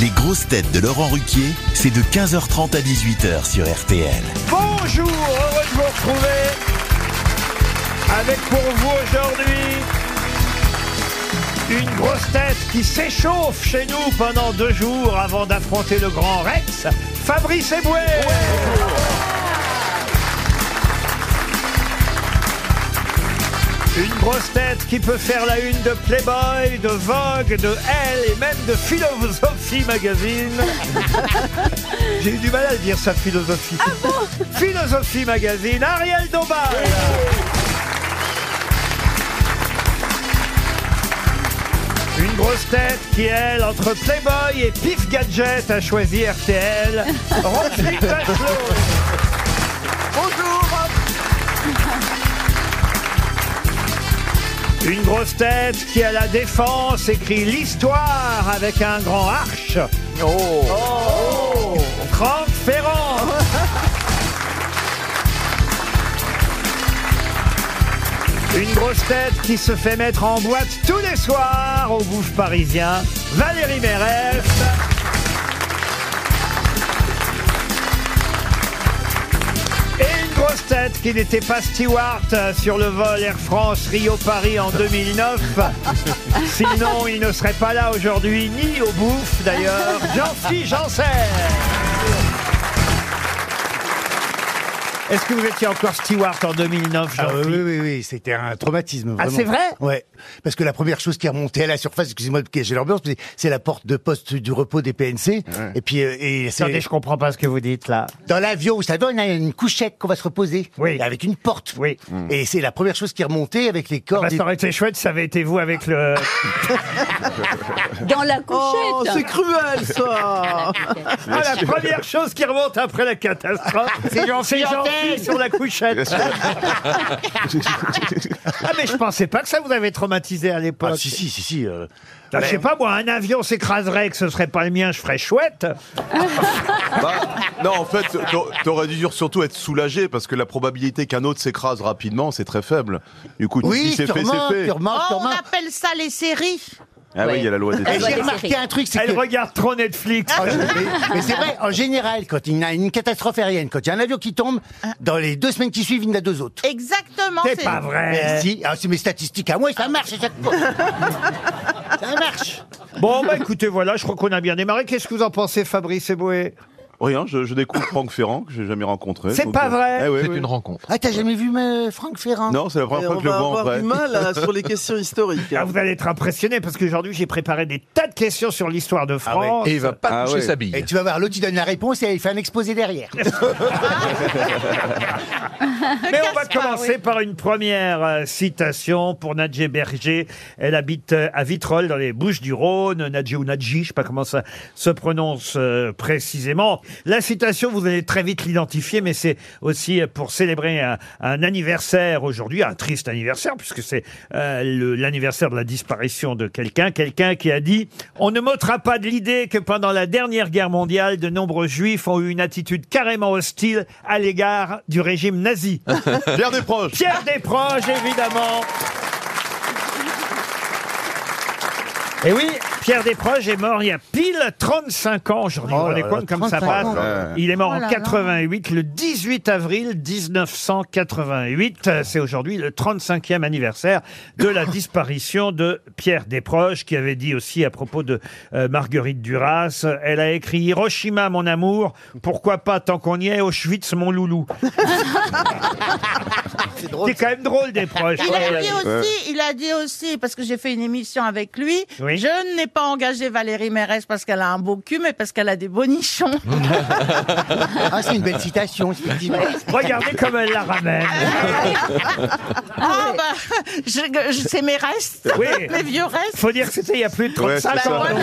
Les grosses têtes de Laurent Ruquier, c'est de 15h30 à 18h sur RTL. Bonjour, heureux de vous retrouver avec pour vous aujourd'hui une grosse tête qui s'échauffe chez nous pendant deux jours avant d'affronter le grand Rex, Fabrice Eboué. Une grosse tête qui peut faire la une de Playboy, de Vogue, de Elle et même de Philosophie Magazine. J'ai eu du mal à le dire ça, philosophie. philosophie Magazine, Ariel Dombal. Une grosse tête qui, elle, entre Playboy et Pif Gadget, a choisi RTL. Roselyne Bachelot. Bonjour. Une grosse tête qui, à la défense, écrit l'histoire avec un grand arche. Oh. Franck Ferrand. Une grosse tête qui se fait mettre en boîte tous les soirs au bouffe parisien, Valérie Mérès. Et une grosse tête qui n'était pas Stewart euh, sur le vol Air France Rio-Paris en 2009. Sinon, il ne serait pas là aujourd'hui, ni au bouffe d'ailleurs, Jean-Philippe Janssen. Est-ce que vous étiez encore Stewart en 2009, jean Ah oui, oui, oui, oui, c'était un traumatisme. Ah, vraiment. c'est vrai Ouais, parce que la première chose qui est remontée à la surface, excusez-moi de piéger l'ambiance, mais c'est la porte de poste du repos des PNC. Et puis, euh, et c'est Attendez, je comprends pas ce que vous dites là. dans l'avion, vous savez, on a une couchette qu'on va se reposer, Oui. avec une porte. Oui. Et c'est la première chose qui est remontée avec les cordes. Bah, ça aurait été chouette, ça avait été vous avec le. Dans la couchette Oh, c'est cruel ça Ah, la première chose qui remonte après la catastrophe, c'est Jean-Philippe sur la couchette. ah, mais je pensais pas que ça vous avait traumatisé à l'époque. Ah, si, si, si, si. euh, Ah, je sais pas, moi, un avion s'écraserait et que ce serait pas le mien, je ferais chouette. Non, en fait, t'aur- t'aurais dû dire surtout être soulagé parce que la probabilité qu'un autre s'écrase rapidement, c'est très faible. Du coup, tu te dis, Oui, c'est tu fait, c'est remarques, fait. tu remarques, tu Ah, on remarques. appelle ça les séries Ah oui, il y a la loi des Et Elle j'ai doit remarqué être un truc, c'est Elle que... regarde trop Netflix. Ah, je- mais mais c'est vrai, en général, quand il y a une catastrophe aérienne, quand il y a un avion qui tombe, dans les deux semaines qui suivent, il y en a deux autres. Exactement C'est pas vrai. Mais si, ah, c'est mes statistiques à moi, ça marche à chaque fois. ça marche. Bon, bah écoutez, voilà, je crois qu'on a bien démarré. Qu'est-ce que vous en pensez, Fabrice Eboué Rien, hein, je, je découvre Franck Ferrand que j'ai jamais rencontré. C'est donc, euh, pas vrai eh ouais, C'est ouais. une rencontre. Ah, t'as jamais vu euh, Franck Ferrand Non, c'est la Et première fois Eh, on que je le va vois en avoir vrai. du mal hein, euh, sur les questions historiques. Ah, vous allez être impressionné parce qu'aujourd'hui j'ai préparé des tas de questions sur l'histoire de Ah ouais. France. Et il va pas Ah toucher ouais. sa bille. Et tu vas voir, l'autre il donne la réponse et il fait un exposé derrière. Mais on va casse pas, commencer par une première euh, citation pour Nadje Berger. Elle habite euh, à Vitrolles dans les Bouches du Rhône. Nadje ou Nadji, je sais pas comment ça se prononce euh, précisément. La citation, vous allez très vite l'identifier, mais c'est aussi euh, pour célébrer un, un anniversaire aujourd'hui, un triste anniversaire puisque c'est euh, le- l'anniversaire de la disparition de quelqu'un, quelqu'un qui a dit on ne m'ôtera pas de l'idée que pendant la dernière guerre mondiale, de nombreux juifs ont eu une attitude carrément hostile à l'égard du régime nazi. Pierre Desproges. Pierre Desproges, évidemment. Et oui, Pierre Desproges est mort il y a pile 35 ans aujourd'hui. Oh On là est là, compte comme ça 35 passe. ans. Ouais. Il est mort Oh là en là. 88, le 18 avril 1988. Euh, C'est aujourd'hui le 35e anniversaire de la disparition de Pierre Desproges, qui avait dit aussi à propos de euh, Marguerite Duras, euh, elle a écrit Hiroshima, mon amour, pourquoi pas tant qu'on y est, Auschwitz, mon loulou. C'est drôle. C'est quand même drôle, Desproges. Il Ouais, a ouais. dit aussi, il a dit aussi, parce que j'ai fait une émission avec lui, Oui. je n'ai pas engagé Valérie Mérès parce qu'elle a un beau cul, mais parce qu'elle a des bonichons. Ah, c'est une belle citation, effectivement. Regardez comme elle la ramène. Ah bah, je- je- c'est mes restes, Oui. mes vieux restes. Faut dire que c'était il y a plus de Ouais, c'est 35 ça. ans. Voilà,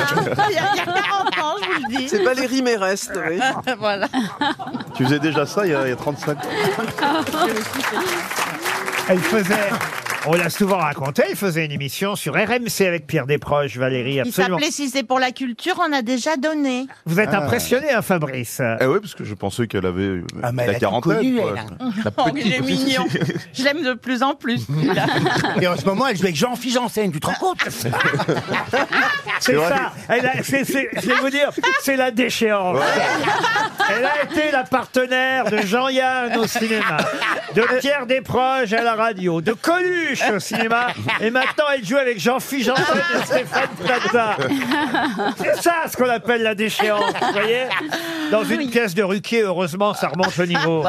il y a il y a 40 ans, je vous le dis. C'est Valérie Mérest, oui. Ah. Voilà. Tu faisais déjà ça il y a, il y a 35 ans. Elle faisait. On l'a souvent raconté, il faisait une émission sur RMC avec Pierre Desproges, Valérie, Il absolument. s'appelait Si c'est pour la culture, on a déjà donné. Vous êtes Ah. impressionné, hein, Fabrice Eh oui, parce que je pensais qu'elle avait euh, Ah, mais la elle a tout quarantaine. connu, quoi. elle, hein. La Oh, petite- il est mignon. Je l'aime de plus en plus. Et en ce moment, elle joue avec Jean-Philippe Janssen, tu te rends compte C'est vrai. ça. Elle a- c'est- c'est- je vais vous dire, c'est la déchéance. Elle a été la partenaire de Jean-Yann au cinéma, de Pierre Desproges à la radio, de Coluche au cinéma, et maintenant elle joue avec Jean-Philippe Janssen et Stéphane Plaza. C'est ça ce qu'on appelle la déchéance, vous voyez Dans une pièce de Ruquier, heureusement, ça remonte le niveau.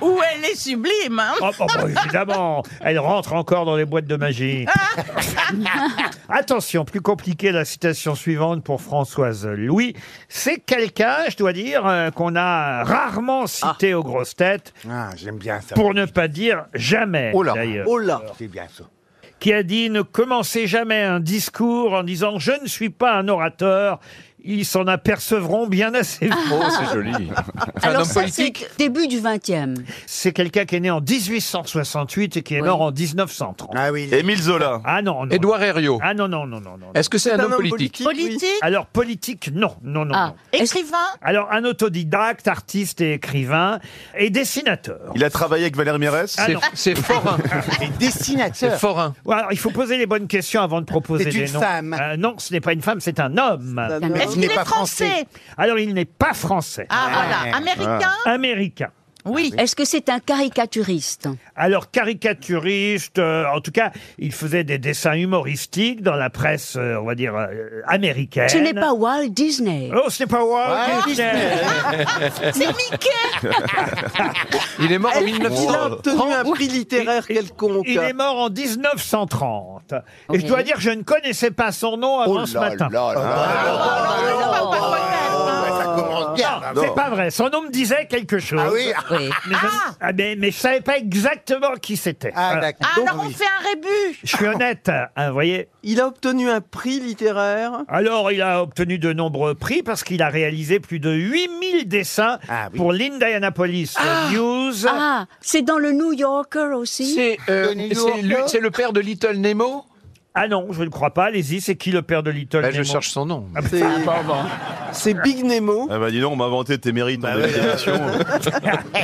Où elle est sublime. hein. Oh, bon, bon, évidemment, elle rentre encore dans les boîtes de magie. Attention, plus compliqué la citation suivante pour Françoise Louis. C'est quelqu'un, je dois dire, euh, qu'on a rarement cité aux grosses têtes, Ah, j'aime bien ça. pour ne pas dire jamais, Oh là, d'ailleurs, oh là C'est bien ça. qui a dit ne commencez jamais un discours en disant je ne suis pas un orateur. Ils s'en apercevront bien assez vite. Oh, c'est joli. C'est un Alors homme ça, c'est politique. début du 20e. C'est quelqu'un qui est né en 1868 et qui est Oui. mort en 1930. Ah oui. Émile Zola. Ah non, non. Édouard Herriot. Ah non, non, non, non, non. Est-ce que c'est un, homme politique, Politique, Alors, politique, non, non, non. Ah. non. écrivain. Alors, un autodidacte, artiste et écrivain, et dessinateur. Il a travaillé avec Valérie Mérès. Ah C'est- non. C'est forain. hein. Et C'est dessinateur. forain. Ou alors, il faut poser les bonnes questions avant de proposer C'est une des noms. femme. Euh, non, ce n'est pas une femme, c'est un homme. Euh, Est-ce Il n'est qu'il est pas français. français Alors, il n'est pas français, Ah. Ah Ouais. voilà, américain américain. Ah, Oui. Est-ce que c'est un caricaturiste Alors, caricaturiste, euh, en tout cas, il faisait des dessins humoristiques dans la presse, euh, on va dire, euh, américaine. Ce n'est pas Walt Disney. Oh, ce n'est pas Ah, Walt Ouais, Disney. C'est Mickey Il est mort en Il a 1900. obtenu un prix littéraire quelconque. Oh, Il est mort en 1930. Et je Ok. dois dire, je ne connaissais pas son nom avant ce matin. Ouais, Oh, ça commence bien. Ah, Non, c'est pas vrai. Son nom me disait quelque chose. Ah oui Oui. Mais je, ah, mais, mais je savais pas exactement qui c'était. Ah, Voilà. d'accord. Ah, Donc, Alors on oui. fait un rébut je suis honnête, hein, vous voyez. Il a obtenu un prix littéraire. Alors, il a obtenu de nombreux prix parce qu'il a réalisé plus de 8000 dessins Ah oui. pour l'Indianapolis Ah, News. Ah, c'est dans le New Yorker aussi C'est euh, New c'est lui- Yorker. c'est le père de Little Nemo Ah non, je ne crois pas. Allez-y, c'est qui le père de Little Bah, Je Nemo Ah, cherche son nom. C'est c'est Big Nemo. Ah bah dis donc, on m'a inventé tes mérites Ah en destination.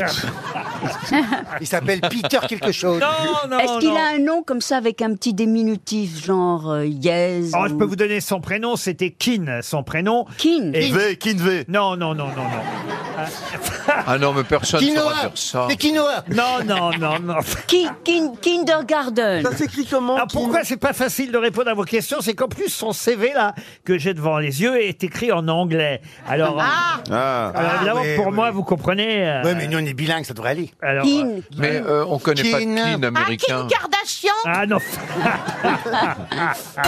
Il s'appelle Peter quelque chose. Non, non, Est-ce qu'il non. a un nom comme ça avec un petit diminutif genre euh, Yes Oh, je ou- peux vous donner son prénom, c'était Kin, son prénom. Kin. Et- V, Kinve. Non, non, non, non, non. Euh, Ah non, mais personne ne saura Quinoa dire ça. C'est quinoa Non, non, non, non. Ki- kin- kindergarten. Ça s'écrit comment Alors Kim pourquoi c'est pas facile de répondre à vos questions C'est qu'en plus son CV là que j'ai devant les yeux est écrit en anglais. Alors, euh, Ah Ah. alors, Ah, évidemment, oui, pour oui. moi vous comprenez. euh, Ouais, mais nous, on est bilingue, ça devrait aller. alors, euh, Kin. Mais euh, on connaît pas de Kin. Kin Ah, Kim américain. Kardashian ah non, Oh, Ah,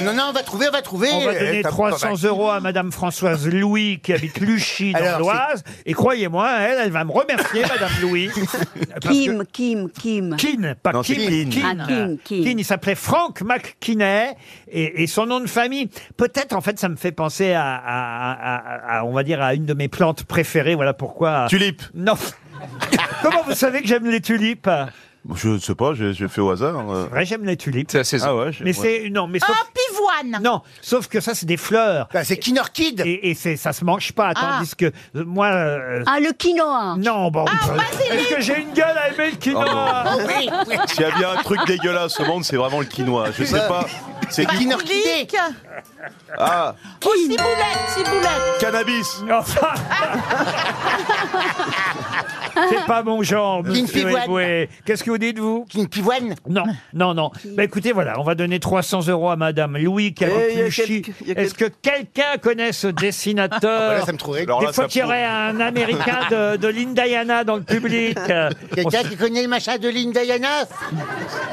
non, non, non, on va trouver, on va trouver. on va Euh, donner t'as- 300 euros à Madame Françoise Louis qui habite Luchy dans Alors, l'Oise. Et croyez-moi, elle, elle va me remercier, Madame Louis. parce que- Kim, Kim, Kim. Keane, pas Non, c'est Kim. Keane. Keane. Ah, Keane, Keane. Keane, il s'appelait Frank McKinney et, et son nom de famille. Peut-être, en fait, ça me fait penser à, à- à- à- à- on va dire, à une de mes plantes préférées. Voilà pourquoi. Tulipe. Non. Comment vous savez que j'aime les tulipes Je ne sais pas, j'ai j'ai fait au hasard. euh. Ouais, j'aime les tulipes. C'est assez Ah ouais, j'ai- Mais ouais. c'est non, mais Ah, sauf, pivoine non, sauf que ça c'est des fleurs Ah, Bah, c'est Kinor Kid. et, et c'est ça se mange pas. Tandis que euh, moi, euh, Ah, le quinoa. non, bon. basilic. Est-ce que j'ai une gueule à aimer le Ah quinoa S'il y a bien un truc dégueulasse au monde, c'est vraiment le quinoa. Je sais pas. Bah, C'est du Basilic ah, Oh, ciboulette, ciboulette cannabis. Enfin Ah, C'est pas mon genre, monsieur pivoine. Eboué. Qu'est-ce que vous dites, vous Kin Pivoine. Non, non, non. Bah, écoutez, voilà, on va donner 300 euros à Madame Louis qui habite Eh, il y a Clichy. quelques- Ah, il y a Est-ce que quelqu'un connaît ce Ah Bah, dessinateur là, ça me trouverait. Alors Des là, fois ça qu'il y aurait un Américain de, de l'Indiana dans le public. Euh, on Quelqu'un qui connaît le machin de l'Indiana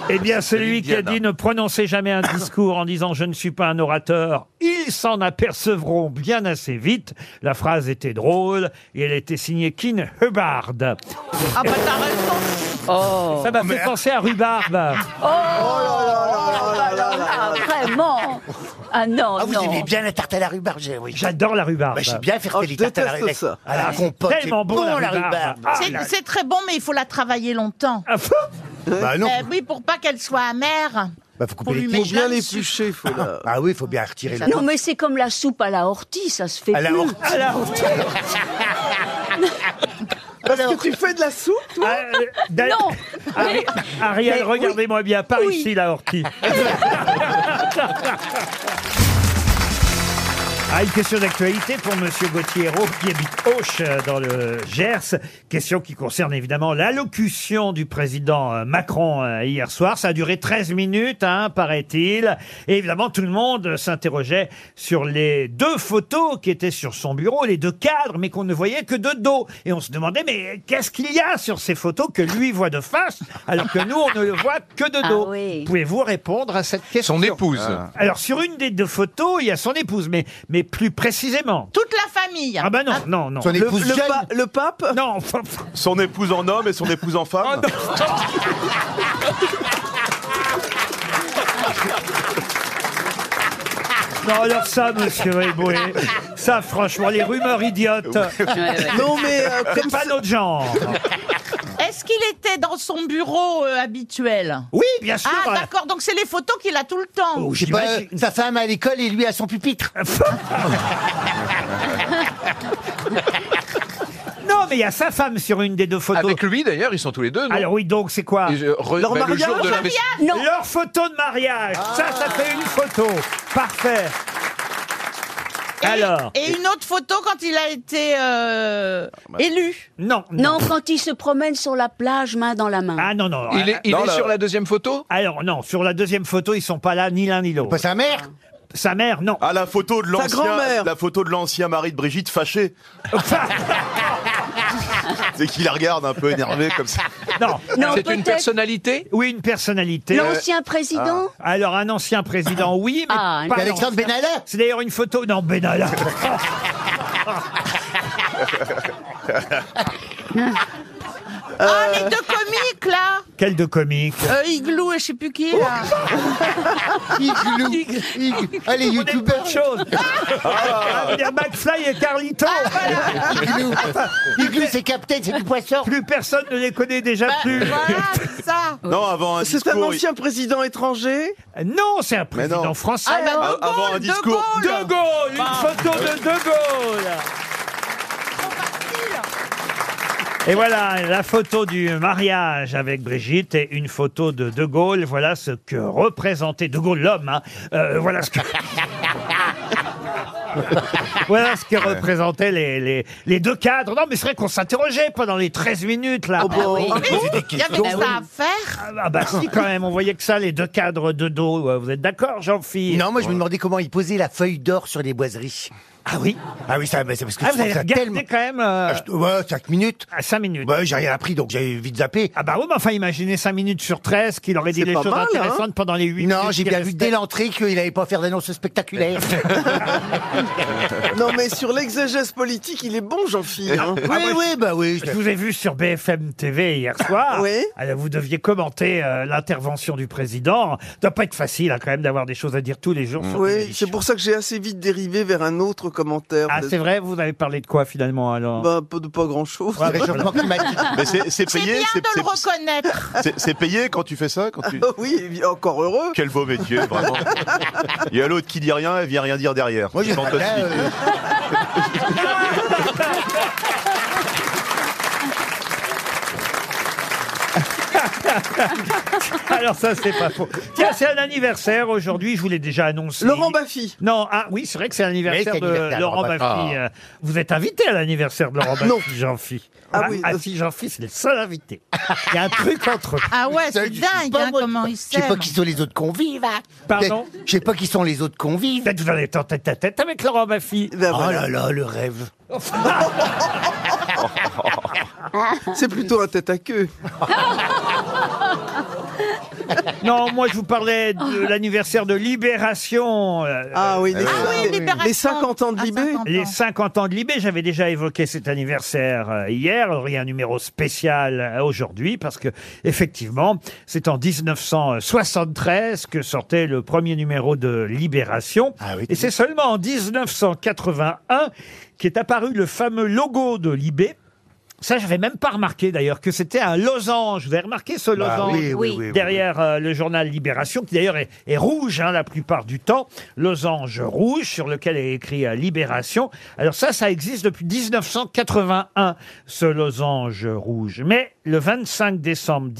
Eh bien, celui qui a dit ne prononcez jamais un discours en disant je ne suis pas un orateur, ils s'en apercevront bien assez vite. La phrase était drôle et elle était signée Kin Hubbard. Ah bah t'as raison Oh. Ça m'a fait penser à Rhubarbe. oh, Ah, vraiment Ah non, Ah, vous non. aimez bien la tarte à la rhubarbe, j'ai- oui. J'adore la rhubarbe. Ah, Bah, j'ai bien faire Oh, des je tartes à la déteste rhubarbe. ça. À Ah, la compote, c'est Tellement bon, la la rhubarbe. rhubarbe. Ah, C'est- là- C'est très bon, mais il faut la travailler longtemps. Ah, Bah non, Eh oui, pour pas qu'elle soit amère. bah, faut couper pour les lui tiges. mettre- Faut Mais je bien l'aime, l'éplucher, faut la... Ah oui, faut bien retirer le Non, mais c'est comme la soupe à la ortie, ça se fait À la plus. horte. À la honte. Parce que tu fais de la soupe, toi Ah, euh, Dan- Non. Ari- Ariel, regardez-moi bien par Oui. ici la ortie. Ah, une question d'actualité pour Monsieur Gauthier Hérault, qui habite Auch euh, dans le Gers. Question qui concerne évidemment l'allocution du président euh, Macron euh, hier soir. Ça a duré 13 minutes, hein, paraît-il. Et évidemment, tout le monde euh, s'interrogeait sur les deux photos qui étaient sur son bureau, les deux cadres, mais qu'on ne voyait que de dos. Et on se demandait, mais qu'est-ce qu'il y a sur ces photos que lui voit de face, alors que nous, on ne le voit que de Ah dos oui. Pouvez-vous répondre à cette question Euh. Son épouse. alors sur une des deux photos, il y a son épouse, mais, mais plus précisément. Toute la famille. Ah bah non, non, non. Son le, épouse le jeune. pa- le pape Non, enfin, pff, Son épouse en homme et son épouse en Oh femme. non, alors ça, monsieur Eboué, ça franchement, les rumeurs idiotes, Non, mais euh, comme c'est pas notre genre. Ah, Est-ce qu'il était dans son bureau euh, habituel Oui, bien sûr. Ah d'accord, donc c'est les photos qu'il a tout le temps. Oh, Je sais pas, j'imagine. euh, sa femme à l'école et lui à son pupitre. Non, mais il y a sa femme sur une des deux photos. Avec lui, d'ailleurs, ils sont tous les deux. non Alors oui, donc c'est quoi Et je- re- Leur bah, le mariage, jour de leur l'investi- Non, Leur photo de mariage. Ça, ça fait une photo. Parfait. Et- Alors, Ah. Et une autre photo quand il a été euh, élu. non, non. non, quand il se promène sur la plage, main dans la main. Ah non, non. Il est, il Non, est là- sur la deuxième photo Alors non, sur la deuxième photo, ils sont pas là, ni l'un ni l'autre. Ah. Pas sa mère Sa mère, non. Ah la photo de l'ancien, grand-mère. la photo de l'ancien mari de Brigitte fâché. C'est qu'il la regarde un peu énervé comme ça. Non. non, C'est une peut-être personnalité Oui, une personnalité. L'ancien président Ah. Alors, un ancien président, oui, mais Ah, pas Alexandre l'ancien. Benalla C'est d'ailleurs une photo... Non, Benalla. Euh, Ah les deux comiques là, Quel de comique. Euh, Igloo et je sais plus qui. Là. Igloo. Igloo. Allez, On est youtubeurs pas de chose. Ah, je veux dire, McFly et Carlito. Ah, Igloo. Igloo, c'est Captain, c'est du poisson. Plus personne ne les connaît déjà Bah, plus. voilà c'est ça. Non, avant un c'est un discours. il- ancien président étranger Euh, Non, c'est un président non. français. Ah, bah, Ah, de avant Gaulle, De un discours. Gaulle. de Gaulle, une Ah. photo de De Gaulle. Et voilà la photo du mariage avec Brigitte et une photo de De Gaulle. Voilà ce que représentait De Gaulle l'homme. hein. Euh, voilà ce que. voilà ce que représentaient les, les, les deux cadres. Non, mais c'est vrai qu'on s'interrogeait pendant les 13 minutes Ah, Oh, là. bah, Ah, Il y avait que ça à faire. Ah bah si quand même, on voyait que ça, les deux cadres de dos. Vous êtes d'accord, Jean-Philippe Non, moi je me demandais comment il posait la feuille d'or sur les boiseries. Ah oui. Ah oui, ça, bah, c'est parce que Ah, je vous trouve avez ça regardé tellement- quand même euh, Ah, je- Ouais, 5 minutes. à 5 minutes. Bah, j'ai rien appris, donc j'ai vite zappé. Ah bah oui, mais enfin, imaginez 5 minutes sur 13 qu'il aurait dit C'est les pas choses mal, hein intéressantes pendant les 8 minutes. Non, j'ai qui bien vu restaient. dès l'entrée qu'il n'allait pas faire d'annonce spectaculaire. Non, mais sur l'exégèse politique, il est bon, Jean-Philippe. hein. oui, oui, bah oui. je- Ah, Je vous ai vu sur BFM TV hier soir. Oui. Alors, vous deviez commenter euh, l'intervention du président. Ça doit pas être facile, hein, quand même, d'avoir des choses à dire tous les jours. sur Oui, télévision. c'est pour ça que j'ai assez vite dérivé vers un autre commentaire. Ah, c'est vrai, vous avez parlé de quoi, finalement, alors bah, Bah, pas de pas grand-chose. Le réchauffement climatique. Mais c'est c'est C'est bien payé, c'est- de le c'est- reconnaître. c'est- c'est payé quand tu fais ça, quand tu. oui, encore heureux. Quel beau métier, vraiment. Il y a l'autre qui dit rien, elle vient rien dire derrière. Moi, j'ai Fantastique. là, euh, Alors, ça, c'est pas faux. Tiens, c'est un anniversaire aujourd'hui, je vous l'ai déjà annoncé. Laurent Baffy. Non, ah oui, c'est vrai que c'est l'anniversaire Mais de c'est l'anniversaire de Laurent Laurent Baffy. Euh, Vous êtes invité à l'anniversaire de Laurent Non. Baffy, Jean-Phi. Ah oui. si, Jean-Phi, c'est le seul invité. Il y a un truc entre eux. Ah ouais, Ça, c'est je sais dingue pas, hein, moi, comment il Je sais pas s'aime. qui sont les autres convives. hein. Pardon Je sais pas qui sont les autres convives. Peut-être vous allez être en tête à tête avec Laurent Baffy. Ben Oh voilà. là là, le rêve. C'est plutôt un tête à queue. Oh, Non, moi je vous parlais Oh. de l'anniversaire de Libération. euh, Ah oui, les, Ah oui, Libération. les 50 ans de Ah, Libé. 50 ans. Les 50 ans de Libé, j'avais déjà évoqué cet anniversaire euh, hier. Alors, il y a un numéro spécial euh, aujourd'hui parce que, effectivement, c'est en 1973 que sortait le premier numéro de Libération. Ah oui. Et c'est seulement en 1981 qu'est apparu le fameux logo de Libé. Ça, j'avais même pas remarqué d'ailleurs que c'était un losange. Vous avez remarqué ce Bah losange oui, oui, Oui. oui, oui. derrière euh, le journal Libération, qui d'ailleurs est, est rouge hein, la plupart du temps, losange rouge sur lequel est écrit euh, Libération. Alors ça, ça existe depuis 1981, ce losange rouge. Mais le 25 décembre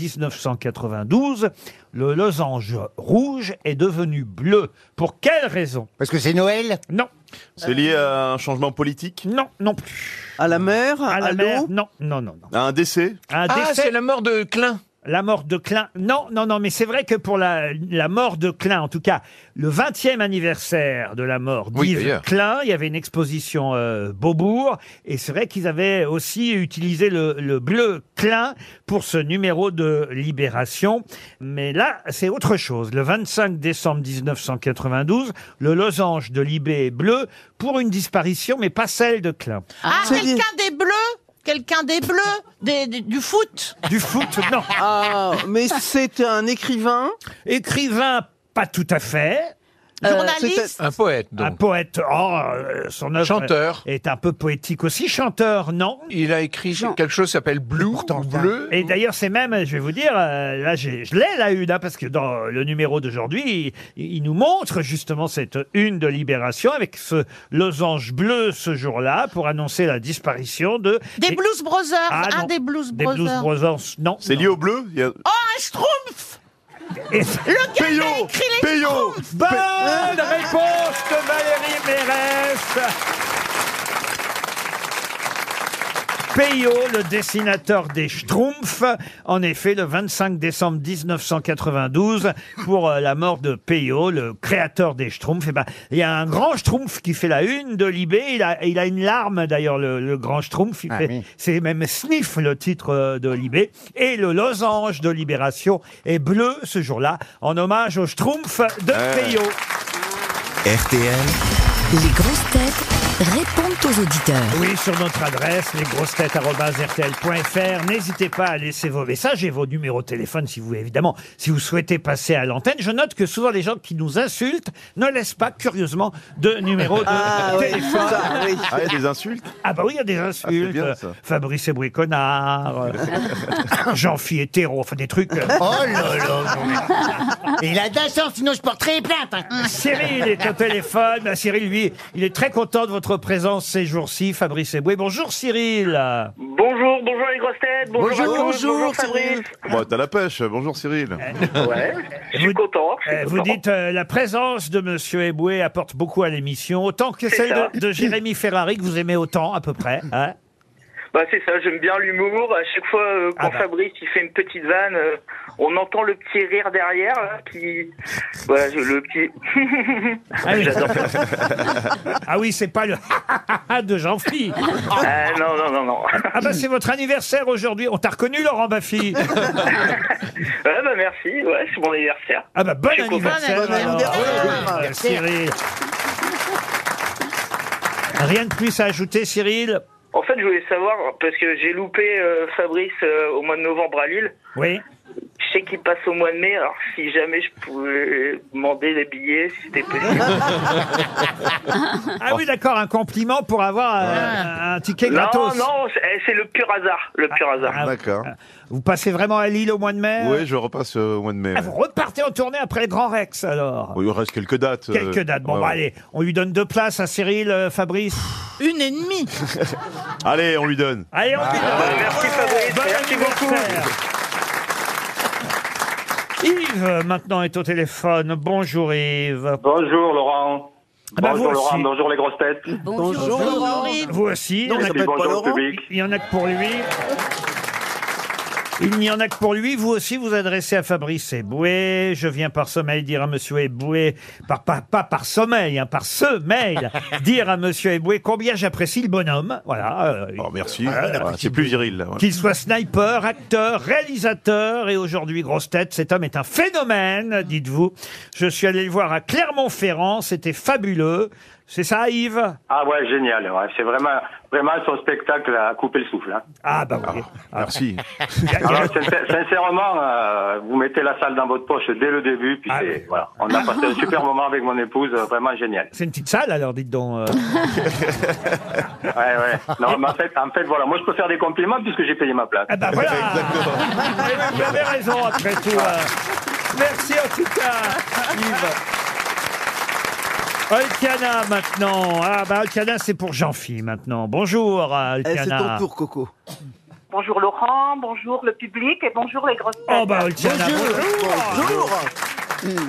1992, le losange rouge est devenu bleu. Pour quelle raison Parce que c'est Noël Non, C'est lié à un changement politique non, non plus. À la mer, À à, la mer, l'eau. non, non, non, non. À un décès Un Ah, décès c'est la mort de Klein. La mort de Klein. Non, non, non, mais c'est vrai que pour la, la mort de Klein, en tout cas, le 20e anniversaire de la mort Oui, d'Yves d'ailleurs. Klein, il y avait une exposition euh, Beaubourg, et c'est vrai qu'ils avaient aussi utilisé le, le bleu Klein pour ce numéro de Libération. Mais là, c'est autre chose. Le 25 décembre 1992, le losange de Libé est bleu pour une disparition, mais pas celle de Klein. Ah, C'est quelqu'un des bleus Quelqu'un des bleus des- des- Du foot Du foot, non. Ah, mais c'est un écrivain. Écrivain, pas tout à fait. Euh, Journaliste Un poète, Un donc. poète, oh, euh, son œuvre Chanteur. est un peu poétique aussi. Chanteur, non. Il a écrit Jean. quelque chose qui s'appelle Blue ou Bleu. Et d'ailleurs, c'est même, je vais vous dire, euh, là, j'ai- je l'ai la une, hein, parce que dans le numéro d'aujourd'hui, il, il nous montre justement cette une de Libération avec ce losange bleu ce jour-là pour annoncer la disparition de. Des Et- Blues Brothers Ah, non. Un des Blues Des Blues Brothers Brothers, non. C'est lié au bleu Il y a- Oh, un schtroumpf Et- Le gars qui a Payot écrit les Payot schtroumpfs Bonne réponse de Valérie Mérès Payot, le dessinateur des Schtroumpfs, en effet, le 25 décembre 1992, pour euh, la mort de Payot, le créateur des Schtroumpfs, eh ben, il y a un grand Schtroumpf qui fait la une de Libé, il a, il a une larme d'ailleurs, le, le grand Schtroumpf, Il fait- c'est même Sniff le titre euh, de Libé, et le losange de Libération est bleu ce jour-là, en hommage au Schtroumpf de Payot. RTL, Les grosses têtes répondent aux auditeurs. Oui, sur notre adresse, lesgrossetêtes.rtl.fr. N'hésitez pas à laisser vos messages et vos numéros de téléphone si vous, évidemment, si vous souhaitez passer à l'antenne. Je note que souvent les gens qui nous insultent ne laissent pas, curieusement, de numéro de Ah, ouais, téléphone. ça, oui. Ah, il y a des insultes Ah bah oui, il y a des c'est insultes. bien, ça. Fabrice Eboué-Connard, euh, Jean-Phi hétéro, enfin des trucs. euh, Oh là là non, mais- Il a de la chance, sinon je porterai plainte hein. Cyril est au téléphone. Ah, Cyril, lui, il est très content de votre présence ces jours-ci, Fabrice Eboué. Bonjour Cyril Bonjour, bonjour les grosses têtes, bonjour, à Bonjour, tous, bonjour, bonjour, Fabrice. Bon, t'as la pêche. Bonjour Cyril. Ouais, je suis Euh, Vous- content. je suis Euh, vous content. dites euh, la présence de Monsieur Eboué apporte beaucoup à l'émission, autant que celle ça. de, de Jérémy Ferrari que vous aimez autant à peu près. hein. Bah c'est ça, j'aime bien l'humour. À chaque fois euh, Ah quand bah. Fabrice il fait une petite vanne, euh, on entend le petit rire derrière là, qui, voilà, je- le petit. ah oui, Ah oui, c'est pas le de Jean-Philippe. ah non non non non. Ah bah c'est votre anniversaire aujourd'hui. On t'a reconnu Laurent Baffy. Ouais, bah merci, ouais, c'est mon anniversaire. Ah bah bon Je suis content. anniversaire. Bon alors. anniversaire. Ouais, ouais, Cyril. Rien de plus à ajouter, Cyril. En fait, je voulais savoir parce que j'ai loupé euh, Fabrice euh, au mois de novembre à Lille. Oui. Je sais qu'il passe au mois de mai, alors si jamais je pouvais demander les billets, si c'était possible. Ah oui, d'accord, un compliment pour avoir euh, un ticket Ah. non, gratos. non, c'est eh, c'est le pur hasard, le pur hasard. Ah, D'accord. Vous passez vraiment à Lille au mois de mai Oui, je repasse euh, au mois de mai. Ah, vous ouais. repartez en tournée après le Grand Rex, alors Oui, il reste quelques dates. euh, Quelques dates. Bon, ouais, bah, ouais. allez, on lui donne deux places à Cyril, euh, Fabrice. Une et demie Allez, on lui donne. Allez, Ah, on lui donne. merci, Fabrice. Bon Merci beaucoup. anniversaire. Yves, euh, maintenant, est au téléphone. Bonjour, Yves. Bonjour Laurent. Ah bah, bonjour vous Laurent, aussi. bonjour les grosses têtes. Bonjour, Laurent. Vous aussi. Non, il, y en Et puis a que- ça s'appelle pas bonjour Laurent au public. il y en a que pour lui. Il n'y en a que pour lui. Vous aussi, vous adressez à Fabrice Eboué. Je viens par sommeil dire à Monsieur Eboué, par, par- pas par sommeil, hein, par sommeil, dire à Monsieur Eboué combien j'apprécie le bonhomme. Voilà. euh, Oh, merci. Ah, la Ouais, petite c'est plus viril, là. ouais. Qu'il soit sniper, acteur, réalisateur et aujourd'hui grosse tête, cet homme est un phénomène, dites-vous. Je suis allé le voir à Clermont-Ferrand, c'était fabuleux. C'est ça, Yves Ah ouais, génial. ouais. C'est vraiment, vraiment son spectacle à couper le souffle. hein. Ah, bah oui. Merci. Alors, sincè- sincèrement, euh, vous mettez la salle dans votre poche dès le début. Ah Puis c'est- voilà. On a passé un super moment avec mon épouse, euh, vraiment génial. C'est une petite salle, alors, dites donc. euh. Ouais, ouais. Non, mais en fait, en fait, voilà, moi je peux faire des compliments puisque j'ai payé ma place. Ah bah voilà Vous avez raison, après tout. euh. Merci en tout cas, Yves. Olcana maintenant. Ah bah Olcana, c'est pour Jean-Phi maintenant. Bonjour Eh, Olcana. c'est ton tour, Coco. Bonjour Laurent, bonjour le public et bonjour les grosses têtes. Oh bah Olcana, bonjour.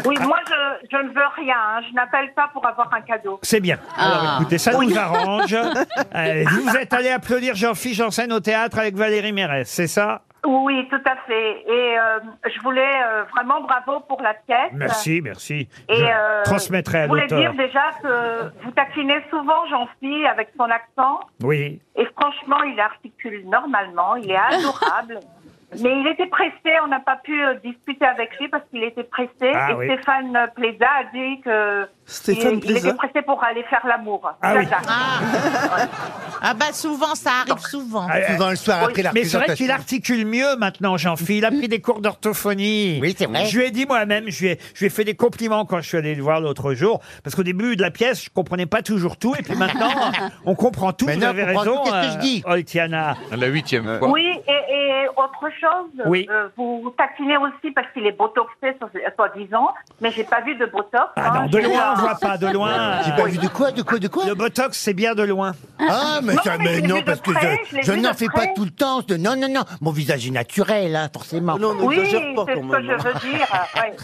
Oui, moi je, je ne veux rien, hein. je n'appelle pas pour avoir un cadeau. C'est bien. Alors Ah. écoutez, ça nous Oui. arrange. Euh, vous êtes allé applaudir Jean-Philippe Janssen au théâtre avec Valérie Mérès, c'est ça Oui, tout à fait. Et euh, je voulais euh, vraiment bravo pour la pièce. Merci, merci. Et Je euh, transmettrai à Je voulais l'auteur. dire déjà que vous taquinez souvent Jean-Phi avec son accent. Oui. Et franchement, il articule normalement, il est adorable. Mais il était pressé, on n'a pas pu euh, discuter avec lui parce qu'il était pressé. Ah et oui. Stéphane Plaza a dit que Stéphane il, il Plaza était pressé pour aller faire l'amour. Ah oui. ah bah souvent, ça arrive souvent. Euh, Mais c'est vrai qu'il articule mieux maintenant, Jean-Philippe. Il a pris des cours d'orthophonie. Oui, c'est vrai. Je lui ai dit moi-même, je lui ai, je lui ai fait des compliments quand je suis allé le voir l'autre jour, parce qu'au début de la pièce, je comprenais pas toujours tout, et puis maintenant, on comprend tout. vous Maintenant, on avez comprend raison, euh, tout, qu'est-ce que je dis Oltiana. Euh, La huitième fois. Oui, et, et autre chose, Oui. euh, vous taquinez aussi parce qu'il est botoxé, so- soi-disant, mais j'ai pas vu de botox. Ah hein. non, de J'ai eu loin, un- on voit pas, de loin. J'ai pas vu de quoi, de quoi, de quoi Le Botox, c'est bien de loin. Ah, mais, Non, ça- mais je mais l'ai non, vu parce de que près, je, je l'ai je vu n'en de fais près. pas tout le temps. je- Non, non, non. Mon visage est naturel, hein, forcément. Non, Oui, c'est ce que je hein. veux dire. ouais.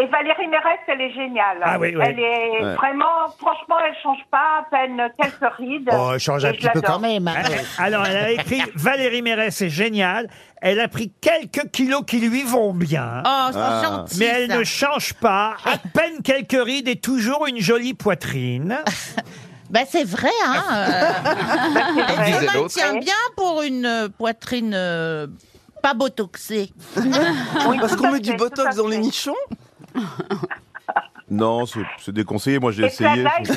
Et Valérie Mérès, elle est géniale. Ah oui, oui. Elle est Ouais. vraiment, franchement, elle change pas à peine quelques rides. Oh, elle change un Et je petit peu l'adore. quand même, hein. Elle- Alors, elle a écrit Valérie Mérès, c'est génial. Elle a pris quelques kilos qui lui vont bien. Oh, c'est Ah. gentil, Mais elle ça. ne change pas. À peine quelques rides et toujours une jolie poitrine. Bah c'est vrai, hein. euh. Comme Elle disait se l'autre. maintient bien pour une euh, poitrine euh, pas botoxée. Parce qu'on met du botox dans les nichons. Non, c'est c'est déconseillé. Moi, j'ai Et essayé. Plaza, il est...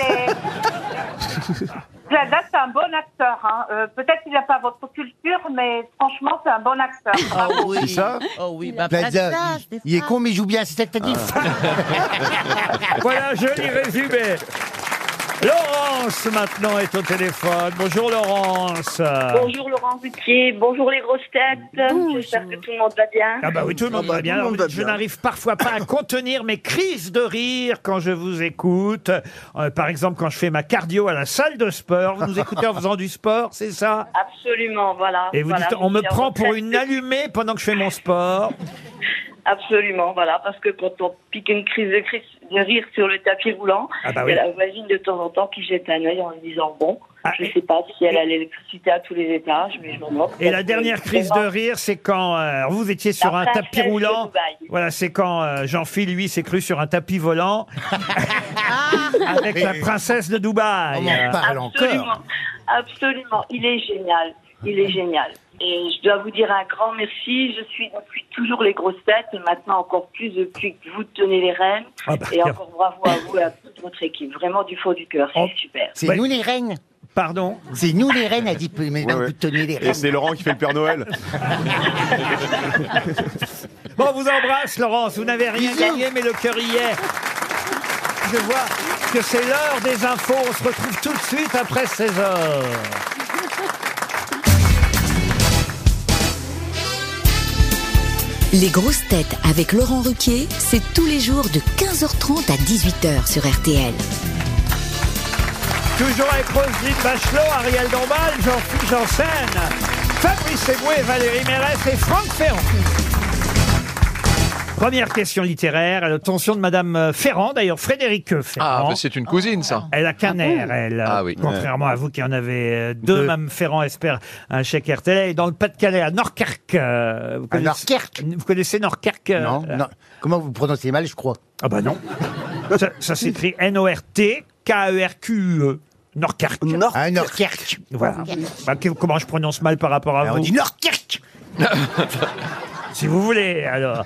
Plaza, c'est un bon acteur. hein. Euh, Peut-être qu'il n'a pas votre culture, mais franchement, c'est un bon acteur. Bravo. Qui Ah ça Oh oui, Ah bah, Plaza, il- il est con, mais il joue bien, c'est ça que t'as dit Ah. voilà, joli résumé. Laurence, maintenant, est au téléphone. Bonjour, Laurence. Bonjour Laurent Ruquier, bonjour les grosses têtes. J'espère que tout le monde va bien. Ah bah oui, tout le monde va bien. Alors, je n'arrive parfois pas à contenir mes crises de rire quand je vous écoute. Euh, par exemple, quand je fais ma cardio à la salle de sport. Vous nous écoutez en faisant du sport, c'est ça Absolument, voilà. Et vous Ah, Voilà, dites, on me c'est prend en pour fait- une allumée pendant que je fais mon sport. Absolument, voilà, parce que quand on pique une crise de, crise de rire sur le tapis roulant, Ah bah il y a oui. Ah, la voisine de temps en temps qui jette un œil en lui disant bon, je sais pas si elle a l'électricité à tous les étages, mais je me demande. Et la dernière crise de rire, c'est quand euh, vous étiez sur La un tapis princesse de roulant. Dubaï. Voilà, c'est quand euh, Jean-Phil, lui, s'est cru sur un tapis volant avec la princesse de Dubaï. On en parle Absolument, absolument. Il est génial. Il est génial. Et je dois vous dire un grand merci. Je suis depuis toujours les grosses têtes et maintenant encore plus depuis que vous tenez les rênes. Ah bah, et encore bravo à vous et à toute votre équipe. Vraiment du fond du cœur. C'est super. C'est nous les reines. Pardon C'est nous les reines, a dit mais non, vous tenez les Et reines. c'est Laurent qui fait le Père Noël. Bon, on vous embrasse, Laurence. Vous n'avez rien gagné, mais le cœur y est. Je vois que c'est l'heure des infos. On se retrouve tout de suite après 16 heures. Les grosses têtes avec Laurent Ruquier, c'est tous les jours de 15h30 à 18h sur RTL. Toujours avec Roselyne Bachelot, Ariel Dombal, Jean-Philippe Janssen, Fabrice Eboué, Valérie Mérès et Franck Ferrand. Première question littéraire, à l'attention de Madame euh, Ferrand, d'ailleurs Frédéric euh, Ferrand. Ah, mais c'est une cousine, ça. Elle a qu'un air, bon elle. Ah oui. Contrairement à vous qui en avez euh, deux, Mme Ferrand espère un chèque RTL. Et dans le Pas-de-Calais, à Norquerque. euh, vous connaissez- Vous connaissez Norquerque euh, Non, non. Comment vous prononcez mal, je crois Ah bah non. Ça, ça s'écrit E N-O-R-T-K-E-R-Q-E. Norquerque. Ah, Norquerque. Ah, Voilà. Bah, que- comment je prononce mal par rapport à vous On dit Norquerque si vous voulez, alors.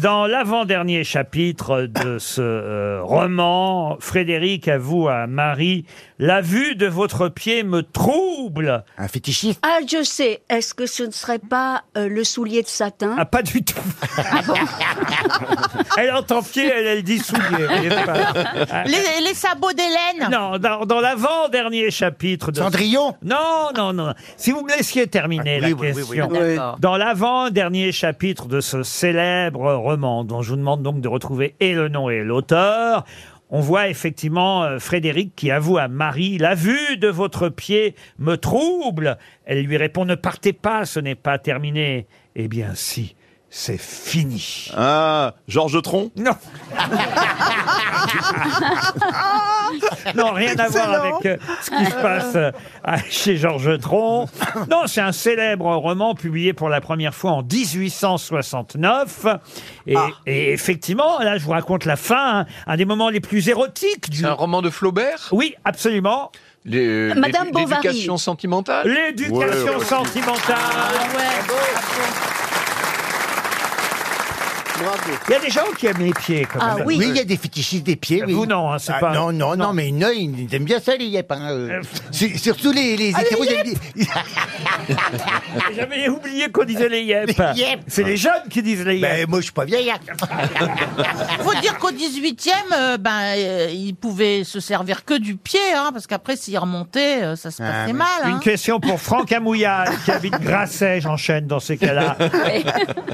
Dans l'avant-dernier chapitre de ce euh, roman, Frédéric avoue à Marie La vue de votre pied me trouble. Un fétichiste Ah, je sais. Est-ce que ce ne serait pas euh, le soulier de satin Ah, pas du tout. Elle entend pied, elle, elle dit soulier. vous voyez pas. Les, les sabots d'Hélène Non, dans, dans l'avant-dernier chapitre de... Cendrillon Non, non, non. Si vous me laissiez terminer Ah, la oui, oui, oui, oui, question. d'accord. Dans l'avant-dernier chapitre de ce célèbre roman, dont je vous demande donc de retrouver et le nom et l'auteur, on voit effectivement euh, Frédéric qui avoue à Marie « La vue de votre pied me trouble ». Elle lui répond « Ne partez pas, ce n'est pas terminé ». Eh bien si, c'est fini. Ah, Georges Tron Non non, rien à voir avec Excellent. euh, ce qui se passe euh, à- chez Georges Tron. Non, c'est un célèbre roman publié pour la première fois en 1869. Et, et effectivement, là, je vous raconte la fin, hein, un des moments les plus érotiques du. C'est un roman de Flaubert Oui, absolument. Madame l'édu- Bovary. l'éducation sentimentale L'éducation Ouais, ouais. sentimentale. Il y a des gens qui aiment les pieds, quand Ah même. oui, il y a des fétichistes des pieds, oui. Vous, non, hein, c'est Ah, pas- Non, non, non, non. mais une œil, ils aiment bien ça, les yep. hein, euh. C'est- Surtout les, les hétéros, ils aiment bien- Ah, J'avais oublié qu'on disait les yep. Les yep. C'est les jeunes qui disent les yep. Ben, moi, je suis pas hein. vieillard. Faut dire qu'au 18e, euh, ben, euh, ils pouvaient se servir que du pied, hein, parce qu'après, s'ils remontaient, euh, ça se passait mal. Une hein. question pour Franck Amouillal qui habite Grasset, j'enchaîne dans ces cas-là. Oui.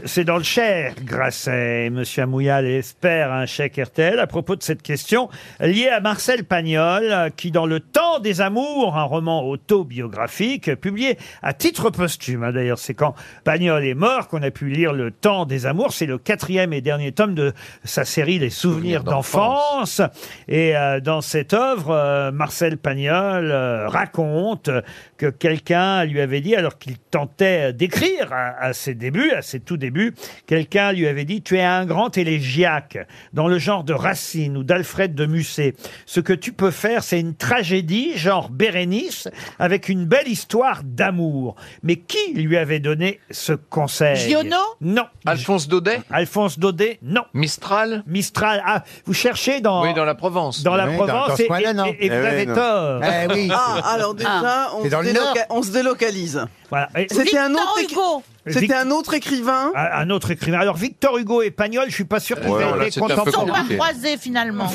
C'est dans le Cher, Grasset. Et Monsieur Amouillal espère un chèque RTL à propos de cette question liée à Marcel Pagnol euh, qui, dans Le Temps des Amours, un roman autobiographique euh, publié à titre posthume. hein. D'ailleurs, c'est quand Pagnol est mort qu'on a pu lire Le Temps des Amours. C'est le quatrième et dernier tome de sa série Les Souvenirs d'enfance. Et euh, dans cette œuvre, euh, Marcel Pagnol euh, raconte que quelqu'un lui avait dit, alors qu'il tentait d'écrire à, à ses débuts, à ses tout débuts, quelqu'un lui avait dit « Tu es un grand élégiaque, dans le genre de Racine ou d'Alfred de Musset. Ce que tu peux faire, c'est une tragédie, genre Bérénice, avec une belle histoire d'amour. » Mais qui lui avait donné ce conseil Giono Non. Alphonse Daudet Alphonse Daudet, non. Mistral Mistral. Ah, vous cherchez dans... Oui, dans la Provence. Dans la Oui, dans- Provence, dans ce et- coin-là, et- non. et, vous Eh oui, avez non. tort. Eh oui. Ah, alors déjà, on, C'est dans se le Nord. déloca- on se délocalise. Voilà. Et- C'était un autre écri- C'était un autre écrivain. Un un autre écrivain. Alors, Victor Hugo et Pagnol, je suis pas Euh, sûr qu'ils Ouais, aient là, été c'est un peu Ils sont contemporains. pas croisés, finalement.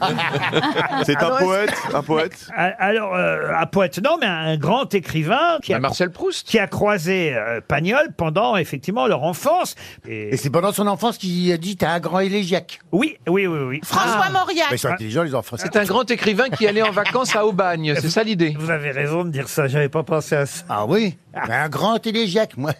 C'est un Alors, poète, un poète. Ah, Alors, euh, un poète, non, mais un grand écrivain qui a, Marcel Proust. qui a croisé euh, Pagnol pendant, effectivement, leur enfance. Et, Et c'est pendant son enfance qu'il a dit T'as un grand élégiaque. Oui, oui, oui. oui. François Mauriac. Mais Ben, ils sont intelligents, les enfants. C'est un grand écrivain qui allait en vacances à Aubagne, c'est ça l'idée. Vous avez raison de dire ça, j'avais pas pensé à ça. Ah oui Mais Un grand élégiaque, moi.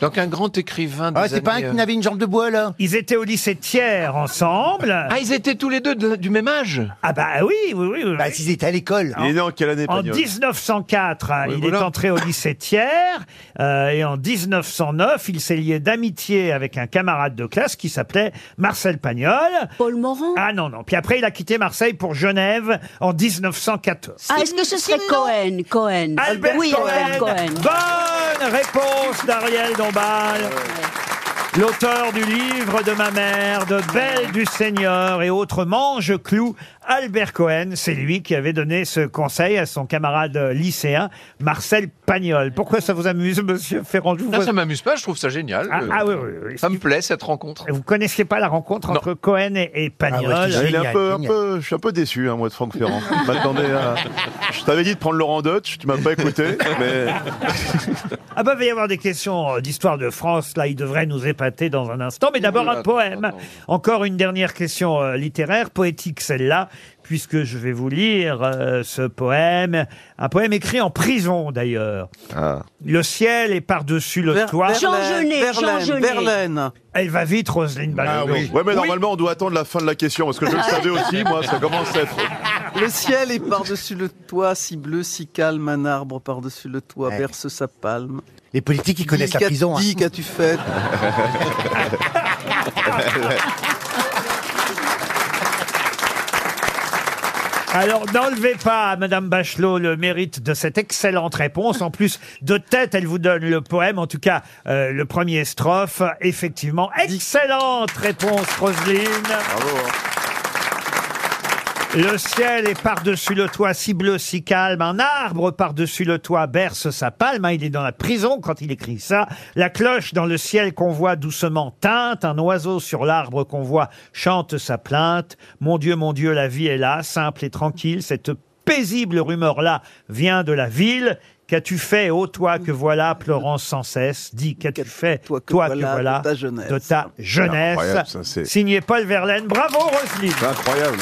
Donc un grand écrivain. Ah, c'est pas un qui n'avait une jambe de bois, là Ils étaient au lycée Thiers ensemble. Ah, ils étaient tous les deux du même âge Ah bah oui, oui, oui. oui. Bah, s'ils étaient à l'école. Il est né en quelle année, En Pagnol 1904, hein, Oui, il est voilà. entré au lycée Thiers euh, et en 1909, il s'est lié d'amitié avec un camarade de classe qui s'appelait Marcel Pagnol. Paul Morand Ah non, non. Puis après, il a quitté Marseille pour Genève en 1914. Ah, est-ce que ce serait Cohen Cohen. Albert oui, Cohen. Albert Cohen. Bonne réponse d'Ariel Dombal. L'auteur du livre de ma mère, de Belle du Seigneur et autres mange clous, Albert Cohen, c'est lui qui avait donné ce conseil à son camarade lycéen, Marcel Pagnol. Pourquoi ça vous amuse, monsieur Ferrand Je vous Non, vois- ça m'amuse pas, je trouve ça génial. Ah, Euh, ah oui, oui, oui. Ah. Ça me plaît cette rencontre. Vous connaissiez pas la rencontre entre Cohen et, et Pagnol Il est un peu, un peu, je suis un peu déçu, hein, moi, de Franck Ferrand. Je m'attendais à- Je t'avais dit de prendre Laurent Deutsch, tu m'as pas écouté, mais... Ah bah, il va y avoir des questions euh, d'histoire de France, là, il devrait nous épater dans un instant. Mais d'abord, un poème. Encore une dernière question euh, littéraire, poétique celle-là, puisque je vais vous lire euh, ce poème. Un poème écrit en prison, d'ailleurs. Ah. Le ciel est par-dessus le Ver- toit. Jean Verlaine, Genet, Jean Verlaine, Genet. Verlaine. Elle va vite, Bah, Roselyne Ah Bachelot. oui. Ouais, mais normalement, on doit attendre la fin de la question, parce que je le savais aussi, moi, ça commence à être... Le ciel est par-dessus le toit, si bleu, si calme, un arbre par-dessus le toit berce sa palme. Les politiques, ils connaissent Dis, la qu'a- prison, hein. Dis, qu'as-tu fait Alors, n'enlevez pas à Madame Bachelot le mérite de cette excellente réponse. En plus, de tête, elle vous donne le poème, en tout cas, euh, le premier strophe. Effectivement, excellente réponse, Roselyne. Le ciel est par-dessus le toit, si bleu, si calme. Un arbre par-dessus le toit berce sa palme. hein, Il est dans la prison quand il écrit ça. La cloche dans le ciel qu'on voit doucement teinte. Un oiseau sur l'arbre qu'on voit chante sa plainte. Mon Dieu, mon Dieu, la vie est là, simple et tranquille. Cette paisible rumeur-là vient de la ville. Qu'as-tu fait, ô toi que voilà, pleurant sans cesse Dis, qu'as-tu fait, toi que, voilà, voilà, de ta jeunesse. de ta jeunesse. Incroyable, ça, c'est- Signé Paul Verlaine. Bravo, Roselyne. Incroyable.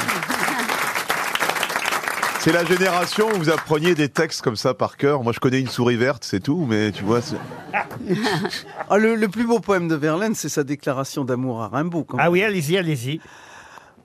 C'est la génération où vous appreniez des textes comme ça par cœur. Moi, je connais une souris verte, c'est tout, mais tu vois. c'est- Ah, le, le plus beau poème de Verlaine, c'est sa déclaration d'amour à Rimbaud. Quand ah oui, allez-y, allez-y.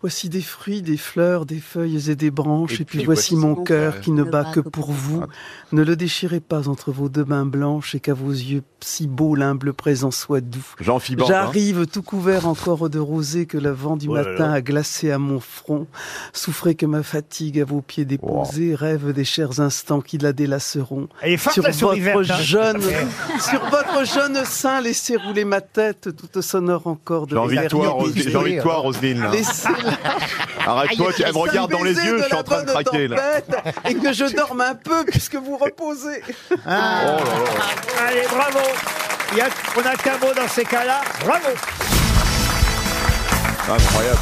Voici des fruits, des fleurs, des feuilles et des branches, et, puis, puis voici voici mon mon cœur cœur qui ne bat que pour vous. Ne le déchirez pas entre vos deux mains blanches, et qu'à vos yeux si beaux l'humble présent soit doux. Jean Fiban. hein. J'arrive tout couvert encore de rosée que la vent du Oh là matin là. a glacé à mon front. Souffrez que ma fatigue à vos pieds déposée rêve des chers instants qui la délaceront. Elle est forte, sur la souris votre verte, hein. jeune, Ouais. sur votre jeune sein, laissez rouler ma tête toute sonore encore de J'ai envie de toi, derniers Roselyne. J'ai désirs. envie de toi, Roselyne. là. Laissez-la. Arrête-toi, Aïe, tu- elle me seul regarde dans les baiser yeux, de je suis la en train de bonne craquer, là. tempête, Et que je dorme un peu puisque vous reposez. Ah. Oh Allez, bravo. Il y a- on a qu'un mot dans ces cas-là. Bravo. Incroyable.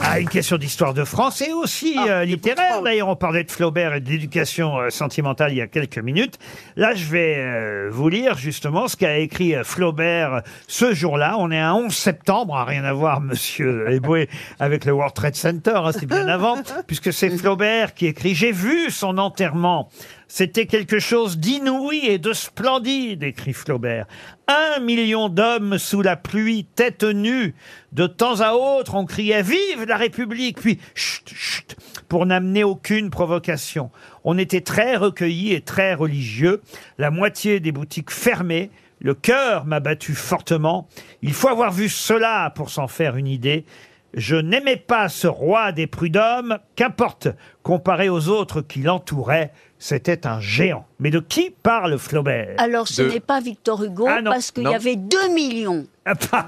Ah, une question d'histoire de France et aussi euh, littéraire. D'ailleurs, on parlait de Flaubert et de l'éducation euh, sentimentale il y a quelques minutes. Là, je vais euh, vous lire justement ce qu'a écrit euh, Flaubert ce jour-là. On est à 11 septembre, hein, rien à voir, monsieur Eboué, avec le World Trade Center, hein, c'est bien avant, puisque c'est Flaubert qui écrit « J'ai vu son enterrement ». C'était quelque chose d'inouï et de splendide, écrit Flaubert. Un million d'hommes sous la pluie, tête nue. De temps à autre, on criait Vive la République! Puis, chut, chut, pour n'amener aucune provocation. On était très recueillis et très religieux. La moitié des boutiques fermées. Le cœur m'a battu fortement. Il faut avoir vu cela pour s'en faire une idée. Je n'aimais pas ce roi des prud'hommes, qu'importe, comparé aux autres qui l'entouraient, c'était un géant. Mais de qui parle Flaubert Alors, ce De- n'est pas Victor Hugo, Ah, non. parce qu'il Non. Ah, y avait 2 millions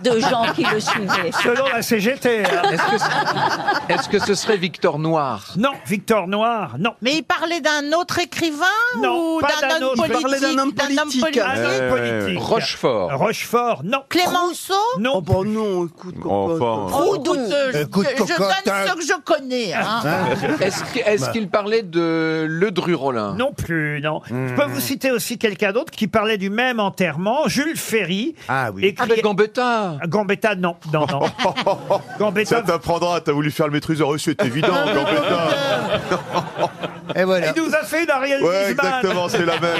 de gens qui le suivaient. Selon la CGT. Est-ce que, c'est- est-ce que ce serait Victor Noir Non, Victor Noir, non. Ah Mais il parlait d'un autre écrivain Non, ou pas d'un d'un homme autre. Il politique parlait d'un homme politique. Euh, Un homme Ouais, ouais, ouais. politique. Rochefort. Rochefort, non. Clémenceau Non. Oh, bah non, écoute, Oh, écoute, euh, Euh, coup de je, je cocotte, donne hein. Bah. ce que je connais. Ah. hein. Est-ce que- est-ce qu'il parlait de Le Drurolin Non plus, non. Je peux vous citer aussi quelqu'un d'autre qui parlait du même enterrement, Jules Ferry. Ah oui. Ah, ben, Gambetta. Gambetta, non, non, non. Gambetta. Ça t'apprendra, t'as voulu faire le maîtriseur reçu, c'est évident, Gambetta. Et voilà. Il nous a fait une Ariel Ouais, Wiesmann. exactement, c'est la même.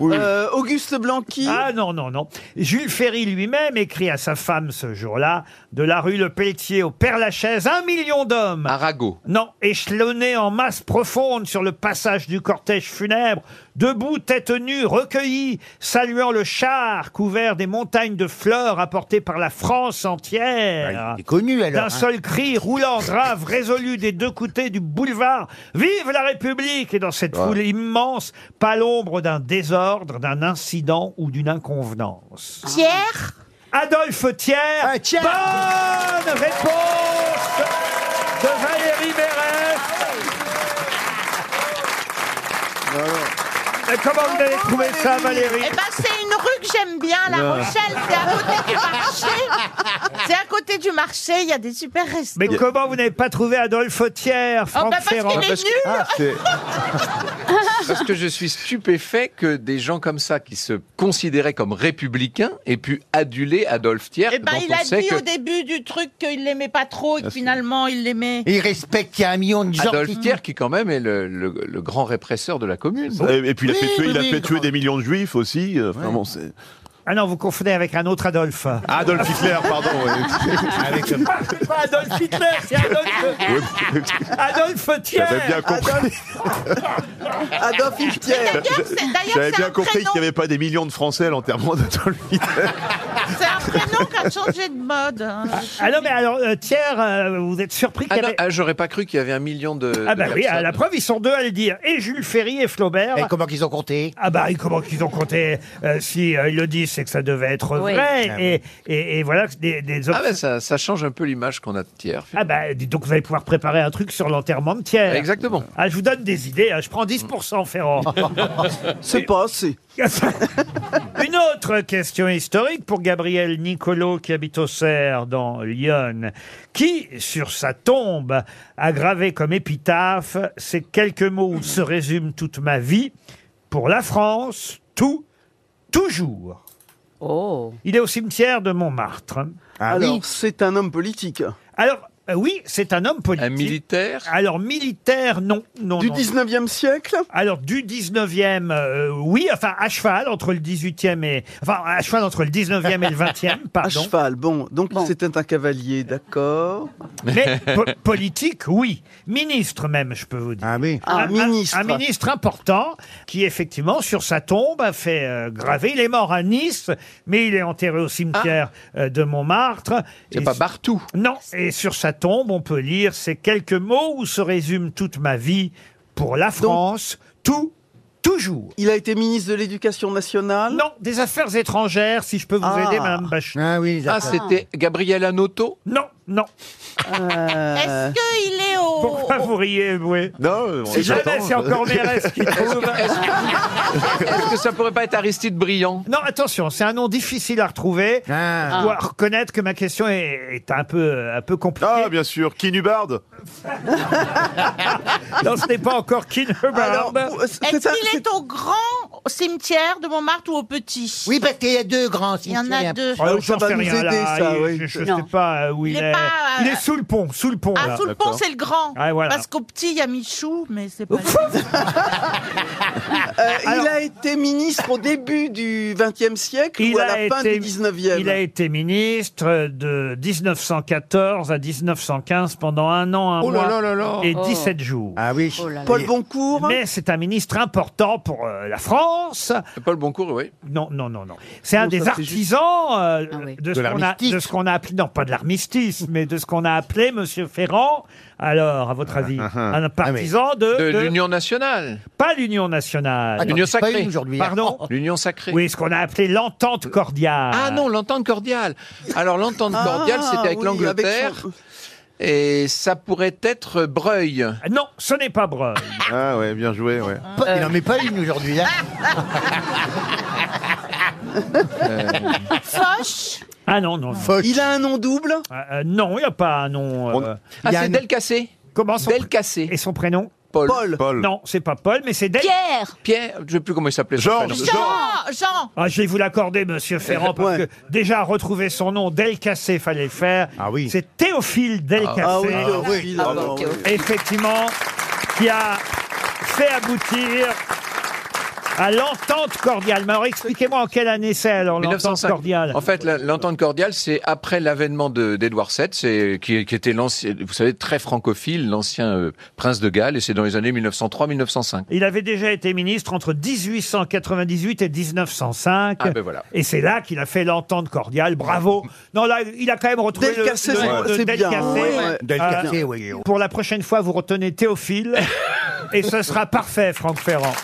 Euh, Auguste Blanqui. Ah non, non, non. Jules Ferry lui-même écrit à sa femme ce jour-là, de la rue Le Pelletier au Père-Lachaise, un million d'hommes. Arago. Non, échelonnés en masse profonde sur le passage du cortège funèbre, debout, tête nue, recueillis, saluant le char couvert des montagnes de fleurs apportées par la France entière. Il est connu alors. D'un hein. seul cri, roulant, grave, résolu des deux côtés du boulevard. Vive la République Et dans cette foule immense, pas l'ombre d'un désordre, d'un incident ou d'une inconvenance. Ah. Pierre Adolphe Thiers Ah, Bonne réponse de Valérie Mérès Et comment vous avez trouvé ça, Valérie Eh ben, c'est une rue que j'aime bien, La Non. Rochelle. C'est à côté du marché. C'est à côté du marché, il y a des super restos. Mais comment vous n'avez pas trouvé Adolphe Thiers, Franck bah parce qu'il Ferrand est Ah, parce que- nul Ah, Parce que je suis stupéfait que des gens comme ça, qui se considéraient comme républicains, aient pu aduler Adolphe Thiers. Eh ben, dont il on a sait dit que... au début du truc qu'il l'aimait pas trop et que Bien sûr. finalement il l'aimait. Il respecte, il y a un million de gens. Adolphe qui- Thiers, qui quand même est le, le- le grand répresseur de la commune. Et, et puis il a fait tuer, il a fait tuer des millions de juifs aussi. euh, Enfin, bon, c'est- Ah non, vous confondez avec un autre Adolphe. Adolf Hitler, pardon. Avec le- C'est pas Adolf Hitler, c'est Adolphe. Adolphe Thiers. J'avais bien compris. Adolphe Hitler. D'ailleurs, c'est d'ailleurs, J'avais c'est bien un compris qu'il prénom- n'y avait pas des millions de Français à l'enterrement d'Adolf Hitler. C'est un prénom qui a changé de mode. hein. Ah non, mais alors, euh, Thiers, euh, vous êtes surpris qu'il Ah y non, euh, avait... ah, j'aurais pas cru qu'il y avait un million de. Ah de bah oui, personnes. à la preuve, ils sont deux à le dire. Et Jules Ferry et Flaubert. Et comment qu'ils ont compté Ah bah et comment qu'ils ont compté euh, Si euh, ils le disent, c'est que ça devait être Oui. vrai. Ah et, et, et voilà, que des, des Ah ouais, ça, ça change un peu l'image qu'on a de tiers. Ah bah, dites donc, vous allez pouvoir préparer un truc sur l'enterrement de Thiers. Exactement. Ah, je vous donne des idées, hein. je prends 10% Ferrand. C'est pas assez. Une autre question historique pour Gabriel Nicolo qui habite Auxerre dans Lyon, qui, sur sa tombe, a gravé comme épitaphe ces quelques mots où se résume toute ma vie. Pour la France, tout, toujours. Oh. Il est au cimetière de Montmartre. Alors, c'est un homme politique. Alors, euh, oui, c'est un homme politique. Un militaire Alors, militaire, non. non Du 19e siècle Alors, du 19e, euh, oui, enfin, à cheval, entre le 18e et... Enfin, à cheval entre le 19e et le 20e, pardon. À cheval, bon. Donc c'était un cavalier, d'accord. Mais po- politique, oui. Ministre même, je peux vous dire. Ah oui. Un ministre. Un, ministre important qui, effectivement, sur sa tombe, a fait euh, graver. Il est mort à Nice, mais il est enterré au cimetière Ah. euh, de Montmartre. C'est Et pas su- Bartou. Non. Et sur sa tombe, on peut lire ces quelques mots où se résume toute ma vie pour la France. tout, toujours. Il a été ministre de l'Éducation nationale Non, des affaires étrangères, si je peux vous Ah. aider, Madame Bachelot. Ah oui, Ah, c'était Gabriel Anoto Non, non. Est-ce qu'il est au. Pourquoi vous riez, oui Non, C'est jamais, c'est encore Mérès qui trouve. Est-ce que ça pourrait pas être Aristide Briand Non, attention, c'est un nom difficile à retrouver. Ah. Je dois reconnaître que ma question est, est un peu, euh, un peu compliquée. Ah, bien sûr. Kinubard non, ce n'est pas encore Kinebard. Est-ce qu'il est au grand cimetière de Montmartre ou au petit Oui, parce qu'il y a deux grands Il y en a deux. Oh, j'en sais rien, là. Il- Je ne Non. sais pas où il, Il est. est pas, euh, Il est sous le pont, sous le pont. Ah, là. sous le pont, c'est le grand. Ah, voilà. Parce qu'au petit, il y a Michou, mais c'est pas. Euh, il a été ministre au début du XXe siècle ou à la fin du XIXe il a été ministre de 1914 à 1915 pendant un an, un Oh là mois là là là. et Oh. 17 jours. Ah oui. Oh Paul Boncourt Mais c'est un ministre important pour euh, la France. Paul Boncourt, oui. Non, non, non, non. C'est Oh, un Non, des ça, c'est juste- artisans euh, Ah de, De ce qu'on a, l'armistice. de ce qu'on a appelé, non pas de l'armistice, mais de ce qu'on a appelé, Monsieur Ferrand, alors, à votre Ah, avis, un partisan de... De de- l'Union nationale. Pas l'Union nationale. Ah, L'Union c'est pas sacrée. une aujourd'hui, hein. Pardon L'Union sacrée. Oh. Oui, ce qu'on a appelé l'entente cordiale. Ah non, l'entente cordiale. Alors l'entente Ah, cordiale, c'était avec oui, l'Angleterre. avec son- Et ça pourrait être Breuil. Non, ce n'est pas Breuil. Ah ouais, bien joué, ouais. Il n'en met pas une aujourd'hui. Hein. Euh. Foch Ah non, non. Il a un nom double Non, il n'y a pas un nom. euh, Ah, il y a c'est un- Delcassé. Comment son Delcassé. Et son prénom Paul. Non, c'est pas Paul, mais c'est Del... Pierre. Pierre, je sais plus comment il s'appelait. son Georges, prénom. Georges. Jean Jean Ah, je vais vous l'accorder, monsieur Ferrand, parce Ouais. que déjà retrouver son nom, Delcassé, fallait le faire. Ah oui. C'est Théophile Delcassé. Ah oui, Théophile, Ah, alors, oui. Effectivement, qui a fait aboutir à l'entente cordiale. Mais alors, expliquez-moi en quelle année c'est, alors, l'entente 1905. cordiale. En fait, la- l'entente cordiale, c'est après l'avènement de- d'Édouard VII, c'est qui, qui était l'ancien, vous savez, très francophile, l'ancien euh, prince de Galles, et c'est dans les années 1903-1905. Il avait déjà été ministre entre 1898 et 1905. Ah, ben voilà. Et c'est là qu'il a fait l'entente cordiale. Bravo. Non, là, il a quand même retrouvé le- Delcassé, le, c'est- nom de c'est bien. Delcassé. Ouais. Euh, Delcassé, oui. Pour la prochaine fois, vous retenez Théophile. et ce sera parfait, Franck Ferrand.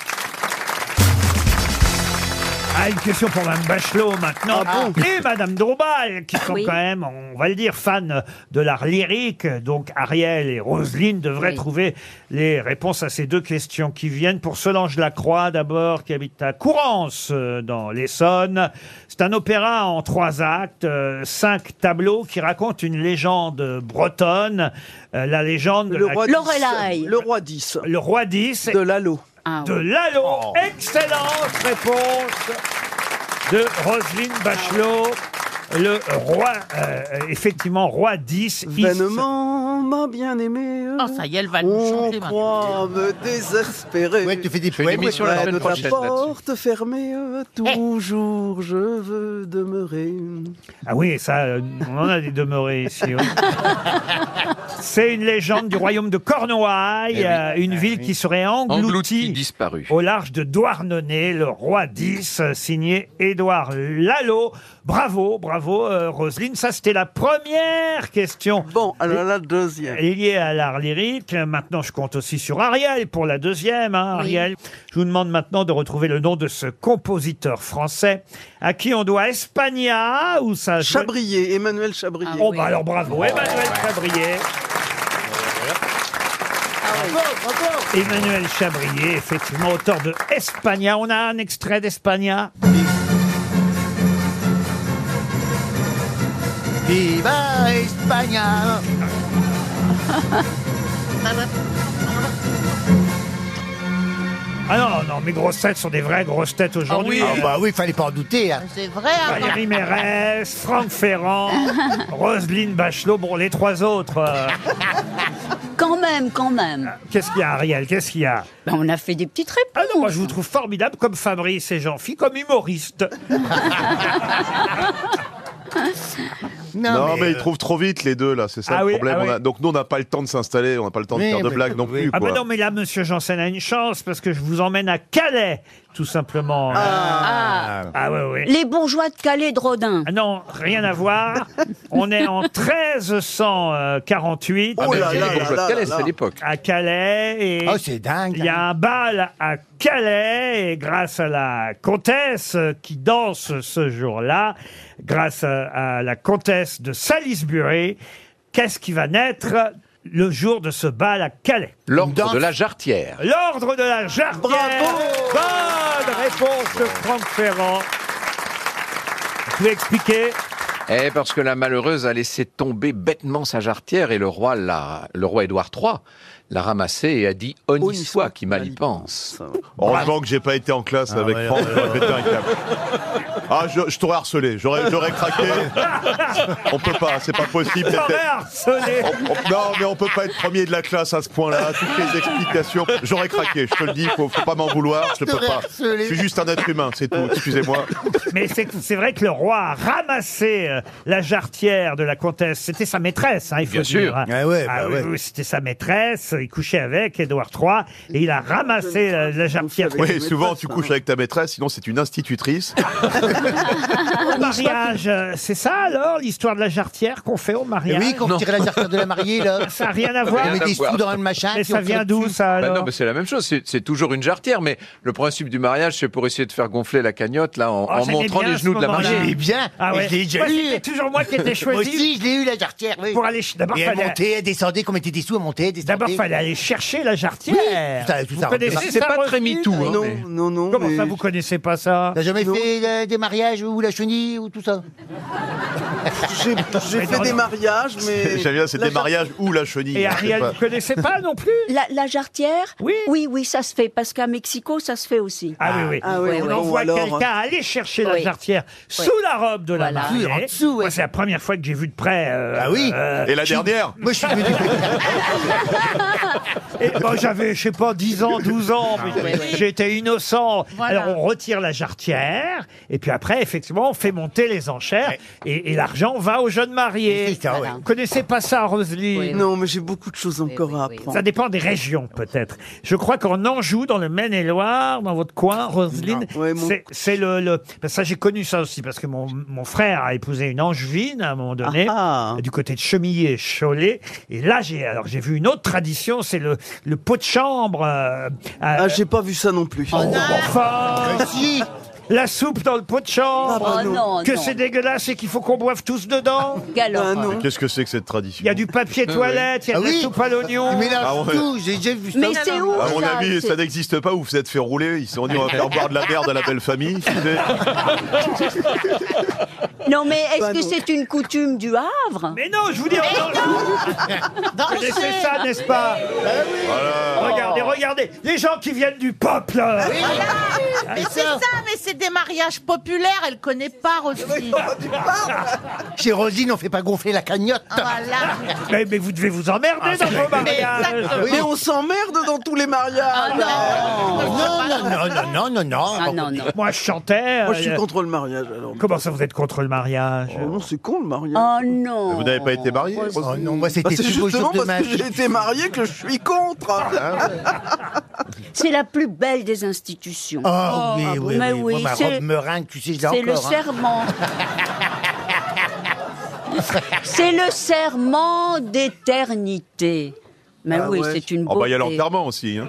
Ah, une question pour Mme Bachelot maintenant. Ah bon et Mme Dombal, qui sont Oui. quand même, on va le dire, fans de l'art lyrique. Donc Ariel et Roselyne devraient Oui. trouver les réponses à ces deux questions qui viennent. Pour Solange Lacroix, d'abord, qui habite à Courance, euh, dans l'Essonne. C'est un opéra en trois actes, euh, cinq tableaux qui racontent une légende bretonne. Euh, la légende de Le la- roi Lorelai. 10. Le roi 10. Le roi 10. De Oh. l'Allo. de Lalo. Excellente réponse de Roselyne Bachelot. Le roi, euh, effectivement, roi 10. is- Vainement, m'a bien aimé. Oh, ça y est, elle va nous On changer maintenant. croit me désespérer. Ouais, tu fais des fais une poèmes, émission ouais. la semaine de ta prochaine porte fermée, euh, Eh. toujours je veux demeurer. Ah oui, ça, euh, on en a des demeurés ici. oui. C'est une légende du royaume de Cornouailles, Eh oui. euh, une Eh ville oui. qui serait engloutie, Engloutie, disparue. au large de Douarnenez, le roi 10, euh, signé Édouard Lalo. Bravo, bravo euh, Roselyne. Ça, c'était la première question. Bon, alors la deuxième. Liée à l'art lyrique. Maintenant, je compte aussi sur Ariel pour la deuxième. hein, Oui. Ariel. Je vous demande maintenant de retrouver le nom de ce compositeur français à qui on doit Espagna ou ça... Chabrier, Emmanuel Chabrier. Ah. Oh, bah alors bravo, Emmanuel Chabrier. Emmanuel Chabrier, effectivement, auteur de Espagna. On a un extrait d'Espagna. Viva España Ah non, non, mes grosses têtes sont des vraies grosses têtes aujourd'hui. Ah bah oui, fallait pas en douter. hein. C'est vrai, hein, quand- Valérie Mérès, Franck Ferrand, Roselyne Bachelot, bon, les trois autres. euh, Quand même, quand même. Qu'est-ce qu'il y a, Ariel Qu'est-ce qu'il y a Ben, on a fait des petites réponses. Ah non, moi je vous trouve formidable comme Fabrice et Jean-Phi, comme humoriste. Non, mais, ils trouvent trop vite les deux là, c'est ça euh, Ah le oui, problème. ah On a- oui. donc nous on n'a pas le temps de s'installer, on n'a pas le temps de Oui, faire de mais- blagues non plus. Ah quoi. bah non, mais là, Monsieur Janssen a une chance parce que je vous emmène à Calais, tout simplement. Ah. ah ouais, ouais. Les bourgeois de Calais de Rodin. Ah non, rien à voir. On est en 1348. Oh Ah, mais là c'est là les bourgeois là de Calais, là c'est là. l'époque. À Calais. Et Oh, c'est dingue. Il y a un bal à Calais et grâce à la comtesse qui danse ce jour-là, grâce à, à la comtesse de Salisbury, qu'est-ce qui va naître le jour de ce bal à Calais L'ordre de la jarretière. L'ordre de la jarretière. Bonne réponse de Franck Ferrand. Je vous expliquer. Eh, parce que la malheureuse a laissé tomber bêtement sa jarretière et le roi l'a, le roi Édouard III l'a ramassée et a dit « On y soit qui mal y pense ». Heureusement que j'ai pas été en classe Ah, avec Franck, j'aurais pété un câble. Ah, je, je t'aurais harcelé, j'aurais, j'aurais craqué. on peut pas, c'est pas possible. T'aurais C'était- harcelé. On- on- non, mais on peut pas être premier de la classe à ce point-là. Toutes les explications, j'aurais craqué. Je te le dis, faut, faut pas m'en vouloir, je le peux T'aurais pas. Je harcelé. suis juste un être humain, c'est tout. Excusez-moi. Mais c'est c'est vrai que le roi a ramassé euh, la jarretière de la comtesse. C'était sa maîtresse, hein, il faut Bien dire. sûr. hein. Ah ouais, bah oui, ouais. oui, c'était sa maîtresse. Il couchait avec Édouard III et il a ramassé euh, la, la jarretière. Oui, souvent tu couches avec ta maîtresse, sinon c'est une institutrice. Au mariage, euh, c'est ça alors l'histoire de la jarretière qu'on fait au mariage Eh Oui, quand on tirait la jarretière de la mariée, là. Ça n'a rien à Ça voir. n'a rien à voir. Et ça vient d'où ça Bah alors non, mais c'est la même chose. C'est, c'est toujours une jarretière, mais le principe du mariage, c'est pour essayer de faire gonfler la cagnotte là en, Oh, en j'aimais montrant bien les ce genoux de la moment-là. mariée. J'aimais bien. Ah ouais. Et je l'ai déjà Moi, eu. c'était toujours moi qui étais choisi. Moi aussi, je l'ai eu, la jarretière, oui. Pour aller ch- d'abord, Et elle fallait- montait, elle descendait, qu'on mettait des sous, elle montait, elle descendait. D'abord, fallait aller chercher la jarretière. Oui, tout à- tout vous à- connaissez c'est ça, pas très Roselyne MeToo, hein, Non, mais- non, non. Comment mais- ça, vous connaissez pas ça T'as jamais fait euh, des mariages ou la chenille ou tout ça J'ai j'ai fait des mariages, mais. J'aime bien, c'est la des mariages ou la chenille. Et hein, je sais Ariel, pas. vous connaissez pas non plus La, la jarretière Oui. Oui, oui, ça se fait. Parce qu'à Mexico, ça se fait aussi. Ah oui, oui. Ah on envoie quelqu'un aller chercher la Oui. jarretière sous Oui. la robe de la Voilà. mariée. Oui, en Moi, c'est la première fois que j'ai vu de près. euh, Ah oui. euh, Et la je- dernière Moi, je suis venu. Et bon, j'avais, je sais pas, 10 ans, 12 ans. Ah mais oui, oui. J'étais innocent. Voilà. Alors, on retire la jarretière. Et puis après, effectivement, on fait monter les enchères. Et, et l'argent va aux jeunes mariés. Vous connaissez pas ça, Roselyne Non, mais j'ai beaucoup de choses encore à apprendre. Ça dépend des régions, peut-être. Je crois qu'en Anjou, dans le Maine-et-Loire, dans votre coin, Roselyne, c'est- c'est le, le- ben, Ça, j'ai connu ça aussi, parce que mon, mon frère a épousé une Angevine, à un moment donné, du côté de Chemillé et Cholet. Et là, j'ai alors j'ai vu une autre tradition, c'est le, le pot de chambre. ah, j'ai pas vu ça non plus. Oh, enfin La soupe dans le pot de chambre Ah bah non. Oh non, Que non. Ah, c'est dégueulasse et qu'il faut qu'on boive tous dedans Galop. Mais Qu'est-ce que c'est que cette tradition Il y a du papier Ah oui. toilette, il y a de la Ah oui. soupe à l'oignon. Tu mélanges Ah ouais. tout, j'ai déjà vu ça. Mais c'est où À mon ça avis, C'est- ça n'existe pas. Vous vous êtes fait rouler. Ils se sont dit on va faire boire de la merde à la belle famille. tu sais. Non, mais Bah est-ce que non. c'est une coutume du Havre Mais non, je vous dis, Ah, Vous connaissez ça, n'est-ce pas Eh Eh Voilà. Ah Regardez, regardez, les gens qui viennent du peuple. Mais c'est ça, mais c'est des mariages populaires, elle connaît pas aussi. Chez Rosine, on fait pas gonfler la cagnotte. Ah, Mais, mais vous devez vous emmerder dans vos Ah, mariages. Ah, Mais on s'emmerde dans tous les mariages. Ah, non, non, non, non, non, non, non. Moi, je chantais. Moi, je suis euh, contre le mariage. Alors. Comment ça, vous êtes contre le mariage Oh non, c'est con le mariage. Oh non Vous n'avez pas été marié Oh non, moi Bah, c'était c'est toujours justement jour parce de ma que j'ai été marié que Eh je suis contre. Ah, C'est la plus belle des institutions. Ah Oh, oui, oui, mais oui. Moi, ma c'est- robe meringue, tu sais, je l'ai C'est le encore, hein. serment. c'est le serment d'éternité. Mais Ah oui, ouais. c'est une Oh, beauté. bah, il y a l'enterrement aussi. hein.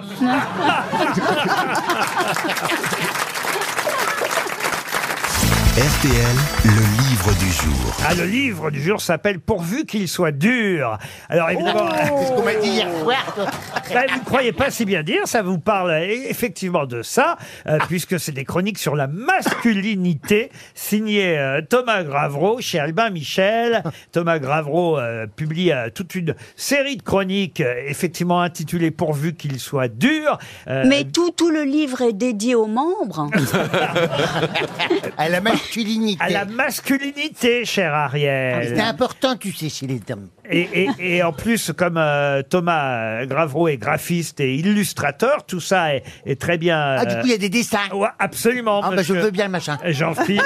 RTL, le livre du jour. Ah, le livre du jour s'appelle Pourvu qu'il soit dur. Alors évidemment, C'est ce qu'on m'a dit hier soir. toi. bah, vous ne croyez pas si bien dire, ça vous parle euh, effectivement de ça, euh, puisque c'est des chroniques sur la masculinité signées euh, Thomas Gravreau chez Albin Michel. Thomas Gravreau euh, publie euh, toute une série de chroniques euh, effectivement intitulées Pourvu qu'il soit dur. Euh, Mais tout, tout le livre est dédié aux membres. À la masculinité. à la masculinité, cher Ariel. C'était important, tu sais, chez les dames. Et, et- et en plus, comme euh, Thomas euh, Gravreau est graphiste et illustrateur, tout ça est, est très bien. Ah, du euh, coup, il y a des dessins. ouais, absolument. Ah, bah, je monsieur veux bien le machin. Jean-Philippe.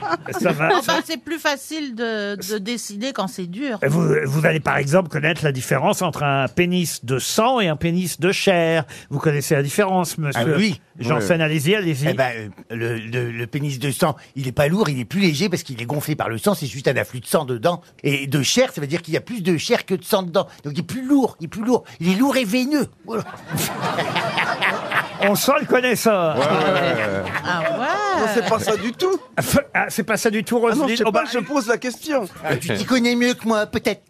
Ah, ça va. Oh, bah, c'est plus facile de, de décider quand c'est dur. Vous, vous allez par exemple connaître la différence entre un pénis de sang et un pénis de chair. Vous connaissez la différence, monsieur Ah oui. Janssen, allez-y, allez-y. Eh ben, euh, le, le- le pénis de sang, il est pas lourd, il est plus léger parce qu'il est gonflé par le sang, c'est juste un afflux de sang dedans. Et de chair, ça veut dire qu'il y a plus de chair que de sang dedans. Donc il est plus lourd, il est plus lourd. Il est lourd et veineux. Voilà. On sent le connaisseur. Ah Non, ouais c'est pas ça du tout. Ah, c'est pas ça du tout, Ah non, Roselyne. je, sais Oh, pas, bah, je pose la question. Ah, Tu t'y connais mieux que moi, peut-être.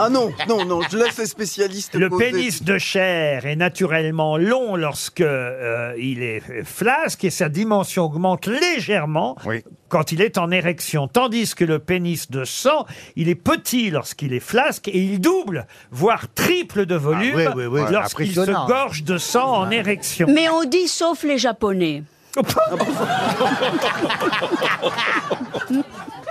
Ah non, non, non, je laisse les spécialistes. Le poser. pénis de chair est naturellement long lorsque euh, il est flasque et sa dimension augmente légèrement Oui. quand il est en érection. Tandis que le pénis de sang, il est petit lorsqu'il est flasque et il double, voire triple de volume Ah oui, oui, oui, lorsqu'il impressionnant. se gorge de sang en érection. Mais on dit sauf les Japonais.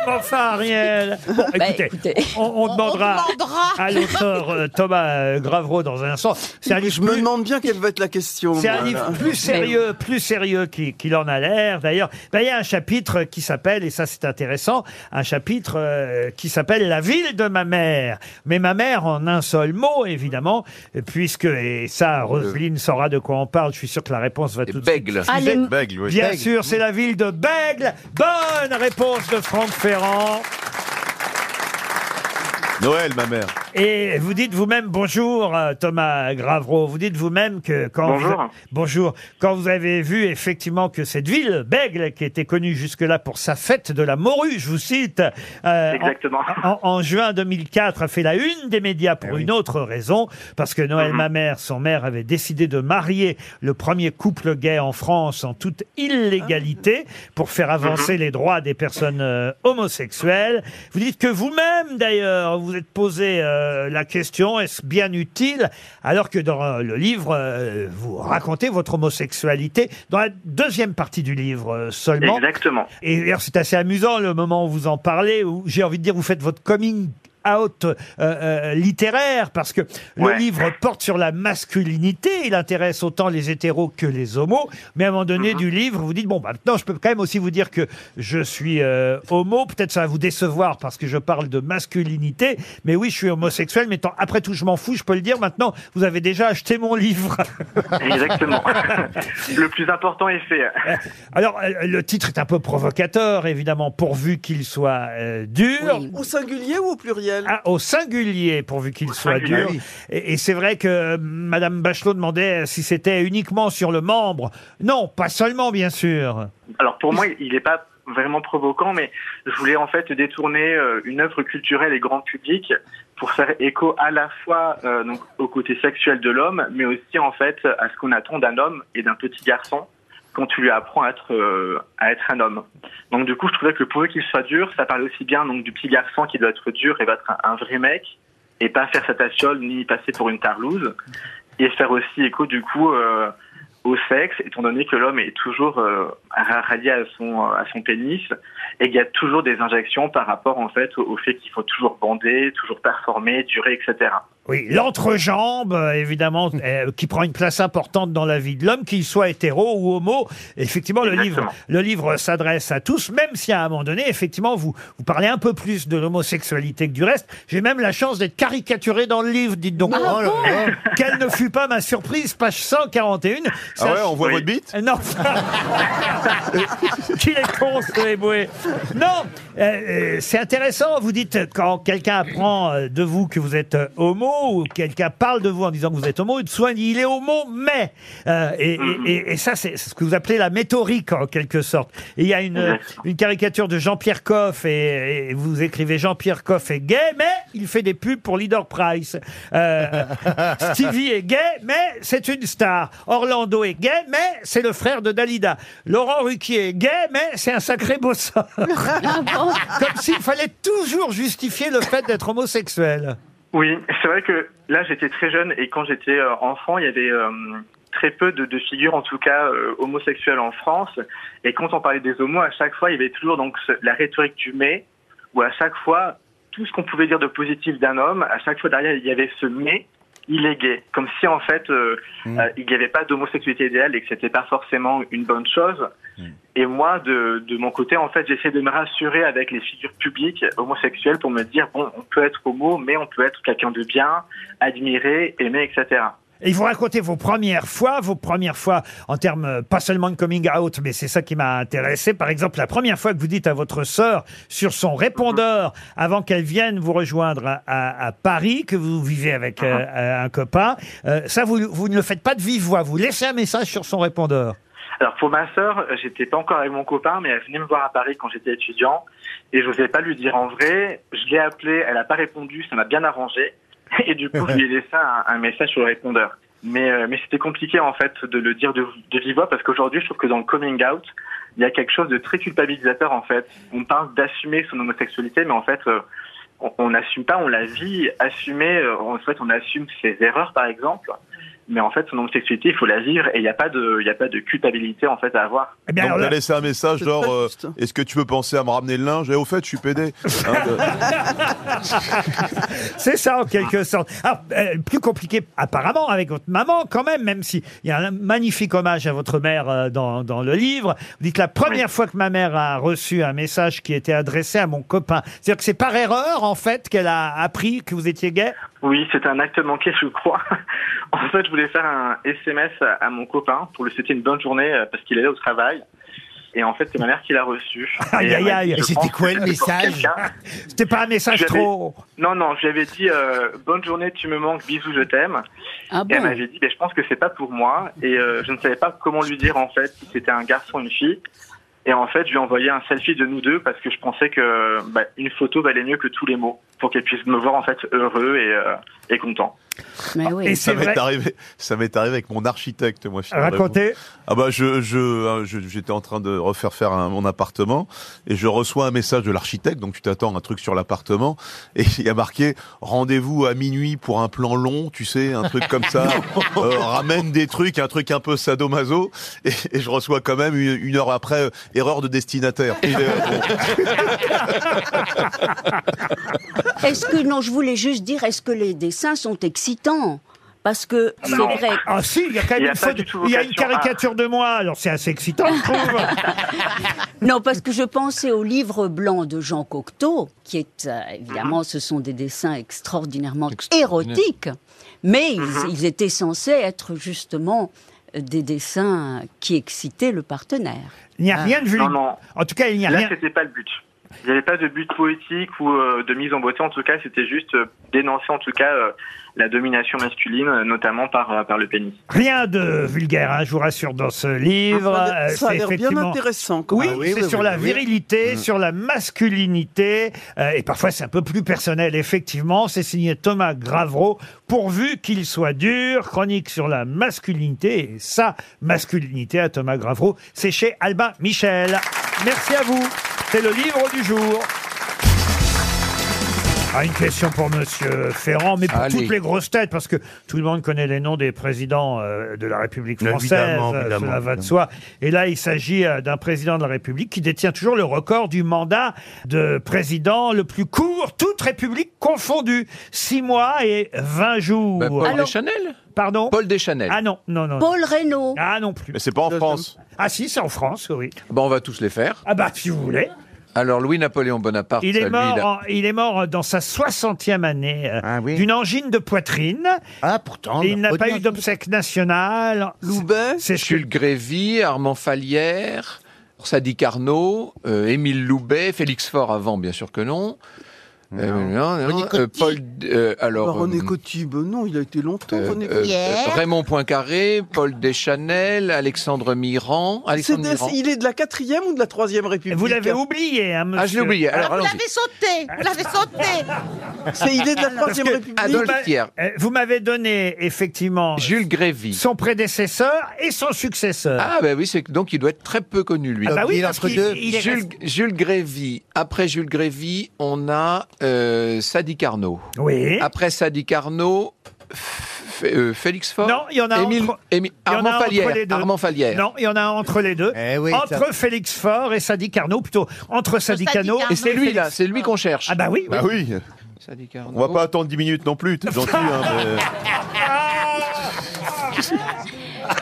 Enfin, Ariel. Bon, Bah, écoutez, écoutez. On, on demandera demandera. à l'auteur euh, Thomas euh, Gravreau dans un sens. C'est un livre Je me plus- demande bien quelle va être la question. C'est moi, un livre là. plus sérieux, plus sérieux qu'il qu'il en a l'air. D'ailleurs, ben, il y a un chapitre qui s'appelle, et ça c'est intéressant, un chapitre euh, qui s'appelle La ville de ma mère. Mais ma mère en un seul mot, évidemment, puisque, et Euh. ça, Roselyne saura de quoi on parle, je suis sûr que la réponse va Et tout de suite. Bègle. Ah, les- Bègle, oui. Bien Bègle. sûr, c'est la ville de Bègle. Bonne réponse de Franck Ferrand. Noël, ma mère. Et vous dites vous-même bonjour, euh, Thomas Gravreau. Vous dites vous-même que quand Bonjour. Vous, bonjour. Quand vous avez vu effectivement que cette ville, Bègle, qui était connue jusque-là pour sa fête de la morue, je vous cite, euh, Exactement. En, en- en juin 2004, a fait la une des médias pour une autre raison, parce que Noël Mhm. ma mère, son maire, avait décidé de marier le premier couple gay en France en toute illégalité pour faire avancer les droits des personnes euh, homosexuelles. Vous dites que vous-même, d'ailleurs, vous êtes posé euh, la question est-ce bien utile Alors que dans euh, le livre, euh, vous racontez votre homosexualité dans la deuxième partie du livre euh, seulement. Exactement. Et d'ailleurs, c'est assez amusant le moment où vous en parlez, où j'ai envie de dire, vous faites votre coming out euh, euh, littéraire, parce que le Ouais. livre porte sur la masculinité, il intéresse autant les hétéros que les homos, mais à un moment donné Mm-hmm. du livre, vous dites, bon, bah, maintenant, je peux quand même aussi vous dire que je suis euh, homo, peut-être ça va vous décevoir, parce que je parle de masculinité, mais oui, je suis homosexuel, mais tant- après tout, je m'en fous, je peux le dire, maintenant, vous avez déjà acheté mon livre. Exactement. le plus important est fait. hein. Alors, euh, le titre est un peu provocateur, évidemment, pourvu qu'il soit euh, dur. Oui. Au singulier ou au pluriel Ah, au singulier, pourvu qu'il soit singulier, Ah dur. oui. Et, et c'est vrai que euh, Madame Bachelot demandait si c'était uniquement sur le membre. Non, pas seulement, bien sûr. Alors pour moi, il n'est pas vraiment provoquant, mais je voulais en fait détourner euh, une œuvre culturelle et grand public pour faire écho à la fois euh, donc, au côté sexuel de l'homme, mais aussi en fait à ce qu'on attend d'un homme et d'un petit garçon quand tu lui apprends à être, euh, à être un homme. Donc du coup, je trouvais que pour eux qu'il soit dur, ça parle aussi bien donc du petit garçon qui doit être dur et va être un, un vrai mec et pas faire sa tachiole ni passer pour une tarlouse et faire aussi écho du coup euh, au sexe, étant donné que l'homme est toujours euh, ra- rallié à son, à son pénis, et qu'il y a toujours des injections par rapport en fait au, au fait qu'il faut toujours bander, toujours performer, durer, etc. Oui, l'entrejambe, euh, évidemment, euh, qui prend une place importante dans la vie de l'homme, qu'il soit hétéro ou homo. Effectivement, le livre, le livre s'adresse à tous, même si à un moment donné, effectivement, vous, vous parlez un peu plus de l'homosexualité que du reste. J'ai même la chance d'être caricaturé dans le livre, dites donc. Oh Ah bon Quelle ne fut pas ma surprise, page 141. Ah ouais, on voit votre bite Non. Qu'il est con, ce Eboué. Non, euh, euh, c'est intéressant. Vous dites, euh, quand quelqu'un apprend euh, de vous que vous êtes euh, homo, ou quelqu'un parle de vous en disant que vous êtes homo, il soigne, il est homo, mais. Euh, et, et- et- et ça, c'est ce que vous appelez la métaurique, en quelque sorte. Et il y a une, euh, une caricature de Jean-Pierre Coff, et, et vous écrivez Jean-Pierre Coff est gay, mais il fait des pubs pour Leader Price. Euh, Stevie est gay, mais c'est une star. Orlando est gay, mais c'est le frère de Dalida. Laurent Ruquier est gay, mais c'est un sacré bosseur. Comme s'il fallait toujours justifier le fait d'être homosexuel. Oui, c'est vrai que là j'étais très jeune et quand j'étais euh, enfant, il y avait euh, très peu de, de figures, en tout cas euh, homosexuelles en France. Et quand on parlait des homos, à chaque fois, il y avait toujours donc ce- la rhétorique du mais, où à chaque fois tout ce qu'on pouvait dire de positif d'un homme, à chaque fois derrière il y avait ce mais. Il est gay, comme si en fait euh, euh, il n'y avait pas d'homosexualité idéale et que c'était pas forcément une bonne chose. Et moi, de, de mon côté, en fait, j'essaie de me rassurer avec les figures publiques homosexuelles pour me dire, bon, on peut être homo, mais on peut être quelqu'un de bien, admiré, aimé, etc. Et vous racontez vos premières fois, vos premières fois en termes euh, pas seulement de coming out, mais c'est ça qui m'a intéressé. Par exemple, la première fois que vous dites à votre sœur sur son répondeur avant qu'elle vienne vous rejoindre à, à- à Paris, que vous vivez avec euh, euh, un copain, euh, ça vous, vous ne le faites pas de vive voix, vous laissez un message sur son répondeur. Alors pour ma sœur, euh, j'étais pas encore avec mon copain, mais elle venait me voir à Paris quand j'étais étudiant, et je n'osais pas lui dire en vrai. Je l'ai appelée, elle n'a pas répondu, ça m'a bien arrangé, et du coup je lui ai laissé un, un message sur le répondeur. Mais euh, mais c'était compliqué en fait de le dire de, de vive voix parce qu'aujourd'hui je trouve que dans le coming out, il y a quelque chose de très culpabilisateur en fait. On parle d'assumer son homosexualité, mais en fait euh, on- on n'assume pas, on la vit. Assumer, euh, en fait on assume ses erreurs par exemple. Mais en fait, son homosexualité, il faut la vivre et il n'y a pas de, il y a pas de culpabilité en fait à avoir. Eh bien, Donc, alors t'as là- laissé un message genre euh, Est-ce que tu peux penser à me ramener le linge Et au fait, je suis pédé. Hein, de- C'est ça, en quelque sorte. Alors, euh, plus compliqué, apparemment, avec votre maman, quand même, même si il y a un magnifique hommage à votre mère euh, dans, dans le livre. Vous dites la première fois que ma mère a reçu un message qui était adressé à mon copain. C'est-à-dire que c'est par erreur, en fait, qu'elle a appris que vous étiez gay Oui, c'est un acte manqué, je crois. en fait, je voulais faire un SMS à- à mon copain pour lui souhaiter une bonne journée euh, parce qu'il allait au travail. Et en fait, c'est ma mère qui l'a reçu. Aïe, Et, aïe, ouais, aïe. je Et c'était pense quoi que le pour message quelqu'un- C'était pas un message Je l'avais- trop. Non, non, je lui avais dit euh, bonne journée, tu me manques, bisous, je t'aime. Ah et elle bon m'avait dit, Eh Ben, je pense que c'est pas pour moi. Et euh, je ne savais pas comment lui dire en fait si c'était un garçon ou une fille. Et en fait, je lui ai envoyé un selfie de nous deux parce que je pensais que bah, une photo valait mieux que tous les mots pour qu'elle puisse me voir en fait heureux et, euh, et content. Ah, Et c'est ça m'est vrai. arrivé, ça m'est arrivé avec mon architecte, moi. je te Racontez. réponds. Ah bah je, je, euh, je- j'étais en train de refaire faire un- mon appartement et je reçois un message de l'architecte, donc tu t'attends à un truc sur l'appartement et il y a marqué rendez-vous à minuit pour un plan long, tu sais, un truc comme ça. Euh, ramène des trucs, un truc un peu sadomaso et, et je reçois quand même une, une heure après euh, erreur de destinataire. Et, euh, bon. Est-ce que, non, je voulais juste dire, est-ce que les dessins sont excitants Parce que c'est Non. vrai. Ah si, il y a quand même une, photo- il y a une caricature de moi, alors c'est assez excitant, je trouve. Non, parce que je pensais au livre blanc de Jean Cocteau, qui est euh, Mhm. évidemment, ce sont des dessins extraordinairement érotiques, mais ils, Mhm. ils étaient censés être justement euh, des dessins qui excitaient le partenaire. Ah. Il n'y a rien de Non, vulgaire. non. En tout cas, il n'y a Là, rien. c'était pas le but. Il n'y avait pas de but poétique ou euh, de mise en beauté. En tout cas, c'était juste euh, dénoncer en tout cas euh, la domination masculine, euh, notamment par euh, par le pénis. Rien de vulgaire, hein, je vous rassure, dans ce livre. Ah, Ça a Euh, c'est l'air- ça a l'air bien effectivement- intéressant, quand Oui, même. Ah oui, c'est oui, sur oui, la oui. virilité, Mm. sur la masculinité, euh, et parfois c'est un peu plus personnel, effectivement. C'est signé Thomas Gravreau, pourvu qu'il soit dur, chronique sur la masculinité, et sa masculinité à Thomas Gravreau, c'est chez Albin Michel. Merci à vous, c'est le livre du jour. Ah, une question pour Monsieur Ferrand, mais pour Allez. toutes les grosses têtes, parce que tout le monde connaît les noms des présidents euh, de la République Évidemment, française, euh, évidemment, cela va de évidemment. soi. Et là, il s'agit euh, d'un président de la République qui détient toujours le record du mandat de président le plus court, toute République confondue, 6 mois et 20 jours. Ben, Paul Alors- Deschanel Pardon Paul Deschanel. Ah non, non, non. Paul Reynaud. Ah non plus. Mais c'est pas en France. Ah si, c'est en France, oui. Bon, Bah, on va tous les faire. Ah bah, si vous voulez. Alors, Louis-Napoléon Bonaparte, Il est, lui, mort il a- Ah en- il est mort dans sa 60e année euh, d'une angine de poitrine. Ah, pourtant. il n'a pas eu d'obsèque nationale. Loubet C'est Jules Grévy, Armand Falière, Sadi Carnot, euh, Émile Loubet, Félix Faure avant, bien sûr que non. Euh, non, non, euh, Paul, euh, alors, Bah, René euh, Coty, ben non, il a été longtemps euh, René euh, Coty. euh, Raymond Poincaré, Paul Deschanel, Alexandre Mirand. C'est Alexandre de- Mirand. il est de la 4 ou de la 3 République Vous l'avez oublié, hein, Ah, je l'ai oublié. Alors, vous allons-y. l'avez sauté, vous l'avez sauté. Parce que vous m'a- euh, Vous m'avez donné, effectivement, Jules Grévy. son prédécesseur et son successeur. Ah ben oui, c'est donc il doit être très peu connu lui. Ah bah oui, Il est parce entre qu'il- deux. il est Jules, resté- Jules Grévy. Après Jules Grévy, on a euh, Sadi Carnot. Oui. Après Sadi Carnot, F- euh, Félix Faure. Non, il y en a Émile- entre- Émi- il y en a Armand entre Falière. les deux. Armand Falière. Non, il y en a entre les deux. entre ça- Félix Faure et Sadi Carnot, plutôt entre Sadi Carnot Et c'est lui Félix- là, c'est lui qu'on cherche. Oh. Ah bah oui. Bah oui. Sadi On va pas attendre 10 minutes non plus, t'es gentil. Hein, mais-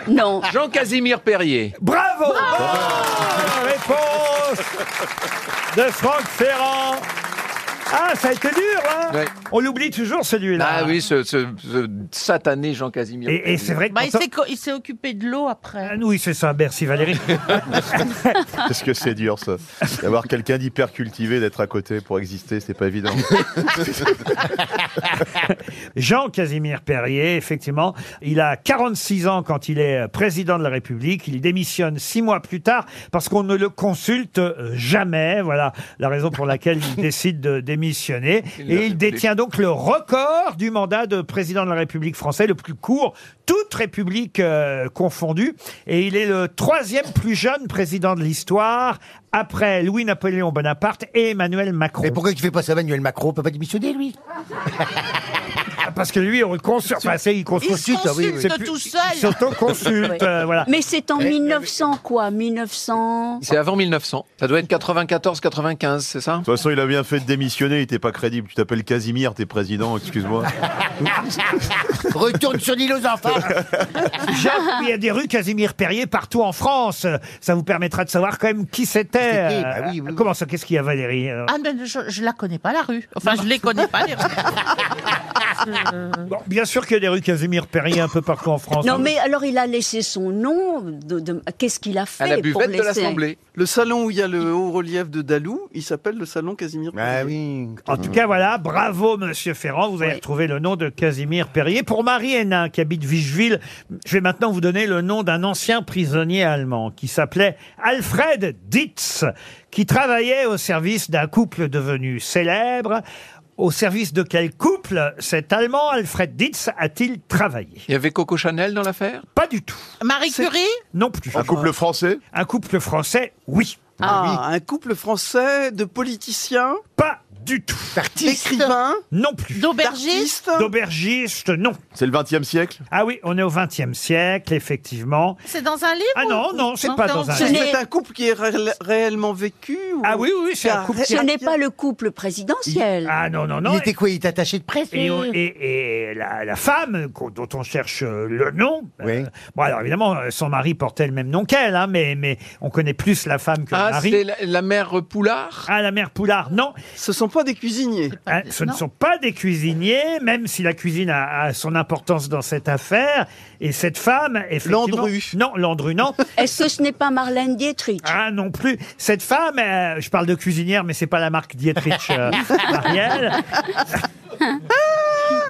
Non. Jean Casimir Perrier. Bravo Bonne réponse de Franck Ferrand. Ah, ça a été dur, hein On l'oublie toujours, celui-là. Ah oui, ce, ce- ce satané Jean Casimir. Et- et c'est vrai que Bah, il pourtant- Ah s'est co- il s'est occupé de l'eau après. Oui, c'est ça, merci Valérie. Qu'est-ce que c'est dur, ça D'avoir quelqu'un d'hyper cultivé, d'être à côté pour exister, c'est pas évident. Jean Casimir Perrier, effectivement, il a 46 ans quand il est euh, président de la République. Il démissionne six mois plus tard parce qu'on ne le consulte euh, jamais. Voilà la raison pour laquelle il décide de démissionner. Et il détient donc le record du mandat de président de la République française, le plus court, toute République euh, confondue. Et il est le troisième plus jeune président de l'histoire après Louis-Napoléon Bonaparte et Emmanuel Macron. Et pourquoi tu fais pas ça, Emmanuel Macron On peut pas démissionner, lui Ah, Parce que lui, on le consulte. Enfin, c'est- il consulte, Il se consulte C'est plus- tout seul. Il s'autoconsulte, Oui. euh, voilà. Mais c'est en 1900 quoi 1900 C'est avant 1900. Ça doit être 94-95, c'est ça De toute façon, il a bien fait de démissionner, il était pas crédible. Tu t'appelles Casimir, t'es président, excuse-moi. Retourne sur l'île aux enfants Jacques, il y a des rues Casimir Perrier partout en France. Ça vous permettra de savoir quand même qui c'était. Ah, C'était qui Bah oui, Comment ça Qu'est-ce qu'il y a, Valérie euh Ah, mais je, je la connais pas, la rue. Enfin, je les connais pas, les rues. Bon, Bien sûr qu'il y a des rues Casimir Perrier un peu partout en France. Non mais alors il a laissé son nom. de- de- Qu'est-ce qu'il a fait Ah, pour laisser Le salon où il y a le haut relief de Dalou, il s'appelle le salon Casimir. Ah oui. En tout cas, voilà, bravo, monsieur Ferrand. Vous avez retrouvé le nom de Casimir Perrier. Pour Marie Hénin, qui habite Vicheville, je vais maintenant vous donner le nom d'un ancien prisonnier allemand qui s'appelait Alfred Dietz, qui travaillait au service d'un couple devenu célèbre. Au service de quel couple cet Allemand, Alfred Dietz, a-t-il travaillé Il y avait Coco Chanel dans l'affaire Pas du tout. Marie Curie Non plus. Un couple français Un couple français, oui. Ah, un couple français de politiciens Pas du tout. D'artistes D'écrivains Non plus. D'aubergistes D'aubergistes, non. C'est le 20e siècle Ah oui, on est au 20e siècle, effectivement. C'est dans un livre Ah non, ou- non, c'est pas c'est dans un C'est livre. un couple qui est ré- réellement vécu ou- Ah oui, oui, c'est un Car- couple qui- Ce n'est pas le couple présidentiel. Ah non, non, non. Il était quoi Il était attaché de presse Et, on- lui et- et la, la femme qu'on- dont on cherche euh, le nom, euh, bon alors évidemment euh, son mari portait le même nom qu'elle, hein, mais, mais on connaît plus la femme que le Ah, mari. c'est la, la mère Poulard Ah, la mère Poulard, non. Ce sont pas des cuisiniers. Hein, ce ne sont pas des cuisiniers, même si la cuisine a, a son importance dans cette affaire. Et cette femme, effectivement... Landru. Non, Landru, non. Est-ce que ce n'est pas Marlène Dietrich Ah non plus. Cette femme, euh, je parle de cuisinière, mais c'est pas la marque Dietrich euh, Marielle.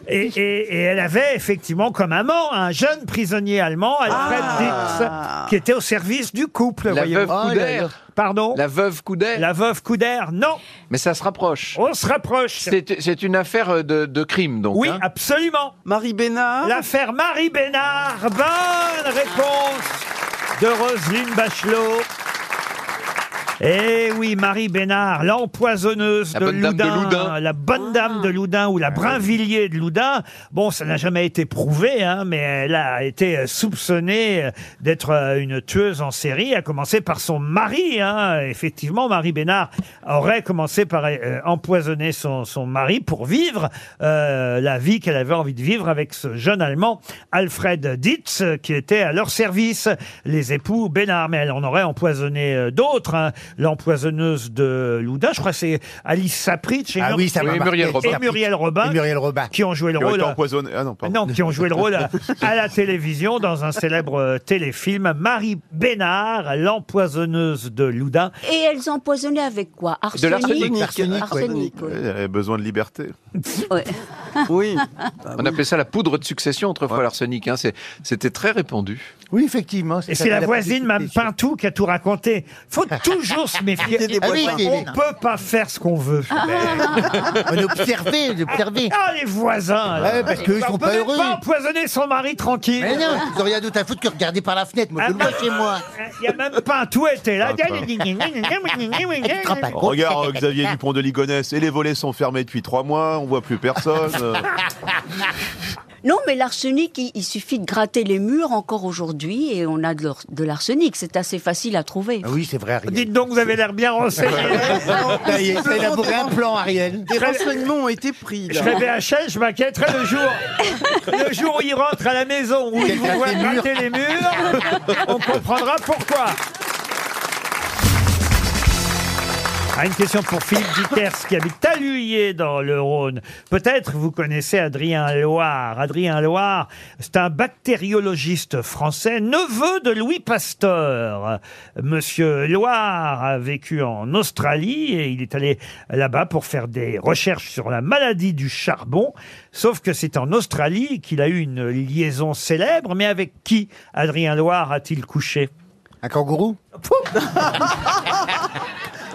Et, et- et elle avait effectivement comme amant un jeune prisonnier allemand, Alfred Dietz, qui était au service du couple. La voyez-vous. veuve Couder. Pardon La veuve Couder. La veuve Couder, non. Mais ça se rapproche. On se rapproche. C'est c'est une affaire euh, de, de crime, donc. Oui, hein. absolument. Marie Bénard. L'affaire Marie Bénard. Bonne réponse de Roselyne Bachelot. Eh oui, Marie Bénard, l'empoisonneuse La de, bonne dame de Loudun, Loudun. Ah la bonne dame de Loudun ou la Brinvilliers de Loudun. Bon, ça n'a jamais été prouvé, hein, mais elle a été euh, soupçonnée euh, d'être euh, une tueuse en série, à commencer par son mari. Hein. Effectivement, Marie Bénard aurait commencé par euh, empoisonner son, son mari pour vivre euh, la vie qu'elle avait envie de vivre avec ce jeune Allemand, Alfred Dietz, euh, qui était à leur service, les époux Bénard. Mais elle en aurait empoisonné euh, d'autres. hein. L'empoisonneuse de Loudin, je crois que c'est Alice Sapritch et, Ah Mur- oui, ça m'a et marqué, Bah, Muriel Sapritch. Robin, Et Muriel Robin. qui ont joué le Qui ont rôle. été euh, empoisonnés. Ah non, pardon. non, qui ont joué le rôle à, à la télévision dans un célèbre euh, téléfilm, Marie Bénard, l'empoisonneuse de Loudun. Et elles empoisonnaient avec quoi De Arsenic l'arsenic. Arsenic, oui. Elle avait besoin de liberté. Oui. On appelait ça la poudre de succession autrefois, l'arsenic. hein. C'est- C'était très répandu. Oui, effectivement. Et c'est la voisine, Mme Pinto. Pintou, qui a tout raconté. Faut toujours se méfier. C'est des Ah voisins. oui, on peut pas faire ce qu'on veut. On observait, on observait. Ah, les voisins là. Ouais, parce qu'eux, ils On sont peut pas même heureux. pas empoisonner son mari tranquille. Ah, bah, Mais non, vous auriez d'autre à foutre que regarder par la fenêtre. Moi, je le vois chez moi. Il y a même Pintou était là. Ah, Oh, Regarde euh, Xavier Dupont de Ligonnès, et les volets sont fermés depuis trois mois, on voit plus personne. euh. Non, mais l'arsenic, il, il suffit de gratter les murs encore aujourd'hui et on a de l'or- de l'arsenic. C'est assez facile à trouver. Ah Oui, c'est vrai, Ariel. Dites donc, vous avez l'air bien renseigné. Ça y est, t'as élaboré un plan, Ariel. Des renseignements ont été pris. Je là. serai BHL, je m'inquiéterai le jour. Le jour où il rentre à la maison, où il Quelqu'un vous voit fait mur. gratter les murs, on comprendra pourquoi. Ah, une question pour Philippe Dieters qui habite Taluyer dans le Rhône. Peut-être vous connaissez Adrien Loire. Adrien Loire, c'est un bactériologiste français, neveu de Louis Pasteur. Monsieur Loire a vécu en Australie et il est allé là-bas pour faire des recherches sur la maladie du charbon. Sauf que c'est en Australie qu'il a eu une liaison célèbre. Mais avec qui Adrien Loire a-t-il couché Un kangourou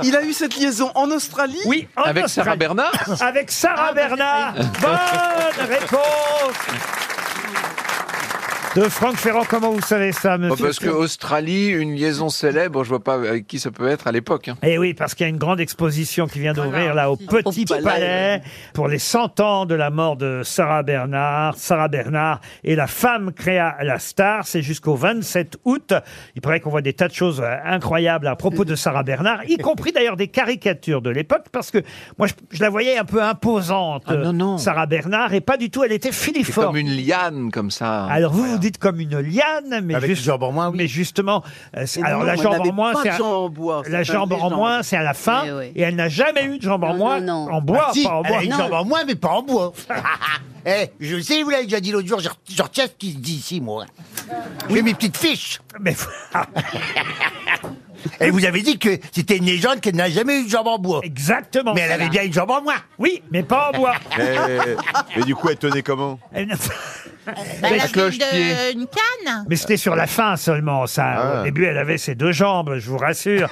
Il a eu cette liaison en Australie Oui, en Avec Sarah Australie. Bernard Avec Sarah Bernard. Bonne réponse de Franck Ferrand. Comment vous savez ça, Oh, monsieur Parce que Australie, une liaison célèbre, je vois pas avec qui ça peut être à l'époque. hein. Eh oui, parce qu'il y a une grande exposition qui vient d'ouvrir là Ah, au Petit Palais, Palais, pour les 100 ans de la mort de Sarah Bernard. Sarah Bernard et la femme créa la star. C'est jusqu'au 27 août. Il paraît qu'on voit des tas de choses euh, incroyables à propos de Sarah Bernard, y compris d'ailleurs des caricatures de l'époque, parce que moi je, je la voyais un peu imposante, Ah, non, non. euh, Sarah Bernard, et pas du tout, elle était C'est filiforme. comme une liane comme ça. Alors vous vous dites comme une liane, mais, Avec juste- une jambe en moins, oui. mais justement, euh, c'est- Mais alors non, la elle jambe n'avait en moins, pas de c'est à- jambe en bois, c'est la une jambe en légende. moins, c'est à la fin, Eh oui. et elle n'a jamais eu de jambe en Non, moins, non, non. en bois, Ah, si, pas en elle bois. a une Non. jambe en moins, mais pas en bois. Eh, je sais, vous l'avez déjà dit l'autre jour, je je retiens ce qui se dit ici, moi. J'ai mes petites fiches. Mais Et vous avez dit que c'était une légende qu'elle n'a jamais eu de jambe en bois. exactement. Mais elle avait bien une jambe en moins. Oui, mais pas en bois. Mais, mais eh, du coup, elle tenait comment Elle n'a- Elle la a cloche-pied. une, une canne mais c'était sur la fin seulement, ça. Au Ah. début, elle avait ses deux jambes, je vous rassure.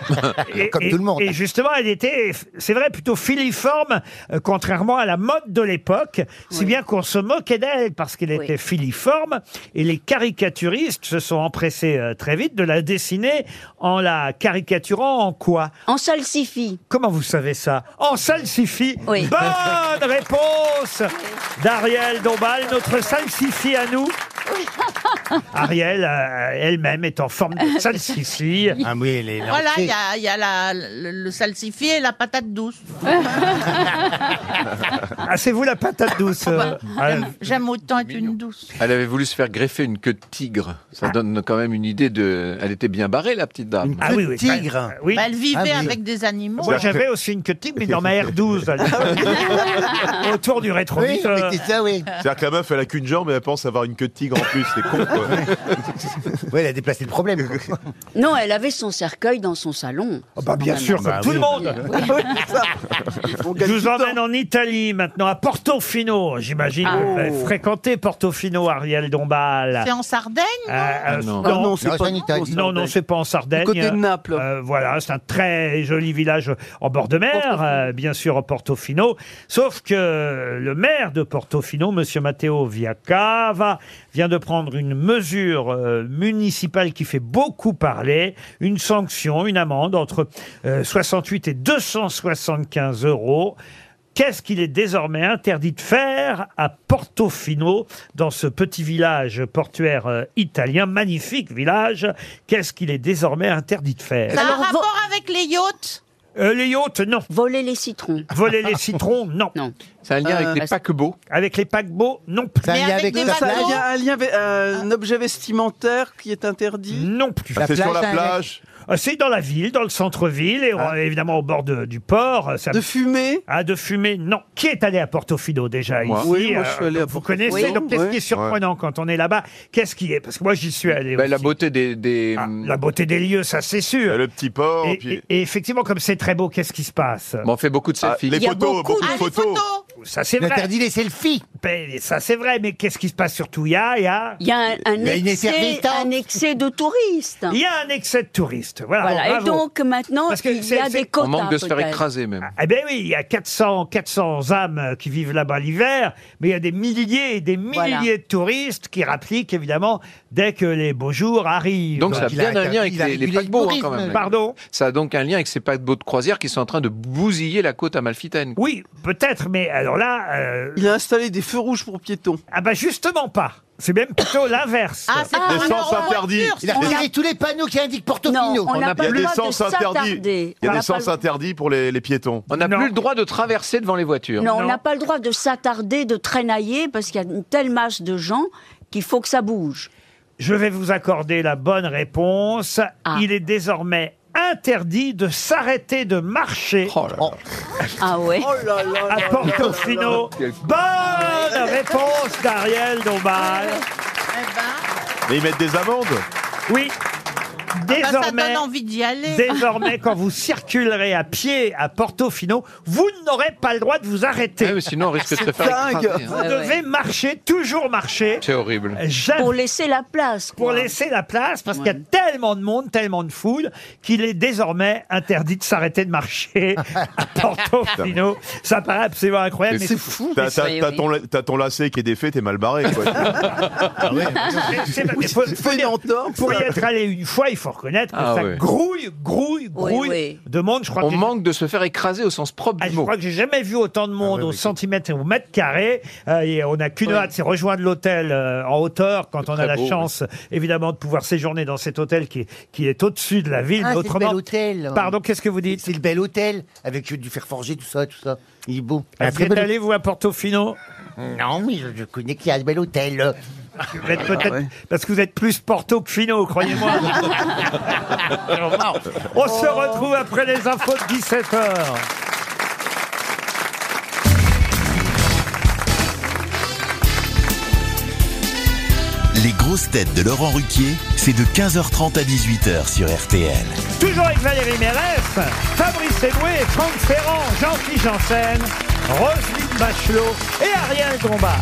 Et- Comme et- tout le monde. Et justement, elle était, c'est vrai, plutôt filiforme, euh, contrairement à la mode de l'époque, si bien qu'on se moquait d'elle parce qu'elle Oui. était filiforme. Et les caricaturistes se sont empressés euh, très vite de la dessiner en la caricaturant en quoi En salsifis. Comment vous savez ça En salsifis Oui. Bonne réponse d'Ariel Dombal, notre salsifie à nous. Ariel, euh, elle-même, est en forme de salsifie. Ah oui, elle Oh est Voilà, il lancée. y a, il y a la- le, le salsifis et la patate douce. Ah, c'est vous la patate douce Ah, bah, euh, Ariel. J'aime autant être une douce. Elle avait voulu se faire greffer une queue de tigre. Ça donne quand même une idée de. Elle était bien barrée, la petite dame. Ah oui, oui. Tigre. Oui. Bah, elle vivait Ah, mais- avec des animaux. Moi, j'avais aussi une cutique, mais dans ma Ah, R12, à l'époque. autour du euh. Oui, rétroviseur. mais c'est ça, oui. C'est-à-dire que la meuf, elle a qu'une jambe et elle pense avoir une queue de tigre en plus, c'est con quoi. Oui, elle a déplacé le problème. quoi. Non, elle avait son cercueil dans son salon. Ah bah, bien sûr, comme Bah tout oui. le monde. On Je gagne vous du temps. Ah. emmène en Italie maintenant, à Portofino. J'imagine que vous Oh. avez fréquenté Portofino, Ariel Dombal. C'est en Sardaigne Euh, euh, non. Ah non, Non, c'est c'est pas en Italie. Non, non, c'est pas en Sardaigne. Du côté de Naples. Euh, voilà, c'est un très joli village en bord de mer, euh, bien sûr, en Portofino. Sauf que le maire de Portofino, Monsieur Matteo Viacava, vient vient de prendre une mesure euh, municipale qui fait beaucoup parler, une sanction, une amende entre euh, 68 et 275 euros. Qu'est-ce qu'il est désormais interdit de faire à Portofino, dans ce petit village portuaire euh, italien, magnifique village Qu'est-ce qu'il est désormais interdit de faire Ça a un rapport avec les yachts euh, les yachts, non. Voler les citrons. Voler les citrons, non. Non. Euh, C'est un lien avec les paquebots. Avec les paquebots, non plus. Ça a un lien avec la plage Il y a un lien avec euh, un objet vestimentaire qui est interdit Non plus. Bah, Ah, c'est sur la plage Euh, C'est dans la ville, dans le centre-ville, et euh, évidemment au bord de- du port. euh, Ça... De fumée Ah, de fumée, non. Qui est allé à Portofino déjà Moi. ici Oui, moi, je suis allé à Vous Portofino, connaissez, donc qu'est-ce oui. qui est surprenant quand on est là-bas Qu'est-ce qui est Parce que moi j'y suis allé Ben, aussi. Ah, la beauté des, des- hum, La beauté des lieux, ça c'est sûr. Ben, Le petit port, Et, puis- et- et effectivement, comme c'est très beau, qu'est-ce qui se passe Bon, on fait beaucoup de Ah, selfies. les photos, beaucoup, de photos. Ça c'est vrai. Interdit les selfies. Ben, ça c'est vrai, mais qu'est-ce qui se passe surtout Il y a, il y a- Il y a un, un Il y a une excès, effervescence. un excès de touristes. il y a un excès de touristes. Voilà. Voilà. bravo. Et donc maintenant, Parce que il y c'est- a c'est- des On quotas. On manque de se faire peut-être. écraser même. Eh ben oui, il y a 400, 400 âmes euh, qui vivent là-bas l'hiver, mais il y a des milliers et des milliers Voilà. de touristes qui rappliquent évidemment dès que les beaux jours arrivent. Donc ça a il a bien un lien avec interdit- il a les, les régulé le paquebots hein, tourisme. quand même. Pardon Ça a donc un lien avec ces paquebots de croisière qui sont en train de bousiller la côte amalfitaine. Oui, peut-être, mais alors là, euh, Il a installé des feux rouges pour piétons. ah bah justement pas. C'est même plutôt l'inverse. Ah, c'est Des pour leur sens voiture, interdits. c'est Il a pour leur- retiré tous les panneaux qui indiquent Non, Portofino. on n'a Il y pas a le des droit de sens interdits. s'attarder. Il y On a n'a des pas le sens droit- interdits pour les, les piétons. On n'a Non. plus le droit de traverser devant les voitures. Non, Non. on n'a pas le droit de s'attarder, de traînailler, parce qu'il y a une telle masse de gens qu'il faut que ça bouge. Je vais vous accorder la bonne réponse. Ah. Il est désormais interdit de s'arrêter de marcher Oh là là. Ah ouais Oh là là à là là là là. Portofino. Bonne réponse d'Ariel Dombal. Eh ben, Mais ils mettent des amendes. Oui. Ah, bah, ça Désormais, donne envie d'y aller. désormais, quand vous circulerez à pied à Portofino, vous n'aurez pas le droit de vous Ouais, arrêter. mais Ah sinon, on risque de se faire dingue. écraser. hein. vous Ah ouais, devez marcher, toujours marcher, C'est horrible. jamais Pour pour, laisser la place. quoi. laisser la place, parce qu'il y Ouais. a tellement de monde, tellement de foule, qu'il est désormais interdit de s'arrêter de marcher à Portofino. Ça paraît absolument incroyable, mais, C'est fou. T'as t'as- oui, t'as oui. ton, la- t'as ton lacet qui est défait, t'es mal barré. Quoi. mais Ah c'est- mais faut- faut Feu dire- d'entorse. pour y être allé une fois, il faut reconnaître que Ah ça ouais. grouille, grouille, grouille oui. de monde. Je crois On que- manque de se faire écraser au sens propre Ah, du je mot. crois que j'ai jamais vu autant de monde au centimètre et au mètre carré. Euh, et on n'a qu'une hâte, c'est rejoindre l'hôtel euh, en hauteur quand on a très la beau, chance, évidemment, de pouvoir séjourner dans cet hôtel qui est, qui est au-dessus de la ville. Ah, mais c'est le bel autrement, hôtel. pardon, qu'est-ce que vous dites C'est le bel hôtel avec du fer forgé, tout ça, tout ça. Il est beau. Un Vous très êtes bel allé, vous, à Portofino Non, mais je, je connais qu'il y a un bel hôtel. Vous êtes peut-être- Ah ouais. Parce que vous êtes plus Porto que Fino, croyez-moi. on se retrouve après les infos de 17h. Les grosses têtes de Laurent Ruquier, c'est de 15h30 à 18h sur RTL. Toujours avec Valérie Mérès, Fabrice Edoué, Franck Ferrand, Jean-Philippe Janssen, Roselyne Bachelot et Ariel Gombard.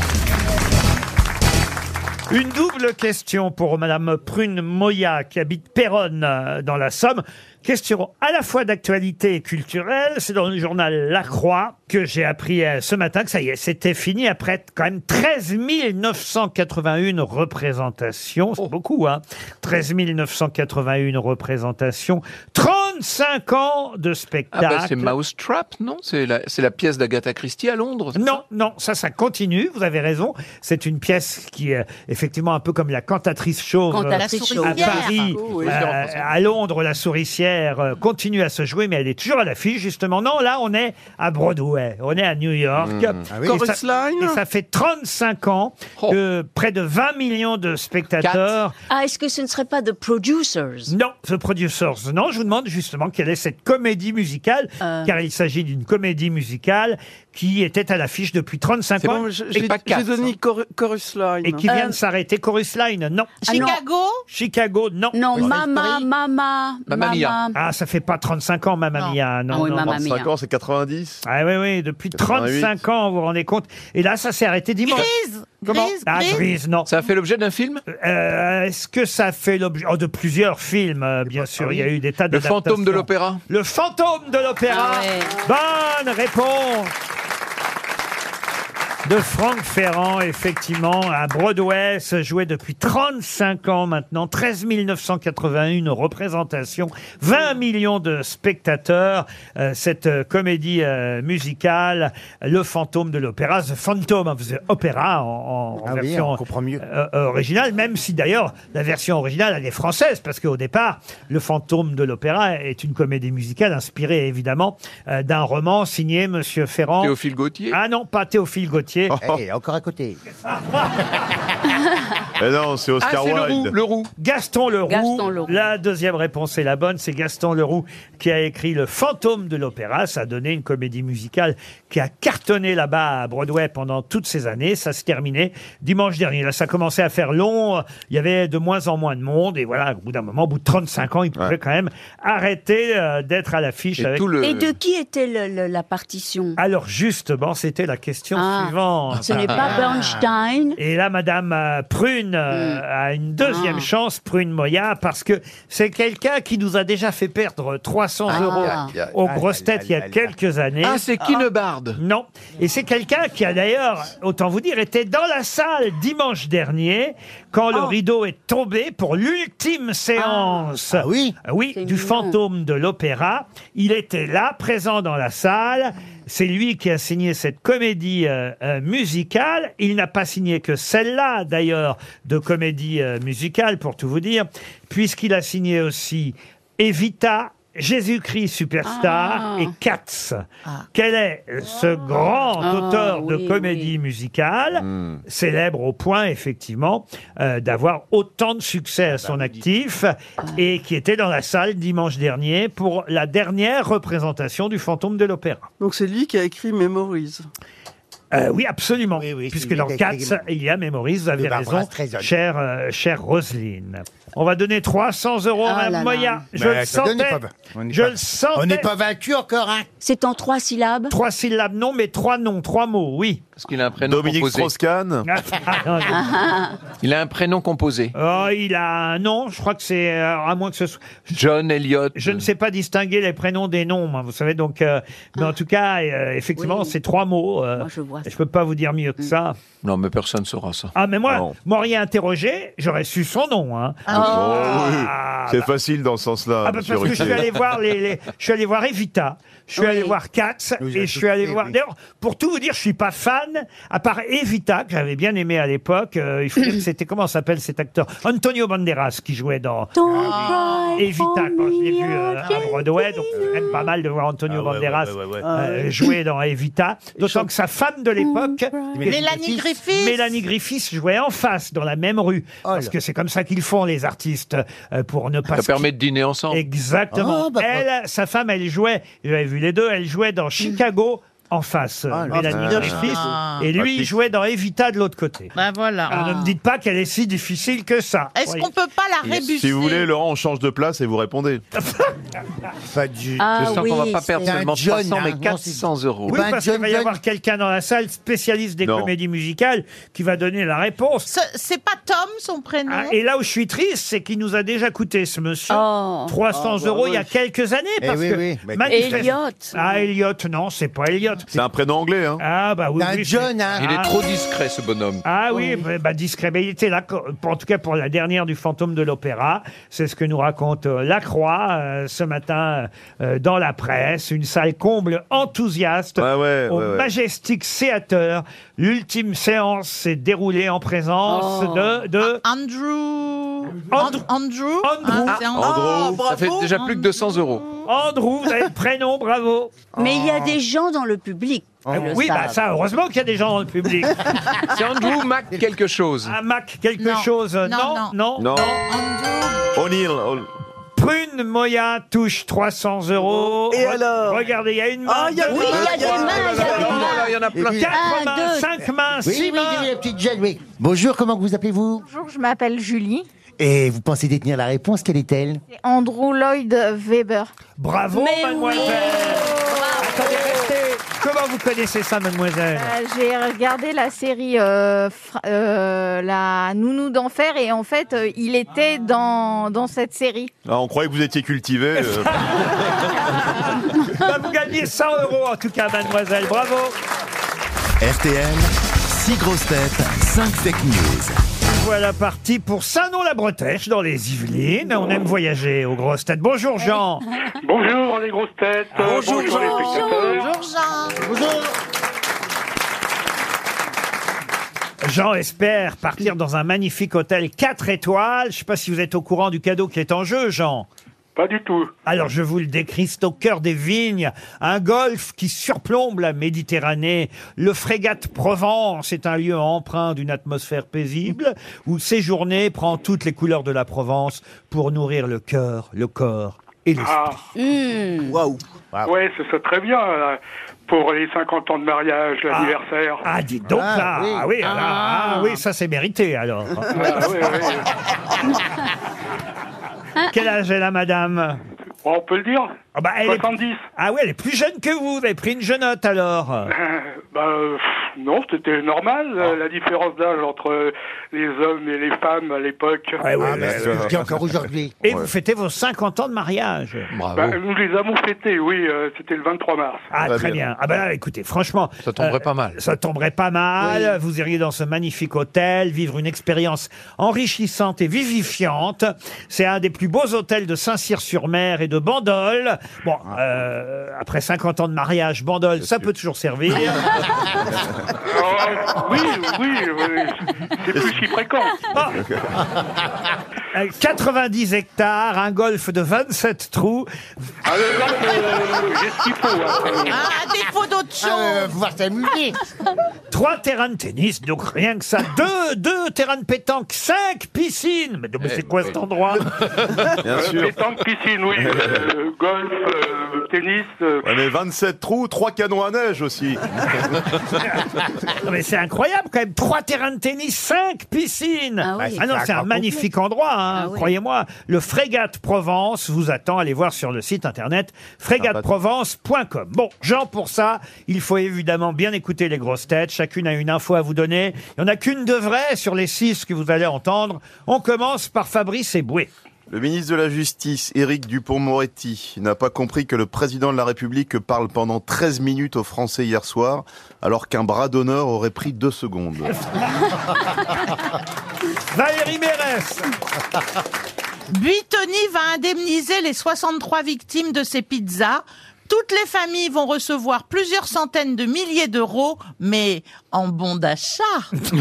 Une double question pour Madame Prune Moya qui habite Péronne euh, dans la Somme. Question à la fois d'actualité et culturelle. C'est dans le journal La Croix que j'ai appris euh, ce matin que ça y est, c'était fini après quand même 13 981 représentations. Oh. C'est beaucoup, hein 13 981 représentations. 35 ans de Ah spectacle. bah c'est Mousetrap, non C'est la, c'est la pièce d'Agatha Christie à Londres c'est Non, ça non, ça, ça continue. Vous avez raison. C'est une pièce qui est effectivement un peu comme la cantatrice chauve. euh, La Cantatrice souris à chauve. Hier. Paris, Oh, oui. euh, à Londres, la souricière euh, continue à se jouer, mais elle est toujours à l'affiche, justement. Non, là, on est à Broadway, on est à New York. Hmm. Et Chorus ça- line et ça fait 35 ans Oh. que près de 20 millions de spectateurs Ah, est-ce que ce ne serait pas de producers non, The Producers. Non, je vous demande justement quelle est cette comédie musicale, Euh. car il s'agit d'une comédie musicale qui était à l'affiche depuis 35 C'est ans Non, mais je- Et je l'ai- pas J'ai quatre, donné Cor- Chorus Line. et qui Euh. vient de s'arrêter. Chorus Line, non. Ah, non. Chicago Chicago, non. Non, West Mama, Story. Mama, Mamma Mia. Mama. Ah, ça fait pas 35 ans, Mamma Non. Mia. Non, Ah oui, non, Mamma 35 Mia. ans, c'est 90. Ah oui, oui, depuis 88. 35 ans, vous vous rendez compte. Et là, ça s'est arrêté dimanche. Grise Grise Ah, Grise Grise, non. Ça a fait l'objet d'un film Euh, Est-ce que ça fait l'objet oh, de plusieurs films, euh, bien sûr Il y a eu des tas de Le fantôme de l'opéra Le fantôme de l'opéra. Ah ouais. Bonne réponse de Franck Ferrand, effectivement, à Broadway, se jouait depuis 35 ans maintenant, 13 981 représentations, 20 millions de spectateurs. Euh, cette euh, comédie euh, musicale, Le fantôme de l'opéra, The Phantom of the Opera, en, en- en Ah oui, version on comprend mieux. euh, euh, originale, même si d'ailleurs la version originale, elle est française, parce qu'au départ, Le fantôme de l'opéra est une comédie musicale inspirée évidemment euh, d'un roman signé Monsieur Ferrand. Théophile Gautier Ah non, pas Théophile Gautier. Eh, encore à côté. Eh non, c'est Ah, Oscar Wilde. Gaston Leroux. Gaston La deuxième réponse est la bonne. C'est Gaston Leroux qui a écrit Le fantôme de l'opéra. Ça a donné une comédie musicale qui a cartonné là-bas à Broadway pendant toutes ces années. Ça se terminait dimanche dernier. Là, ça commençait à faire long. Il y avait de moins en moins de monde. Et voilà, au bout d'un moment, au bout de 35 ans, il pouvait quand même arrêter euh, d'être à l'affiche. avec- Et de qui était le- le- la partition Alors justement, c'était la question Ah, suivante. ce n'est pas Bernstein. Hmm. Et là, Madame euh, Prune euh, a une deuxième Ah. chance, Prune Moya, parce que c'est quelqu'un qui nous a déjà fait perdre 300 Ah. euros Aïe, aïe, aux aïe, grosses aïe, têtes il y a aïe, quelques années. Ah, c'est Kinebarde. Non. Et c'est quelqu'un qui a d'ailleurs, autant vous dire, était dans la salle dimanche dernier quand Ah. le rideau est tombé pour l'ultime séance. Ah oui. Oui, du fantôme de l'opéra. Il était là, présent dans la salle. C'est lui qui a signé cette comédie euh, euh, musicale. Il n'a pas signé que celle-là, d'ailleurs, de comédie euh, musicale, pour tout vous dire, puisqu'il a signé aussi Evita, Jésus-Christ Superstar Ah. et Katz. Quel est ce grand Ah, auteur oui, Hmm. de comédie musicale, célèbre au point, effectivement, euh, d'avoir autant de succès à son actif, et qui était dans la salle dimanche dernier pour la dernière représentation du fantôme de l'opéra Donc c'est lui qui a écrit Memories. Euh, oui, absolument. puisque lui dans qui a écrit Katz, il y a Memories, vous avez De Barbara raison, Streisand. chère, euh, chère Roselyne. On va donner 300 euros Ah à là là. Moya. Mais Je le attendez, on sentais. n'est pas- on n'est Je pas- le sentais. on n'est pas vaincu encore, hein. C'est en trois syllabes Trois syllabes, non, mais trois noms, trois mots, oui. Ah. Parce qu'il a un prénom Dominique composé. Strauss-Kahn. Il a un prénom composé. Oh, il a un nom, je crois que c'est, euh, à moins que ce soit... John Elliott. Je ne sais pas distinguer les prénoms des noms, moi, vous savez, donc... euh, mais en tout cas, euh, effectivement, c'est trois mots. euh, je vois Mm. je peux pas vous dire mieux que ça. Non, mais personne ne saura ça. Ah, mais moi, Non. m'auriez interrogé, j'aurais su son nom. hein. Oh, oui. Ah, C'est bah. facile dans ce sens-là. Ah bah monsieur parce que je suis Ruquier. allé voir les, les- je suis allé voir Evita, je suis allé voir Katz Nous et a je suis allé tous voir. fait, oui. D'ailleurs, pour tout vous dire, je suis pas fan à part Evita que j'avais bien aimé à l'époque. euh, il faut dire que c'était comment s'appelle cet acteur Antonio Banderas qui jouait dans Evita quand je l'ai vu euh, à Broadway. Donc c'est quand même pas mal de voir Antonio Banderas Ah euh, ouais. jouer dans Evita. D'autant que sa femme de l'époque, Mélanie Griffiths. Oh Mélanie Griffiths jouait en face dans la même rue parce que c'est comme ça qu'ils font les artistes euh, pour ne pas Ça se permet de dîner ensemble. Exactement. Ah, Ah, bah, bah, elle, sa femme, elle jouait, j'avais vu les deux, elle jouait dans Chicago en face, Ah, euh, Mélanie là. Griffith, Ah. et lui, il Pratique. jouait dans Evita de l'autre côté. Ben voilà. Alors, ne me dites pas qu'elle est si difficile que ça. Est-ce Voyez. qu'on peut pas la rébuster Si vous voulez, Laurent, on change de place et vous répondez. Pas du Ah Je sens qu'on oui, va pas perdre c'est un seulement John, 300, hein, mais 400 euros. Oui, parce qu'il va y avoir quelqu'un dans la salle spécialiste des Non. comédies musicales qui va donner la réponse. Ce- C'est pas Tom son prénom Ah, et là où je suis triste, c'est qu'il nous a déjà coûté ce monsieur 300 Oh, bah euros il y a oui. quelques années Eh parce oui, que oui. Mais- manifeste- Elliot. Ah Elliot, non, c'est pas Elliot. C'est un prénom anglais, hein Ah bah oui. C'est un oui, John, c'est- hein. Il Ah. est trop discret, ce bonhomme. Ah oui, bah, bah, discret. Mais il était là, co- pour- en tout cas pour la dernière du fantôme de l'opéra. C'est ce que nous raconte euh, Lacroix euh, ce matin euh, dans la presse. Une salle comble enthousiaste ouais, au ouais, ouais. Majestic Theater. L'ultime séance s'est déroulée en présence Oh. de... de... Andrew. Andrew. Andrew. Andrew. Ah, c'est Andrew. ça fait déjà plus que 200 euros. Andrew, vous avez le prénom, bravo. Mais il y a des gens dans le public. qui Ah le oui, bah savent. ça, heureusement qu'il y a des gens dans le public. C'est Andrew Mac quelque chose. Ah, Mac, quelque chose. Non, non, non. Non. O'Neill. Prune Moya touche 300 euros. Et Re- alors Regardez, il y a une main. Ah, il y a deux des mains, il y a des mains, il y a des trois mains. mains. Il y en a plein. Quatre Un, mains, deux. cinq mains, Oui, six oui, mains. oui, la petite Jeanne, oui. Bonjour, comment vous appelez-vous Bonjour, je m'appelle Julie. Et vous pensez détenir la réponse, quelle est-elle C'est Andrew Lloyd Webber. Bravo, Mais mademoiselle. Attendez, restez. Comment vous connaissez ça, mademoiselle Euh, J'ai regardé la série euh, Fra- euh, La Nounou d'Enfer et en fait, euh, il était dans, dans cette série. Ah, on croyait que vous étiez cultivé. euh. Ben, Bah, Vous gagnez 100 euros en tout cas, mademoiselle. Bravo. RTL, 6 grosses têtes, 5 fake news. Voilà parti pour Saint-Nom-la-Bretèche dans les Yvelines. On aime voyager aux grosses têtes. Bonjour Jean. Bonjour les grosses têtes. Bonjour, euh, Bonjour les spectateurs. Bonjour Jean. Jean espère partir dans un magnifique hôtel 4 étoiles. Je sais pas si vous êtes au courant du cadeau qui est en jeu, Jean. Pas du tout. Alors je vous le décris, c'est au cœur des vignes, un golfe qui surplombe la Méditerranée. Le frégate Provence est un lieu empreint d'une atmosphère paisible où séjourner prend toutes les couleurs de la Provence pour nourrir le cœur, le corps et l'esprit. Ah. Waouh. Ouais, ce serait très bien euh, pour les 50 ans de mariage, l'anniversaire. Ah, dis Donc là, oui, ah oui, alors, ah oui, ça c'est mérité alors. Ah, Quel âge est la madame On peut le dire. Ah bah, elle 70. Ah oui, elle est plus jeune que vous. Vous avez pris une jeunotte alors. bah, euh, pff, non, c'était normal, Ah. euh, la différence d'âge entre euh, les hommes et les femmes à l'époque. Ouais, ouais, Ah, mais ouais, c'est ouais. ce qu'il y a encore aujourd'hui. Et vous fêtez vos 50 ans de mariage. Bah, nous les avons fêtés, oui, euh, c'était le 23 mars. Ah, très bien. Ah bah là, écoutez, franchement. Ça tomberait pas mal. Ça tomberait pas mal. Vous iriez dans ce magnifique hôtel, vivre une expérience enrichissante et vivifiante. C'est un des plus beaux hôtels de Saint-Cyr-sur-Mer et de Bandol. Bon, euh, après 50 ans de mariage, Bandol, ça peut toujours servir. Ah. oui, oui, oui, c'est plus si fréquent. Euh, 90 hectares, un golf de 27 trous. Ah, le lac, euh, j'ai ce qu'il faut. hein. Ah, défaut d'autre chose. euh, Trois terrains de tennis, donc rien que ça. Deux, deux terrains de pétanque, cinq piscines. Mais, mais c'est quoi cet endroit Bien Euh, sûr. Pétanque, piscine, oui. euh, golf, euh, tennis. euh, Ouais, mais 27 trous, 3 canons à neige aussi. Non, mais c'est incroyable quand même. Trois terrains de tennis, cinq piscines. Ah, oui. non, c'est un magnifique endroit, hein, croyez-moi. Le Frégate Provence vous attend. Allez voir sur le site internet frégateprovence.com. Bon, Jean, pour ça, il faut évidemment bien écouter les grosses têtes. Chacune a une info à vous donner. Il n'y en a qu'une de vraie sur les six que vous allez entendre. On commence par Fabrice Eboué. Le ministre de la Justice, Éric Dupont-Moretti, n'a pas compris que le président de la République parle pendant 13 minutes aux Français hier soir, alors qu'un bras d'honneur aurait pris deux secondes. Valérie Mérès. Buitoni va indemniser les 63 victimes de ses pizzas. Toutes les familles vont recevoir plusieurs centaines de milliers d'euros, mais en bon d'achat.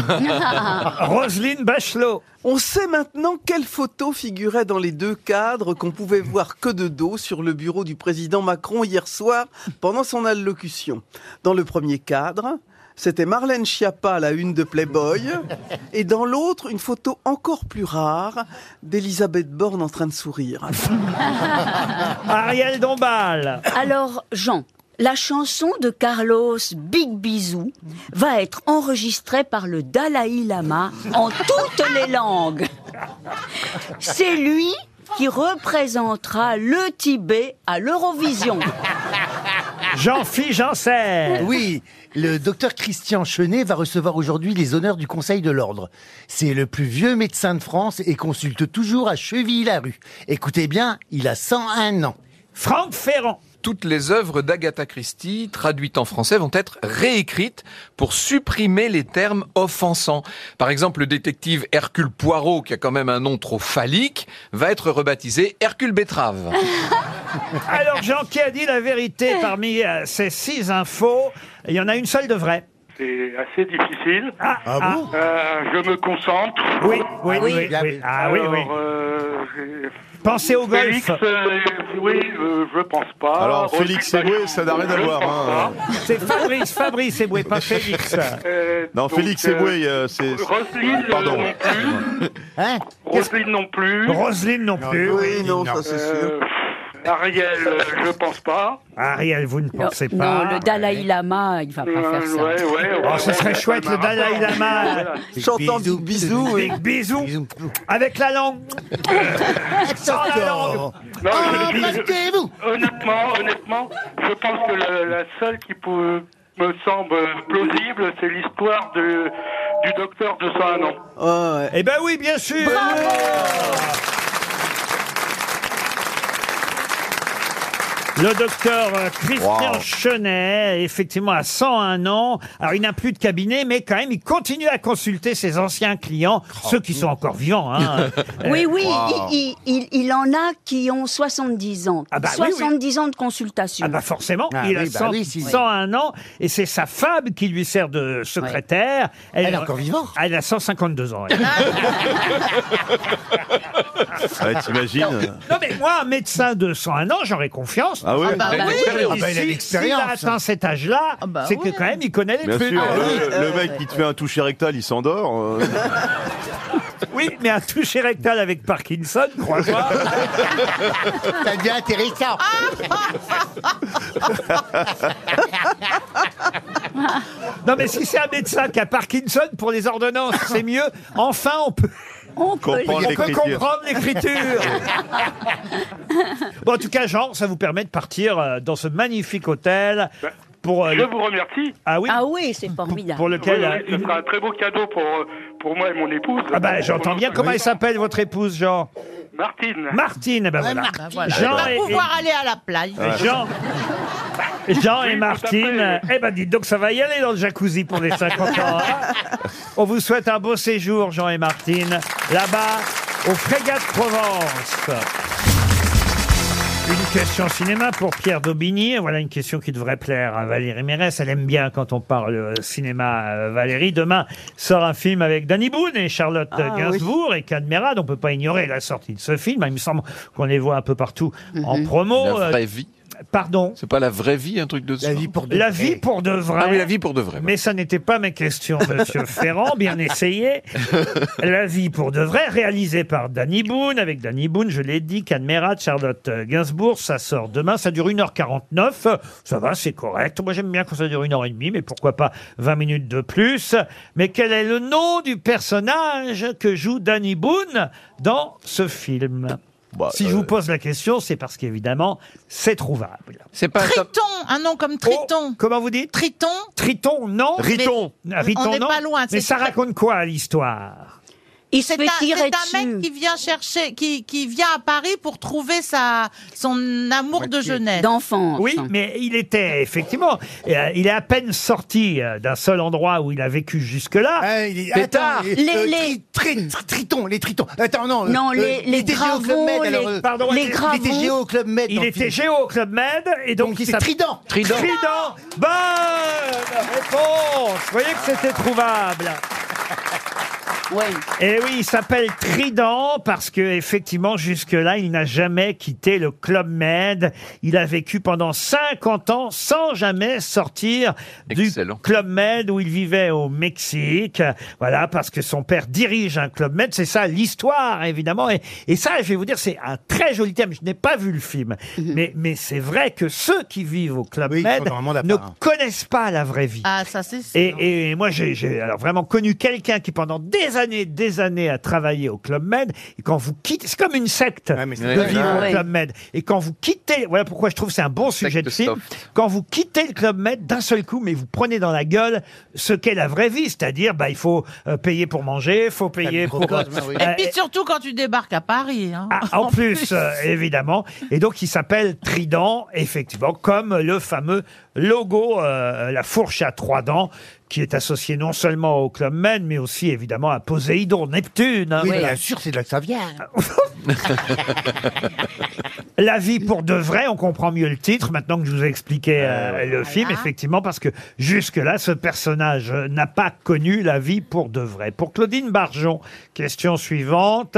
Ah. Roselyne Bachelot. On sait maintenant quelle photo figurait dans les deux cadres qu'on pouvait voir que de dos sur le bureau du président Macron hier soir pendant son allocution. Dans le premier cadre, c'était Marlène Schiappa à la une de Playboy, et dans l'autre, une photo encore plus rare d'Elisabeth Borne en train de sourire. Ariel Dombal. Alors, Jean, la chanson de Carlos Big Bisou va être enregistrée par le Dalai Lama en toutes les langues. C'est lui qui représentera le Tibet à l'Eurovision. Jean-Philippe Janssen. Oui, le docteur Christian Chenet va recevoir aujourd'hui les honneurs du Conseil de l'Ordre. C'est le plus vieux médecin de France et consulte toujours à Cheville-la-Rue. Écoutez bien, il a 101 ans. Franck Ferrand. Toutes les œuvres d'Agatha Christie traduites en français vont être réécrites pour supprimer les termes offensants. Par exemple, le détective Hercule Poirot, qui a quand même un nom trop phallique, va être rebaptisé Hercule Bétrave. Alors, Jean, qui a dit la vérité parmi euh, ces six infos Il y en a une seule de vraie. C'est assez difficile. Ah, Ah bon Je me concentre. euh, Oui, oui, oui, oui. Ah oui, oui. Pensez au golf. Félix, euh, oui, euh, je pense pas. Alors, Félix Eboué, ça n'a rien à Je voir, pense hein. pas. C'est Fabrice, Fabrice Eboué, pas Félix. Euh, Non, donc, Félix euh, Eboué, euh, c'est... Roselyne euh, Pardon. non plus. Roselyne non plus. Roselyne non plus. Oui, non, ça c'est sûr. Ariel, euh, je pense pas. Ariel, vous ne pensez non, pas. le Dalai Lama, il va pas Euh, faire ça. ouais, ouais, Oh, ce serait chouette le Dalai Lama. Chantant du bisou. Big bisou. Avec la langue. Sans la langue. Ah, Non, je- je- honnêtement, honnêtement, je pense que la, la seule qui peut, me semble plausible, c'est l'histoire de, du docteur de 101 ans. Ah Eh ben oui, bien sûr. Le docteur euh, Christian Wow. Chenet, effectivement, à 101 ans. Alors, il n'a plus de cabinet, mais quand même, il continue à consulter ses anciens clients, ceux qui sont encore vivants. hein. Oui, Euh, oui, il, il- il- il en a qui ont 70 ans. bah oui, oui. 70 ans de consultation. Ah bah forcément, Ah il a oui, bah 100 oui, si. 101 ans et c'est sa femme qui lui sert de secrétaire. Elle, est encore vivante Elle a 152 ans. elle. Ouais, t'imagines non mais moi, un médecin de 101 ans, j'aurais confiance. euh. Ah oui, Ah bah bah, il a oui. l'expérience. Ah bah, il a l'expérience. S'il a atteint cet âge-là, Ah, bah c'est ouais. que quand même, il connaît les Bien trucs. sûr, Ah Ah le, Euh, le euh, mec qui te fait un toucher rectal, il s'endort. euh. Oui, mais un toucher rectal avec Parkinson, crois-moi. Ça devient intéressant. non, mais si c'est un médecin qui a Parkinson pour les ordonnances, c'est mieux. Enfin, on peut. On peut Comprendre on peut l'écriture. comprendre l'écriture. bon, en tout cas, Jean, ça vous permet de partir euh, dans ce magnifique hôtel pour. euh, Ben, Je le- vous remercie. Ah oui. c'est formidable. Pour lequel, Oui, euh, oui, ce sera un très beau cadeau pour, euh, pour moi et mon épouse. Ah bah, j'entends bien. Comment elle s'appelle votre épouse, Jean Martine. Martine. eh ben Ouais, voilà. Martine. Bah voilà. Jean On va et- pouvoir aller à la plage. Ouais. Jean. Jean Oui, et tout à Martine, fait. euh, eh ben dites donc ça va y aller dans le jacuzzi pour les 50 ans. hein. On vous souhaite un beau séjour, Jean et Martine, là-bas, aux Frégates Provence. Une question cinéma pour Pierre Daubigny. Voilà une question qui devrait plaire à Valérie Mérès. Elle aime bien quand on parle euh, cinéma, euh, Valérie. Demain sort un film avec Danny Boone et Charlotte Ah, euh, Gainsbourg et Cadmerade. On peut pas ignorer la sortie de ce film. Il me semble qu'on les voit un peu partout en promo. Mhm. La vraie Euh, vie. Pardon C'est pas la vraie vie, un truc de ça La vie pour de La vrai. vie pour de vrai. Ah oui, la vie pour de vrai. Mais ça n'était pas ma question, monsieur Ferrand. Bien essayé. La vie pour de vrai, réalisée par Danny Boone. Avec Danny Boone, je l'ai dit, Cadmerat, Charlotte euh, Gainsbourg. Ça sort demain. Ça dure 1h49. Ça va, c'est correct. Moi, j'aime bien quand ça dure 1h30, mais pourquoi pas 20 minutes de plus. Mais quel est le nom du personnage que joue Danny Boone dans ce film Si je vous pose la question, c'est parce qu'évidemment, c'est trouvable. Oh, C'est pas Triton, un nom comme Triton. comment vous dites Triton Triton, non Riton. Ah, Riton, On n'est non. pas loin, c'est Mais ça très- raconte quoi l'histoire Il C'est un, c'est un mec qui vient chercher, qui, qui vient à Paris pour trouver sa, son amour de jeunesse. Oui, mais il était effectivement. euh, il est à peine sorti euh, d'un seul endroit où il a vécu jusque-là. Pétard. Attends, euh, euh, tri- tri- tri- tritons, les tritons. Attends, non. euh, Non, les- euh, il les était géo au Club gravons, Med, les- alors, euh, pardon, les il- gravons. Il était géo au Club Med. Il dans le était film. géo au Club Med et donc, Donc, il c'est s'appelle- Trident. Trident. Trident. Bonne réponse. Vous voyez que c'était trouvable. Et Eh oui, il s'appelle Trident parce que effectivement jusque-là, il n'a jamais quitté le Club Med. Il a vécu pendant 50 ans sans jamais sortir du Club Med où il vivait au Mexique. Voilà, parce que son père dirige un Club Med. C'est ça l'histoire, évidemment. Et, et ça, je vais vous dire, c'est un très joli thème. Je n'ai pas vu le film. mais mais c'est vrai que ceux qui vivent au Club Med sont vraiment ne d'appart, hein. connaissent pas la vraie vie. Ah, ça c'est sûr. Et, et moi, j'ai j'ai, alors vraiment connu quelqu'un qui, pendant des années, des années, a travaillé au Club Med. Et quand vous quittez, c'est comme une secte c'est de vrai. vivre Ouais. au Club Med. Et quand vous quittez, voilà pourquoi je trouve que c'est un bon sujet de film. Quand vous quittez le Club Med d'un seul coup, mais vous prenez dans la gueule ce qu'est la vraie vie, c'est-à-dire, bah, il faut euh, payer pour manger, faut payer pour. Et euh, puis surtout quand tu débarques à Paris. hein. ah, en plus, euh, évidemment. Et donc, il s'appelle Trident, effectivement, comme le fameux logo, euh, la fourche à trois dents, qui est associé non seulement au Club Med, mais aussi, évidemment, à Poséidon, Neptune. hein. Oui, Voilà. bien sûr, c'est de là que ça vient. La vie pour de vrai, on comprend mieux le titre maintenant que je vous ai expliqué euh, le film, effectivement, parce que jusque-là, ce personnage euh, n'a pas connu la vie pour de vrai. Pour Claudine Barjon, question suivante.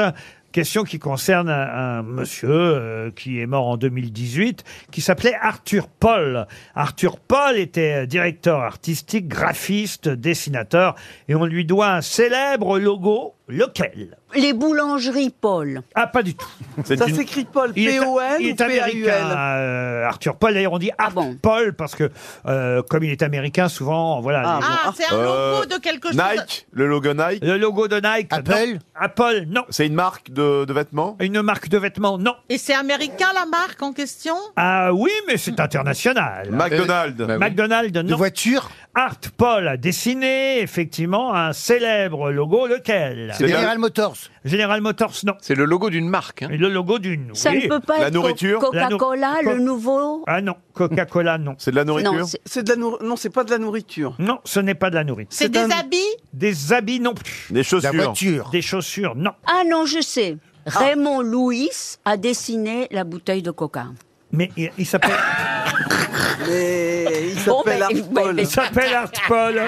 Question qui concerne un, un monsieur euh, qui est mort en 2018, qui s'appelait Arthur Paul. Arthur Paul était euh, directeur artistique, graphiste, dessinateur, et on lui doit un célèbre logo, lequel Les boulangeries Paul. Ah, pas du tout. Ça s'écrit Paul, Il est- P-O-L il ou est américain, P-A-U-L? euh, Arthur Paul. D'ailleurs, on dit Art Paul parce que, euh, comme il est américain, souvent, voilà. Ah, les gens- Ah, c'est un logo de quelque chose. Euh, Nike, le logo Nike. Le logo de Nike. Apple. Apple, non. C'est une marque de, de vêtements Une marque de vêtements, non. Et c'est américain la marque en question Ah oui, mais c'est international. Hmm. McDonald's. Bah oui. McDonald's, non. De voiture. Art Paul a dessiné, effectivement, un célèbre logo, lequel C'est General Motors. General Motors, non. C'est le logo d'une marque. hein. Le logo d'une. Ça oui. ne peut pas être Co- Coca-Cola, La nou- le nouveau. Ah non, Coca-Cola, non. C'est de la nourriture Non, c'est- C'est de la nour- Non, c'est pas de la nourriture. Non, ce n'est pas de la nourriture. C'est des habits Des habits non plus. Des chaussures. La voiture. Des chaussures, non. Ah non, je sais. Ah. Raymond Louis a dessiné la bouteille de Coca. Mais il, il s'appelle. Mais il Bon, s'appelle ben, Art ben, Paul. ben, Il s'appelle Art Paul.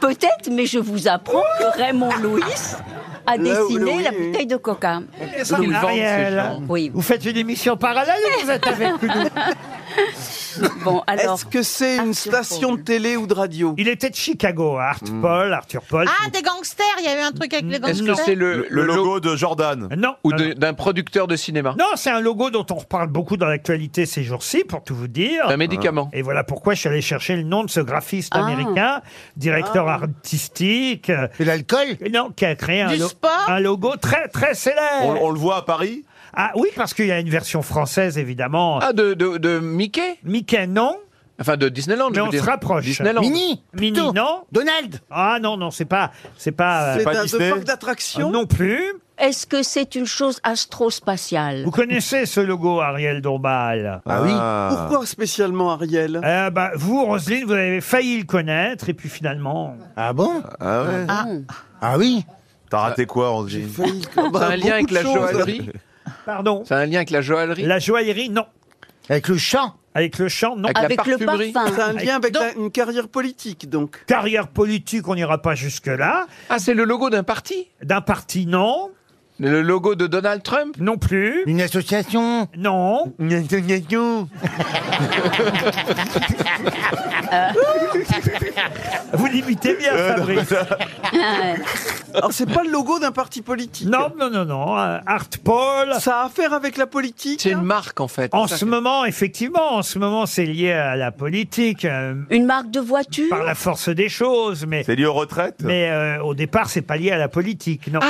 Peut-être, mais je vous apprends que Raymond Louis a Le- dessiné Louis, la oui. bouteille de Coca. Madame Ariel, Oui. Vous faites une émission parallèle Eh, ou vous êtes avec nous Bon, Est-ce que c'est une station de télé ou de radio Hmm. Il était de Chicago, Art Paul, Arthur Paul. Ah, des gangsters, il y a eu un truc avec les Est-ce gangsters. que c'est le, Le lo- logo de Jordan. Non. ou de- d'un producteur de cinéma Non, c'est un logo dont on reparle beaucoup dans l'actualité ces jours-ci, pour tout vous dire. Un médicament. Et voilà pourquoi je suis allé chercher le nom de ce graphiste Ah. américain, directeur artistique. Et l'alcool Non, qui a créé un, Du lo- sport un logo très très célèbre. On, on le voit à Paris Ah oui, parce qu'il y a une version française, évidemment. Ah, de, de, de Mickey Mickey, non. Enfin, de Disneyland, Mais je on veux dire. se rapproche. Disneyland. Mini, non Donald Ah non, non, c'est pas... C'est pas... euh, C'est un de parc d'attraction Ah, Non plus. Est-ce que c'est une chose astrospatiale Vous connaissez ce logo, Ariel Dombal Ah oui. Ah. Pourquoi spécialement Ariel Eh ben, vous, Roselyne, vous avez failli le connaître, et puis finalement... Ah bon Ah ouais. Ah. Ah oui T'as raté quoi, Roselyne C'est Bah, un lien avec la joaillerie joaillerie Pardon C'est un lien avec la joaillerie La joaillerie, non. Avec le chant Avec le chant, non. Avec la Avec le parfumerie. parfum. C'est un lien avec la- une carrière politique, donc. Carrière politique, on n'ira pas jusque-là. Ah, c'est le logo d'un parti D'un parti, non. Le logo de Donald Trump Non plus. Une association Non. Une association Vous limitez bien, Euh, Fabrice. Alors, c'est pas le logo d'un parti politique. Non, non, non, non. euh, Art Paul. Ça a affaire avec la politique hein C'est une marque, en fait. En Ça, ce moment, effectivement, en ce moment, c'est lié à la politique, euh, Une marque de voiture par la force des choses, mais C'est lié aux retraites mais euh, au départ, c'est pas lié à la politique, non. Ah,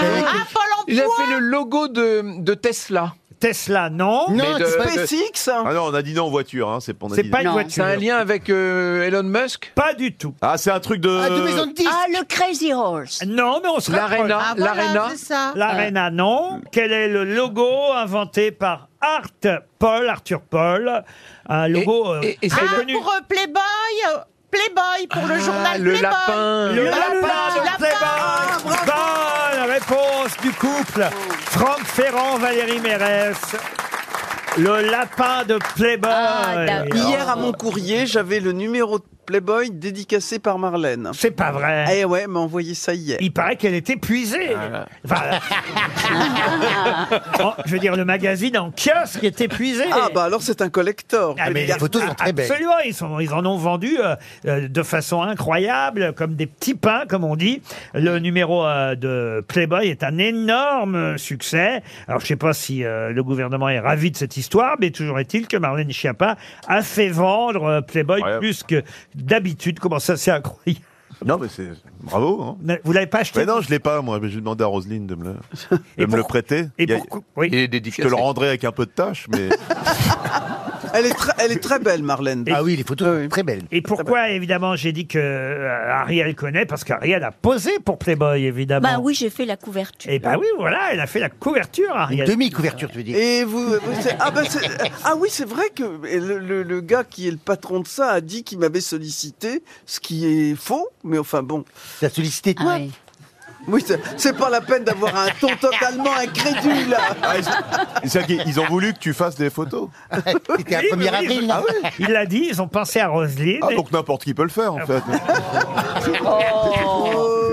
Paul Il a emploi fait le logo de, de Tesla. Tesla, non. Non, Mais de- c'est pas- SpaceX Ah non, on a dit non en voiture, hein, c'est on a C'est dit pas non. une Non. C'est voiture. un lien avec euh, Elon Musk Pas du tout. Ah, c'est un truc de. Ah, de maison de disques Ah, le Crazy Horse. Ah, Non, mais on se rapproche. L'Arena. Ah, voilà, L'Arena. c'est ça. Euh. L'Arena, non. Quel est le logo inventé par Art Paul, Arthur Paul Un logo euh, et- et très c'est Ah, connu. pour euh, Playboy euh, Playboy, pour le Ah, journal Ah, le Playboy lapin. Le Le lapin lapin, de Playboy. Bonne réponse du couple. Franck Ferrand, Valérie Mérès. Le lapin de Playboy. Ah, d'accord. Hier, à mon courrier, j'avais le numéro de Playboy dédicacé par Marlène. C'est pas vrai. Eh ouais, m'a envoyé ça hier. Il paraît qu'elle est épuisée. Ah Euh. Enfin, en- je veux dire, le magazine en kiosque est épuisé. Ah bah alors c'est un collector. Ah, Je mais le les garde. photos sont très belles. Absolument, ils, sont, ils en ont vendu euh, euh, de façon incroyable, comme des petits pains, comme on dit. Le numéro euh, de Playboy est un énorme succès. Alors, je ne sais pas si euh, le gouvernement est ravi de cette histoire, mais toujours est-il que Marlène Schiappa a fait vendre euh, Playboy Ouais. plus que d'habitude. Comment ça, c'est incroyable. Non, mais c'est. Bravo, hein. Vous l'avez pas acheté Mais non, je l'ai pas, moi. mais J'ai demandé à Roselyne de me le, de Et me le pour- prêter. Et Il y a- pourquoi oui. Il est Je dédicacé. te le rendrai avec un peu de tâche, mais Elle est, très, elle est très belle Marlène. Ah oui, les photos sont très belles. Et pourquoi, évidemment, j'ai dit que euh, Ariel connaît Parce qu'Ariel a posé pour Playboy, évidemment. Bah oui, j'ai fait la couverture. Et bah oui, voilà, elle a fait la couverture, Une Ariel. demi-couverture, tu veux dire Et vous, vous- c'est- ah, bah, c'est- ah oui, c'est vrai que et le, le- le gars qui est le patron de ça a dit qu'il m'avait sollicité, ce qui est faux, mais enfin bon. T'as sollicité Ah toi oui. Oui, c'est- c'est pas la peine d'avoir un ton totalement incrédule. Ah, ils, c'est-à-dire qu'ils- ils ont voulu que tu fasses des photos. C'était un 1er avril, non Il l'a dit, ils ont pensé à Roselyne. Ah Ah Et donc n'importe qui peut le faire en fait.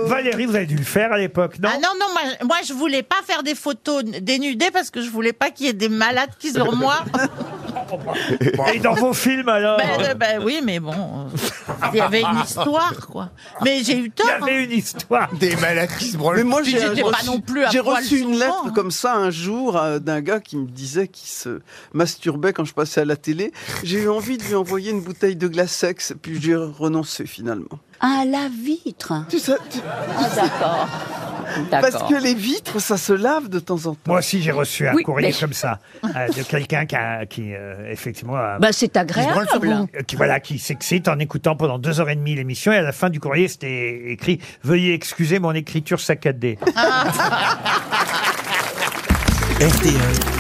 Valérie, vous avez dû le faire à l'époque, non Ah non, non, moi, moi je voulais pas faire des photos n- dénudées parce que je voulais pas qu'il y ait des malades qui sur moi. Et dans vos films, alors Bah, ben, euh, ben oui, mais bon, euh, il y avait une histoire, quoi. Mais j'ai eu Il tort. y hein. avait une histoire. Des malades qui se branlent. Mais moi, Puis j'ai j'étais pas non plus à j'ai poil reçu une souvent, lettre hein. comme ça un jour euh, d'un gars qui me disait qu'il se masturbait quand je passais à la télé. J'ai eu envie de lui envoyer une bouteille de glacex, puis j'ai renoncé finalement. Ah, la vitre. Tu sais, tu- Ah, d'accord. Parce que les vitres, ça se lave de temps en temps. Moi aussi, j'ai reçu un Oui, courrier mais- comme ça euh, de quelqu'un qui, a- qui, euh, effectivement. a- Bah, c'est qui se agréable. branle sur vous. Euh, Qui voilà, qui s'excite en écoutant pendant deux heures et demie l'émission et à la fin du courrier, c'était écrit veuillez excuser mon écriture saccadée. E.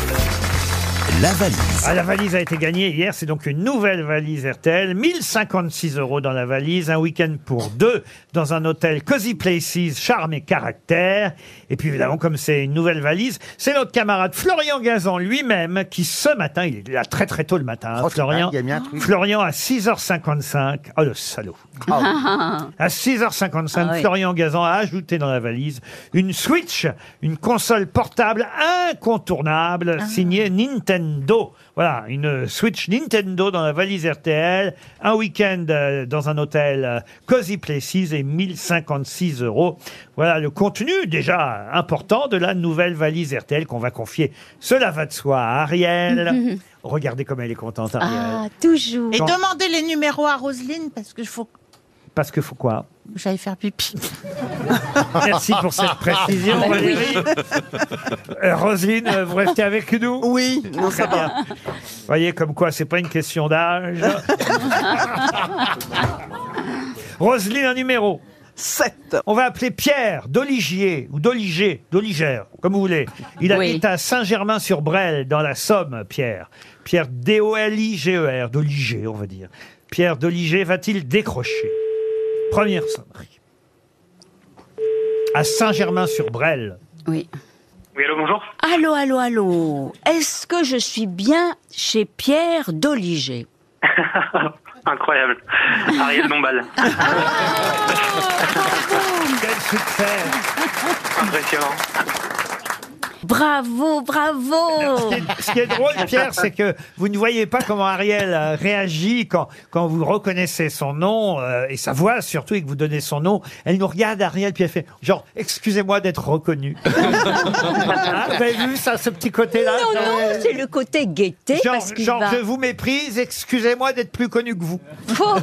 La valise. Ah, la valise a été gagnée hier, c'est donc une nouvelle valise RTL. 1056 euros dans la valise, un week-end pour deux dans un hôtel Cozy Places, charme et caractère. Et puis évidemment, comme c'est une nouvelle valise, c'est notre camarade Florian Gazan lui-même qui ce matin, il est là très très tôt le matin, hein, Oh, Florian. il a mis un truc. Florian à 6h55. Oh le salaud. Ah, À 6h55, Ah oui. Florian Gazan a ajouté dans la valise une Switch, une console portable incontournable Ah. signée Nintendo. Voilà, une Switch Nintendo dans la valise RTL, un week-end euh, dans un hôtel euh, Cozy Places et 1056 euros. Voilà le contenu déjà important de la nouvelle valise RTL qu'on va confier. Cela va de soi à Ariel. Regardez comme elle est contente, Ariel. Ah, Ah. toujours. Et Quand- demandez les numéros à Roselyne parce que faut Parce que faut quoi que j'aille faire pipi. Merci pour cette précision, Ah bah oui. Valérie. Euh, Roselyne, euh, vous restez avec nous Oui, non, ça va. Voyez comme quoi, c'est pas une question d'âge. Roselyne, un numéro. 7. On va appeler Pierre d'Oligier, ou d'Oliger, d'Oligère, comme vous voulez. Il Oui. habite à Saint-Germain-sur-Brel, dans la Somme, Pierre. Pierre D-O-L-I-G-E-R, d'Oliger, E on va dire. Pierre d'Oliger va-t-il décrocher Première sonnerie. À Saint-Germain-sur-Brel. Oui. Oui, allô, bonjour. Allô, allô, allô. Est-ce que je suis bien chez Pierre d'Oliger Incroyable. Ariel Dombal. Quel succès Impressionnant. Bravo, bravo. Ce qui est drôle, Pierre, c'est que vous ne voyez pas comment Ariel euh, réagit quand, quand vous reconnaissez son nom euh, et sa voix surtout et que vous donnez son nom. Elle nous regarde, Ariel, puis elle fait genre, excusez-moi d'être reconnue. Ah, vous avez vu ça, ce petit côté-là Non, non, c'est le côté gaieté. Genre, parce qu'il genre, va- je vous méprise, excusez-moi d'être plus connu que vous. Oh.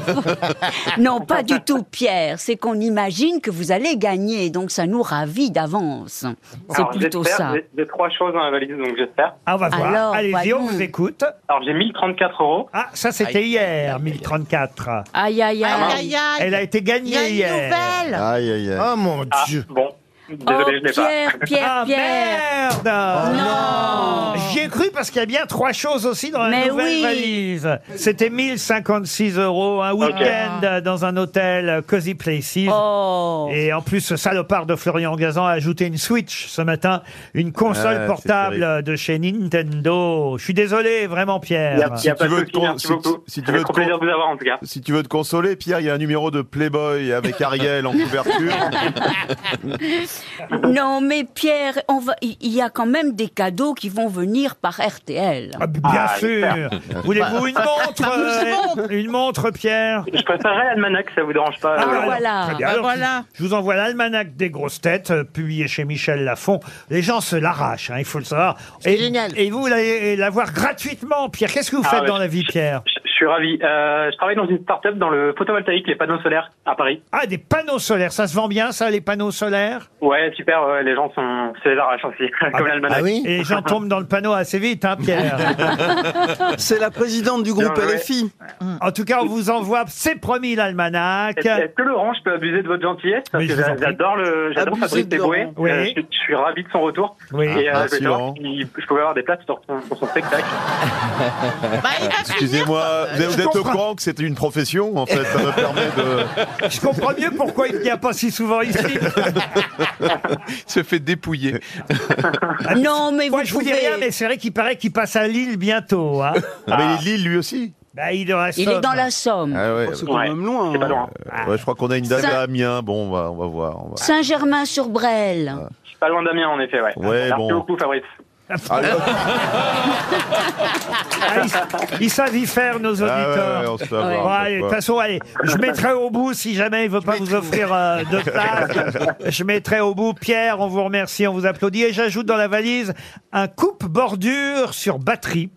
non, pas du tout, Pierre. C'est qu'on imagine que vous allez gagner, donc ça nous ravit d'avance. C'est Alors, plutôt j'espère, ça. J'ai j'ai trois choses dans la valise, donc j'espère. Ah, on va voir. Alors, Allez-y, on voyons. vous écoute. Alors, j'ai 1034 euros. Ah, ça, c'était hier, 1034. Aïe, aïe, Ah, aïe. Aïe, aïe. Elle a été gagnée Il y a une hier. nouvelle. Aïe, aïe, aïe. Oh mon Dieu. bon. Désolé, je l'ai Oh, pas. Pierre, Pierre, ah, Pierre. Oh, Merde Non. J'y ai cru parce qu'il y a bien trois choses aussi dans la Mais nouvelle oui. valise. C'était 1056 euros, un week-end dans un hôtel Cozy Places. Oh. Et en plus, ce salopard de Florian Gazan a ajouté une Switch ce matin, une console Ah, c'est portable de chez Nintendo. Je suis désolé, vraiment, Pierre. Il y a- il y a pas de veux souci, te con- merci si- beaucoup. si tu Ça veux fait te trop plaisir con- de vous avoir, en tout cas. Si tu veux te consoler, Pierre, il y a un numéro de Playboy avec Ariel en couverture. Non, mais Pierre, on va... il il y a quand même des cadeaux qui vont venir par RTL. Ah, Bien Ah, sûr. Voulez-vous une montre, euh, une montre, Pierre Je préférerais l'almanach, ça vous dérange pas. Ah, euh, alors, Laurent. très bien. Alors, Je vous envoie l'almanach des grosses têtes, euh, publié chez Michel Lafon. Les gens se l'arrachent, hein, il faut le savoir. Et, génial. Et vous, vous allez l'avoir gratuitement, Pierre. Qu'est-ce que vous Ah faites ouais. dans la vie, Pierre Je suis ravi. Euh, je travaille dans une start-up dans le photovoltaïque, les panneaux solaires à Paris. Ah, des panneaux solaires. Ça se vend bien, ça, les panneaux solaires Ouais, super, ouais, les gens sont. C'est les arraches aussi, Ah, comme l'almanach. Ah, Et les gens tombent dans le panneau assez vite, hein, Pierre C'est la présidente du groupe Bien joué. LFI. En tout cas, on vous envoie, c'est promis, l'almanach. Est-ce est-ce que Laurent, je peux abuser de votre gentillesse Parce Mais que je vous en j'a- prie. j'adore le, j'adore Abusez Fabrice de Eboué. Laurent. Oui. Euh, je, suis- je suis ravi de son retour. Oui. Et euh, Ah, je merci, vais savoir Laurent. si je pouvais avoir des places pour son, pour son spectacle. Excusez-moi, vous êtes- vous êtes au comprends. courant que c'était une profession, en fait. Ça me permet de... Je comprends mieux pourquoi il n'y a pas si souvent ici. se fait dépouiller. Non, mais Ah, Moi, vous je vous dis pouvez- rien, mais c'est vrai qu'il paraît qu'il passe à Lille bientôt. Hein. Ah, mais il est Lille, lui aussi Bah, il est dans la Il est Somme. dans la Somme. Ah ouais. Oh, C'est quand même loin. hein. Euh, ouais, je crois qu'on a une date Ça- à Amiens. Bon, on va, on va voir. on va- Saint-Germain-sur-Brel. Je suis pas loin d'Amiens, en effet, ouais. Ouais, Merci bon. beaucoup, Fabrice. Ah, ils, ils savent y faire, nos auditeurs. Ah, ouais, ouais, on se fait avoir, Bon, on se fait allez, de toute avoir. façon, allez, je mettrai au bout, si jamais il veut pas vous offrir euh, de place, je mettrai au bout. Pierre, on vous remercie, on vous applaudit. Et j'ajoute dans la valise un coupe-bordure sur batterie.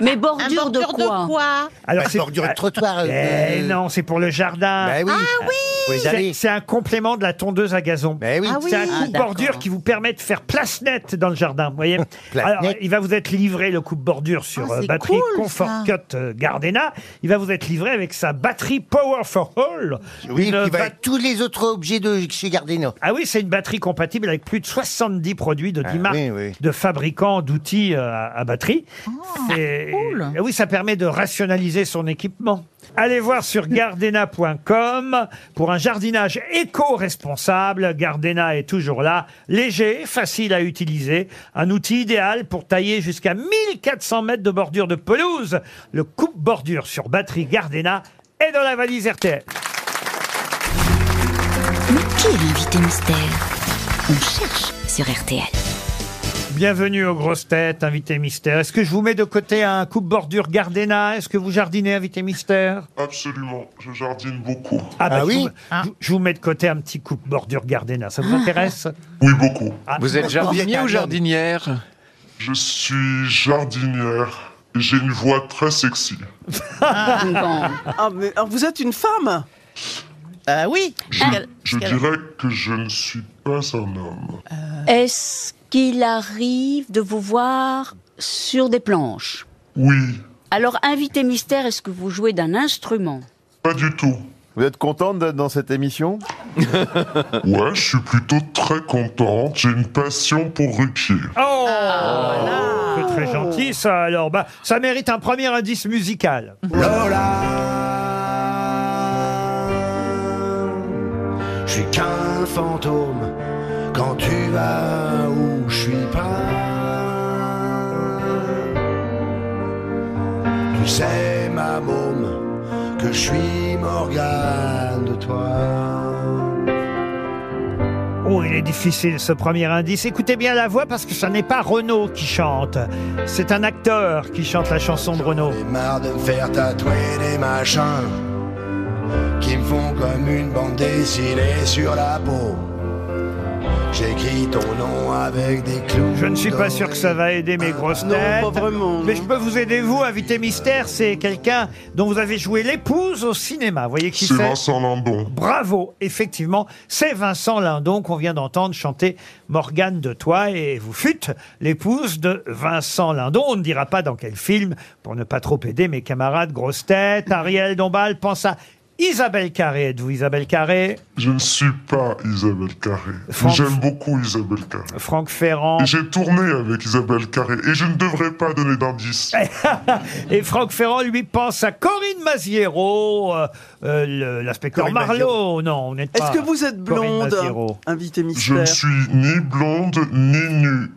Mais bordure, Un bordure de quoi, de quoi Alors, c'est bordure de trottoir, euh, Eh de- non, c'est pour le jardin. Bah oui. Ah oui. Pour les C'est- allées. Bah C'est un complément de la tondeuse à gazon. oui. Ah oui. C'est un Ah, coupe d'accord. bordure qui vous permet de faire place nette dans le jardin. Vous voyez Place Alors, nette. il va vous être livré le coupe bordure sur Ah, euh, c'est batterie cool, Comfort ça. Cut euh, Gardena. Il va vous être livré avec sa batterie Power for All. Une Oui, qui va bat- être tous les autres objets de chez Gardena. Ah oui, c'est une batterie compatible avec plus de 70 produits de 10 Ah marques oui, oui. de fabricants d'outils euh, à, à batterie. C'est- cool. Et Oui, ça permet de rationaliser son équipement. Allez voir sur gardena.com pour un jardinage éco-responsable. Gardena est toujours là, léger, facile à utiliser, un outil idéal pour tailler jusqu'à 1400 mètres de bordure de pelouse. Le coupe-bordure sur batterie Gardena est dans la valise RTL. Mais qui est l'invité mystère On cherche sur RTL. Bienvenue aux grosses têtes, invité mystère. Est-ce que je vous mets de côté un coupe-bordure Gardena Est-ce que vous jardinez, invité mystère bah, Absolument, je jardine beaucoup. Ah je oui vous- je, je vous mets de côté un petit coupe-bordure Gardena. Ça vous intéresse Oui, beaucoup. Ah, Vous êtes Vous êtes jardinier un ou homme. jardinière Je suis jardinière et j'ai une voix très sexy. Ah, mais, alors, vous êtes une femme Euh, oui. Je, Hein je dirais que je ne suis pas un homme. Est-ce qu'il arrive de vous voir sur des planches Oui, Alors, invité mystère, est-ce que vous jouez d'un instrument pas du tout. Vous êtes contente d'être dans cette émission Ouais, je suis plutôt très contente. J'ai une passion pour Ruquier. Oh C'est très gentil, ça. Alors, bah, ça mérite un premier indice musical. Je suis qu'un fantôme quand tu vas où je suis pas. Tu sais, ma môme, que je suis Morgane de toi. Oh, il est difficile ce premier indice. Écoutez bien la voix parce que ça n'est pas Renaud qui chante. C'est un acteur qui chante la chanson de Renaud. J'en ai marre de me faire tatouer des machins qui me font comme une bande dessinée sur la peau. J'écris ton nom avec des clous. Je ne suis pas sûr que ça va aider Ah, mes grosses têtes. pas vraiment, Mais non. je peux vous aider, vous, invité mystère. C'est quelqu'un dont vous avez joué l'épouse au cinéma. Vous voyez qui C'est c'est Vincent Lindon. Bravo, effectivement, c'est Vincent Lindon qu'on vient d'entendre chanter Morgane de toi et vous fûtes l'épouse de Vincent Lindon. On ne dira pas dans quel film pour ne pas trop aider mes camarades grosses têtes. Ariel Dombal pense à Isabelle Carré. Êtes-vous Isabelle Carré Je ne suis pas Isabelle Carré. Franck- J'aime beaucoup Isabelle Carré. Franck Ferrand Et j'ai tourné avec Isabelle Carré et je ne devrais pas donner d'indices. Et Franck Ferrand, lui, pense à Corinne Maziero, euh, euh, le- la spectre Corinne Marlowe. Non, on n'est pas. Est-ce que vous êtes Corinne blonde Maziero. Invité Je ne mystère. suis ni blonde ni nue.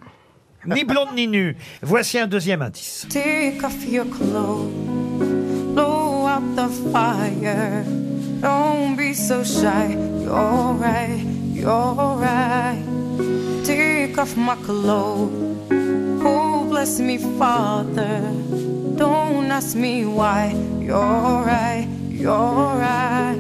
Ni blonde ni nue. Voici un deuxième indice. Take off your clothes, blow out the fire. Don't be so shy, you're right, you're right. Take off my clothes, oh bless me, Father. Don't ask me why, you're right, you're right.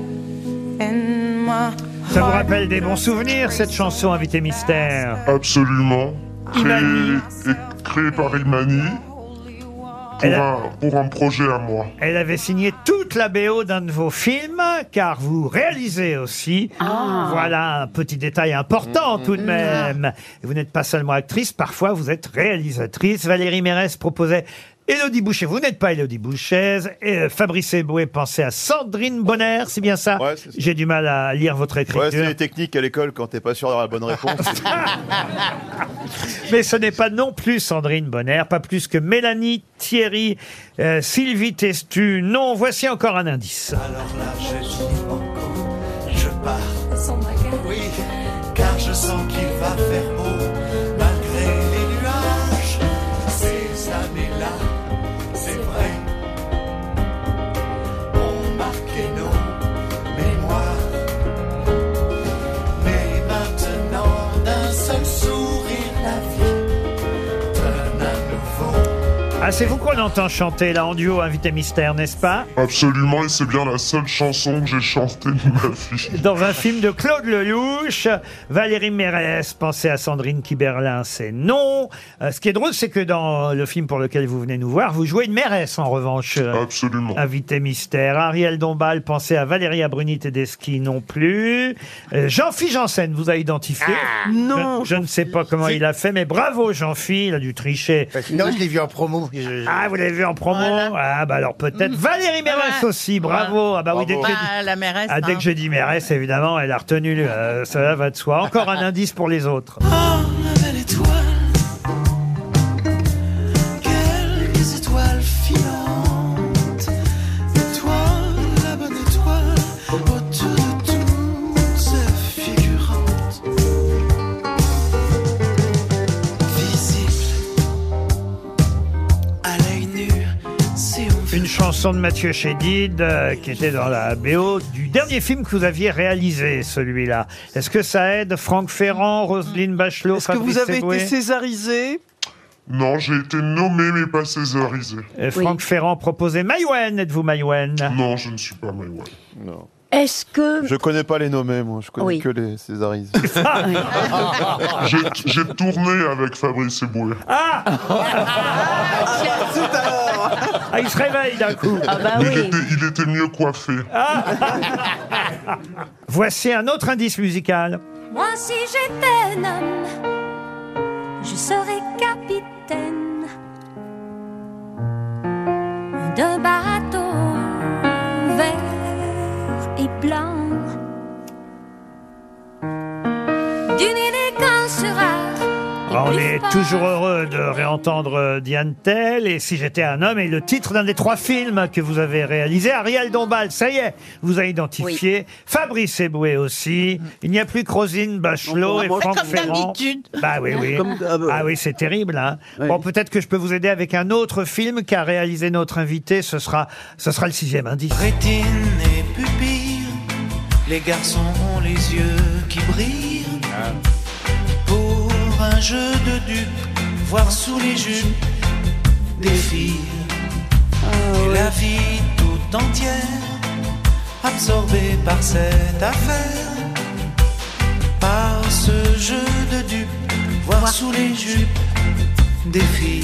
And my Ça vous heart rappelle des bons souvenirs, cette chanson Invité Mystère Absolument. Créé, Imani. et- créé par Imani holy war. Elle pour a- un, pour un projet à moi. Elle avait signé toute la BO d'un de vos films, car vous réalisez aussi. Voilà un petit détail important tout de même. Et Vous n'êtes pas seulement actrice, parfois vous êtes réalisatrice. Valérie Mérès proposait Élodie Boucher. Vous n'êtes pas Élodie Boucher. Et euh, Fabrice Eboué pensait à Sandrine Bonner, c'est bien ça Ouais, c'est ça. J'ai du mal à lire votre écriture. techniques à l'école quand t'es pas sûr d'avoir la bonne réponse. Mais ce n'est pas non plus Sandrine Bonner, pas plus que Mélanie Thierry, euh, Sylvie Testu. Non, voici encore un indice. Alors là, je dis encore, je pars. Oui, car je sens qu'il va faire beau, malgré les nuages. Ces années-là, c'est vrai, ont marqué nos mémoires. Mais maintenant, d'un seul sourire, la vie donne à nouveau Ah, c'est vous qu'on entend chanter là en duo, invité mystère, n'est-ce pas Absolument, et c'est bien la seule chanson que j'ai chantée de ma vie. Dans un film de Claude Lelouch, Valérie Mérès, pensez à Sandrine Kiberlin, c'est non. Euh, ce qui est drôle, c'est que dans le film pour lequel vous venez nous voir, vous jouez une Mérès en revanche. euh, Absolument. Invité mystère. Ariel Dombal, pensez à Valérie Abruni Tedeschi non plus. Euh, Jean-Philippe Janssen vous a identifié. Ah. non. Je, je ne sais pas comment il a fait, mais bravo Jean-Philippe, il a dû tricher. Non, Bah, je l'ai vu en promo. Je- Ah, vous l'avez vu en promo Ah, bah alors peut-être. Valérie Mérès aussi, bravo. Ah, bah oui, dès que, Ah, la mairesse. ah, dès hein. que j'ai dit Mérès, évidemment, elle a retenu. euh, cela va de soi. Encore un indice pour les autres. nouvelle étoile, quelques étoiles filantes. Étoile, la bonne étoile, autour de tout le monde se figurante. Visible à l'œil nu, si on Une chanson de Mathieu Chédid euh, qui était dans la BO du dernier film que vous aviez réalisé, celui-là. Est-ce que ça aide Franck Ferrand, Roselyne Bachelot, Est-ce que vous avez été césarisé Non, j'ai été nommé mais pas césarisé. Euh, Franck Ferrand proposait Maïwen. Êtes-vous Maïwen Non, je ne suis pas Maïwen. Non. Est-ce que... Je connais pas les nommés, moi. Je connais Oui. que les Césarisés. J'ai j'ai tourné avec Fabrice Eboué. bah, Ah, il se réveille d'un coup. Ah, bah Mais il, était, il était mieux coiffé. Voici un autre indice musical. Moi, si j'étais un homme, je serais capitaine d'un bateau vert et blanc, d'une élégance rare. Ah, on est toujours heureux de réentendre euh, Diane Tell et Si j'étais un homme et le titre d'un des trois films que vous avez réalisé. Ariel Dombal, ça y est, vous a identifié. Fabrice Eboué aussi. Il n'y a plus que Rosine Bachelot Donc, et moi, Franck comme Ferrand. d'habitude. Bah oui, oui. Comme d'hab. Ah oui, c'est terrible. hein. Bon, peut-être que je peux vous aider avec un autre film qu'a réalisé notre invité. Ce sera, ce sera le sixième indice. Rétine et pupille, les garçons ont les yeux qui brillent. Pour un jeu de dupes, voir sous les jupes des filles. Et la vie tout entière, absorbée par cette affaire. Par ce jeu de dupes, voir sous les jupes des filles.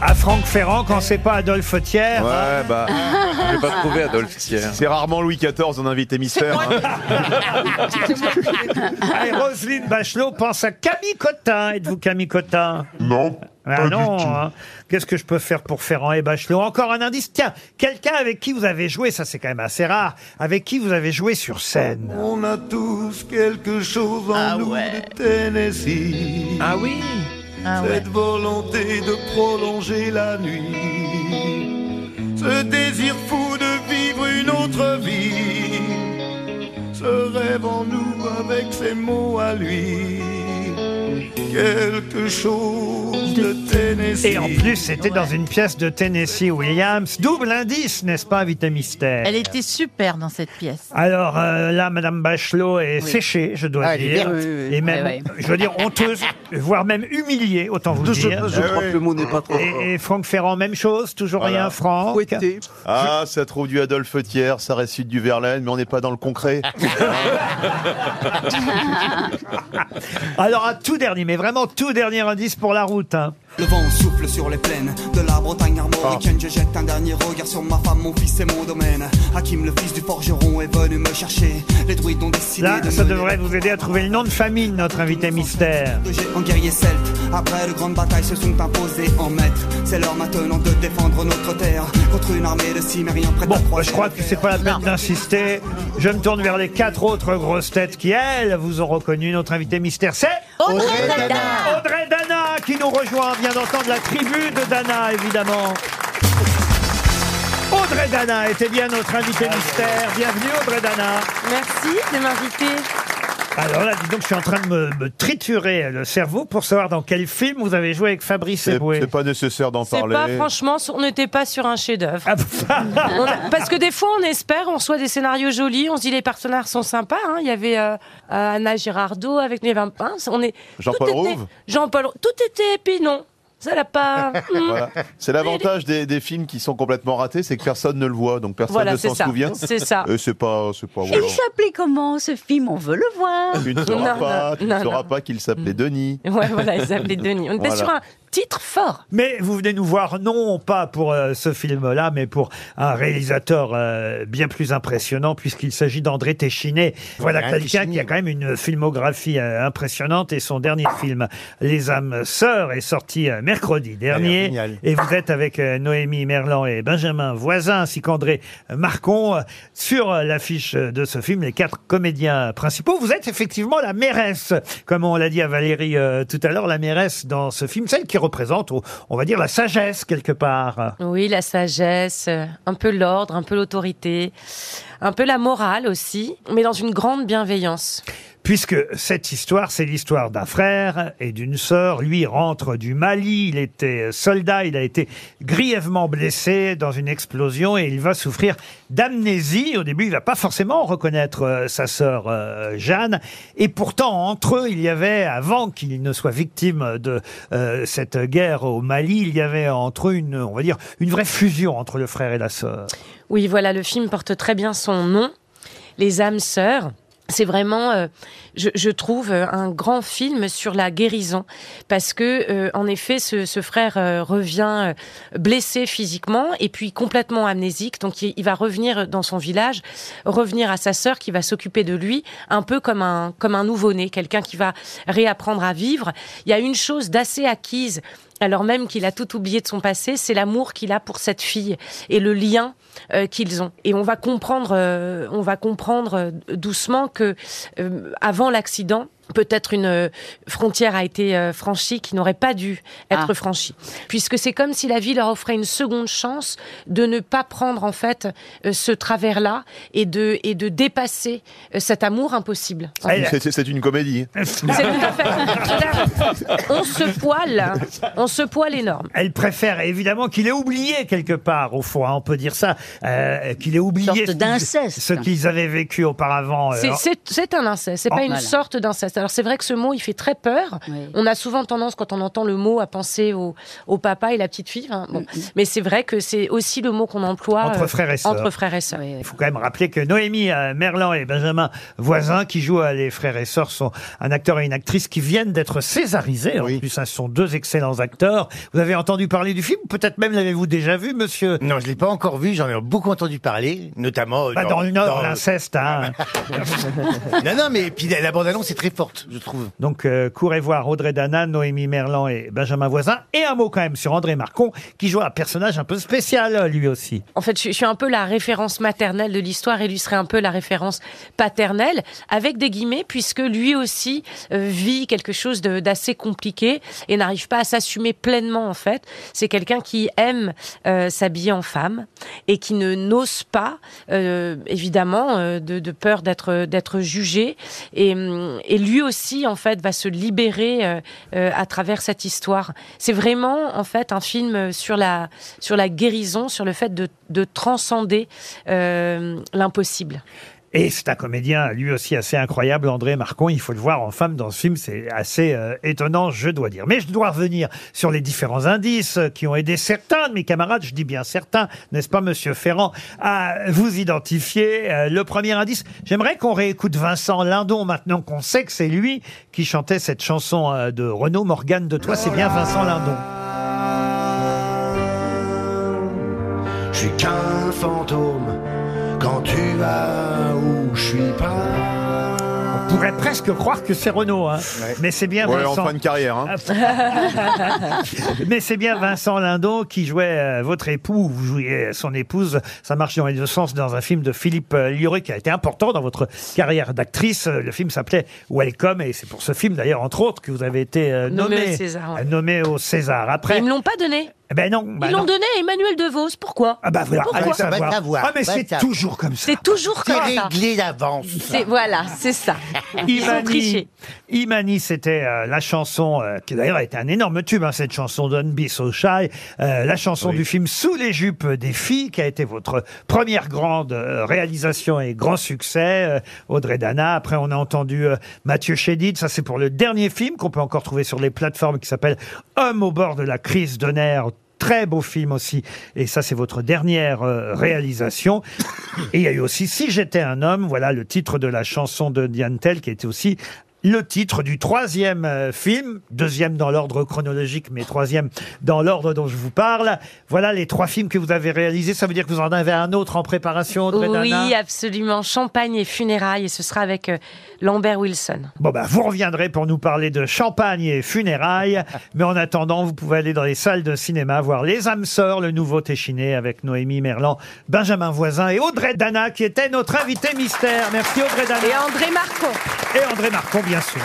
À Franck Ferrand, quand c'est pas Adolphe Thiers. Ouais, bah. Je l'ai pas trouvé, Adolphe Thiers. C'est rarement Louis XIV en invité mystère. hein. Allez, Roselyne Bachelot pense à Camille Cotin. Êtes-vous Camille Cotin Non. Ah non, hein. qu'est-ce que je peux faire pour Ferrand et Bachelot Encore un indice. Tiens, quelqu'un avec qui vous avez joué, ça c'est quand même assez rare, avec qui vous avez joué sur scène. On a tous quelque chose en nous de Tennessee. Ah oui Cette volonté de prolonger la nuit. Ce désir fou de vivre une autre vie. Ce rêve en nous avec ses mots à lui. Quelque chose de Tennessee. Et en plus, c'était dans une pièce de Tennessee Williams. Double indice, n'est-ce pas, Vita Mystère Elle était super dans cette pièce. Alors euh, là, Madame Bachelot est Oui. séchée, je dois Ah, elle est dire, verte. Oui, oui. et même, Oui, oui. je veux dire, honteuse, voire même humiliée, autant vous Je- je- dire. je crois que le mot n'est pas trop fort. Et, et Franck Ferrand, même chose, toujours Voilà. rien, Franck. Ah, ça trouve du Adolphe Thiers, ça récite du Verlaine, mais on n'est pas dans le concret. Alors, un tout dernier, mais vraiment tout dernier indice pour la route. hein. Le vent souffle sur les plaines de la Bretagne armoricaine. Ah. Je jette un dernier regard sur ma femme, mon fils et mon domaine. Hakim, le fils du forgeron, est venu me chercher. Les druides ont décidé Là, de ça me devrait vous aider à trouver le nom de famille de notre invité mystère. protéger en guerriers celtes. Après de grandes batailles se sont imposées en maîtres. C'est l'heure maintenant de défendre notre terre contre une armée de cimériens prête à Moi, je crois que c'est pas la peine d'insister. Je me tourne vers les quatre autres grosses têtes qui, elles, vous ont reconnu. Notre invité mystère, c'est Audrey Audrey Dana. Dana. Audrey Dana qui nous rejoint. On vient d'entendre la tribu de Dana, évidemment. Audrey Dana était bien notre invité mystère. Bienvenue, Audrey Dana. Merci de m'inviter. Alors là, dis donc, je suis en train de me, me triturer le cerveau pour savoir dans quel film vous avez joué avec Fabrice C'est Eboué. c'est pas nécessaire d'en C'est parler. pas franchement, on n'était pas sur un chef-d'œuvre. Ah, bah, On a- Parce que des fois, on espère, on reçoit des scénarios jolis, on se dit les partenaires sont sympas. hein. Il y avait euh, euh, Anna Girardot avec les 20 pinces. On est Jean-Paul tout était- Rouve Jean-Paul, tout était puis non. ça l'a pas. Hmm. Voilà. C'est l'avantage des, des films qui sont complètement ratés, c'est que personne ne le voit, donc personne Voilà, ne c'est s'en ça. souvient. C'est ça. Et c'est pas, c'est pas. Et voilà. il s'appelait comment ce film On veut le voir. Tu ne sauras pas, tu ne sauras pas qu'il s'appelait Denis. Ouais, voilà, ils s'appelaient Denis. On était Voilà. sur un titre fort. Mais vous venez nous voir, non pas pour euh, ce film-là, mais pour un réalisateur euh, bien plus impressionnant, puisqu'il s'agit d'André Téchiné. Voilà André quelqu'un qui a quand même une filmographie euh, impressionnante, et son dernier film, Les âmes sœurs, est sorti euh, mercredi dernier. génial. Et vous êtes avec euh, Noémie Merlan et Benjamin Voisin, ainsi qu'André Marcon, euh, sur euh, l'affiche euh, de ce film, les quatre comédiens principaux. Vous êtes effectivement la mairesse, comme on l'a dit à Valérie euh, tout à l'heure, la mairesse dans ce film, celle qui représente, oh, on va dire, la sagesse quelque part. Oui, la sagesse, euh, un peu l'ordre, un peu l'autorité, un peu la morale aussi, mais dans une grande bienveillance. Puisque cette histoire, c'est l'histoire d'un frère et d'une sœur. Lui rentre du Mali, il était soldat, il a été grièvement blessé dans une explosion et il va souffrir d'amnésie. Au début, il va pas forcément reconnaître euh, sa sœur euh, Jeanne. Et pourtant, entre eux, il y avait, avant qu'il ne soit victime de euh, cette guerre au Mali, il y avait entre eux une, on va dire, une vraie fusion entre le frère et la sœur. Oui, voilà, le film porte très bien son nom, Les âmes sœurs. C'est vraiment, euh, je, je trouve, euh, un grand film sur la guérison, parce que euh, en effet, ce, ce frère euh, revient euh, blessé physiquement et puis complètement amnésique, donc il, il va revenir dans son village, revenir à sa sœur qui va s'occuper de lui, un peu comme un comme un nouveau-né, quelqu'un qui va réapprendre à vivre. Il y a une chose d'assez acquise alors même qu'il a tout oublié de son passé, c'est l'amour qu'il a pour cette fille et le lien euh, qu'ils ont. Et on va comprendre, euh, on va comprendre euh, doucement que euh, avant l'accident. Peut-être une euh, frontière a été euh, franchie qui n'aurait pas dû être Ah. franchie, puisque c'est comme si la vie leur offrait une seconde chance de ne pas prendre en fait euh, ce travers-là et de et de dépasser euh, cet amour impossible. C'est- c'est- C'est une comédie. On se poile, on se poile énorme. Elle préfère évidemment qu'il ait oublié quelque part, au fond, hein, on peut dire ça, euh, qu'il ait oublié ce qu'ils- ce qu'ils avaient vécu auparavant. euh, C'est- C'est c'est un inceste, c'est Oh, pas une voilà. sorte d'inceste. Alors c'est vrai que ce mot, il fait très peur. On a souvent tendance, quand on entend le mot, à penser au, au papa et la petite fille. hein. Bon. Mais c'est vrai que c'est aussi le mot qu'on emploie Entre euh, frères et sœurs. Entre frères et sœurs. Il faut quand même rappeler que Noémie euh, Merlan et Benjamin Voisin, qui jouent à Les Frères et Sœurs, sont un acteur et une actrice qui viennent d'être césarisés. En plus, hein, ce sont deux excellents acteurs. Vous avez entendu parler du film Peut-être même l'avez-vous déjà vu, monsieur Non, je l'ai pas encore vu, j'en ai beaucoup entendu parler, notamment... euh, Bah, dans le Nord, l'inceste, hein. non, non, mais puis la, la bande-annonce est très forte, je trouve. Donc, euh, courez voir Audrey Dana, Noémie Merlan et Benjamin Voisin. Et un mot quand même sur André Marcon, qui joue un personnage un peu spécial, euh, lui aussi. En fait, je, je suis un peu la référence maternelle de l'histoire et lui serait un peu la référence paternelle, avec des guillemets, puisque lui aussi euh, vit quelque chose de- d'assez compliqué et n'arrive pas à s'assumer pleinement, en fait. C'est quelqu'un qui aime euh, s'habiller en femme et qui ne n'ose pas, euh, évidemment, euh, de, de peur d'être d'être jugé. Et, hum, et lui aussi, en fait, va se libérer euh, euh, à travers cette histoire. C'est vraiment, en fait, un film sur la, sur la guérison, sur le fait de, de transcender euh, l'impossible. Et c'est un comédien, lui aussi assez incroyable, André Marcon. Il faut le voir en femme dans ce film, c'est assez euh, étonnant, je dois dire. Mais je dois revenir sur les différents indices euh, qui ont aidé certains de mes camarades, je dis bien certains, n'est-ce pas, Monsieur Ferrand, à vous identifier. Euh, le premier indice, j'aimerais qu'on réécoute Vincent Lindon maintenant qu'on sait que c'est lui qui chantait cette chanson euh, de Renaud Morgane de toi. C'est bien Vincent Lindon. Je suis qu'un fantôme quand tu vas où je suis pas. On pourrait presque croire que c'est Renaud, hein. mais c'est bien Ouais, en Vincent. fin de carrière. hein. Mais c'est bien Vincent Lindon qui jouait euh, votre époux, ou vous jouiez son épouse. Ça marche dans les deux sens dans un film de Philippe euh, Lioré qui a été important dans votre carrière d'actrice. Euh, Le film s'appelait Welcome et c'est pour ce film d'ailleurs, entre autres, que vous avez été euh, Nommé nommée au César, ouais. euh, nommée au César. Après, Ils me l'ont pas donné. Eh ben non. bah Ils l'ont non. donné à Emmanuel DeVos. Pourquoi Ah bah voilà, Pourquoi allez Ça va savoir. t'avoir, Ah mais va c'est t'avoir. toujours comme ça. C'est toujours Bah, C'est comme ça. réglé d'avance. C'est- Voilà, c'est ça. Ils ont triché. Imani, Imani, c'était euh, la chanson euh, qui d'ailleurs a été un énorme tube, hein, cette chanson d'On Be So Shy, euh, la chanson du film Sous les jupes des filles, qui a été votre première grande euh, réalisation et grand succès, euh, Audrey Dana. Après, on a entendu euh, Mathieu Chédid, ça c'est pour le dernier film qu'on peut encore trouver sur les plateformes qui s'appelle Homme au bord de la crise de nerfs. Très beau film aussi, et ça c'est votre dernière euh, réalisation. Et il y a eu aussi Si j'étais un homme, voilà le titre de la chanson de Diane Tell qui était aussi le titre du troisième euh, film, deuxième dans l'ordre chronologique, mais troisième dans l'ordre dont je vous parle. Voilà les trois films que vous avez réalisés. Ça veut dire que vous en avez un autre en préparation, Audrey Dana Oui, absolument. Champagne et funérailles, et ce sera avec euh, Lambert Wilson. Bon bah vous reviendrez pour nous parler de champagne et funérailles, mais en attendant vous pouvez aller dans les salles de cinéma voir Les âmes sœurs, le nouveau Téchiné avec Noémie Merlan, Benjamin Voisin et Audrey Dana qui était notre invité mystère. Merci Audrey Dana. Et André Marcon. Et André Marcon bien sûr.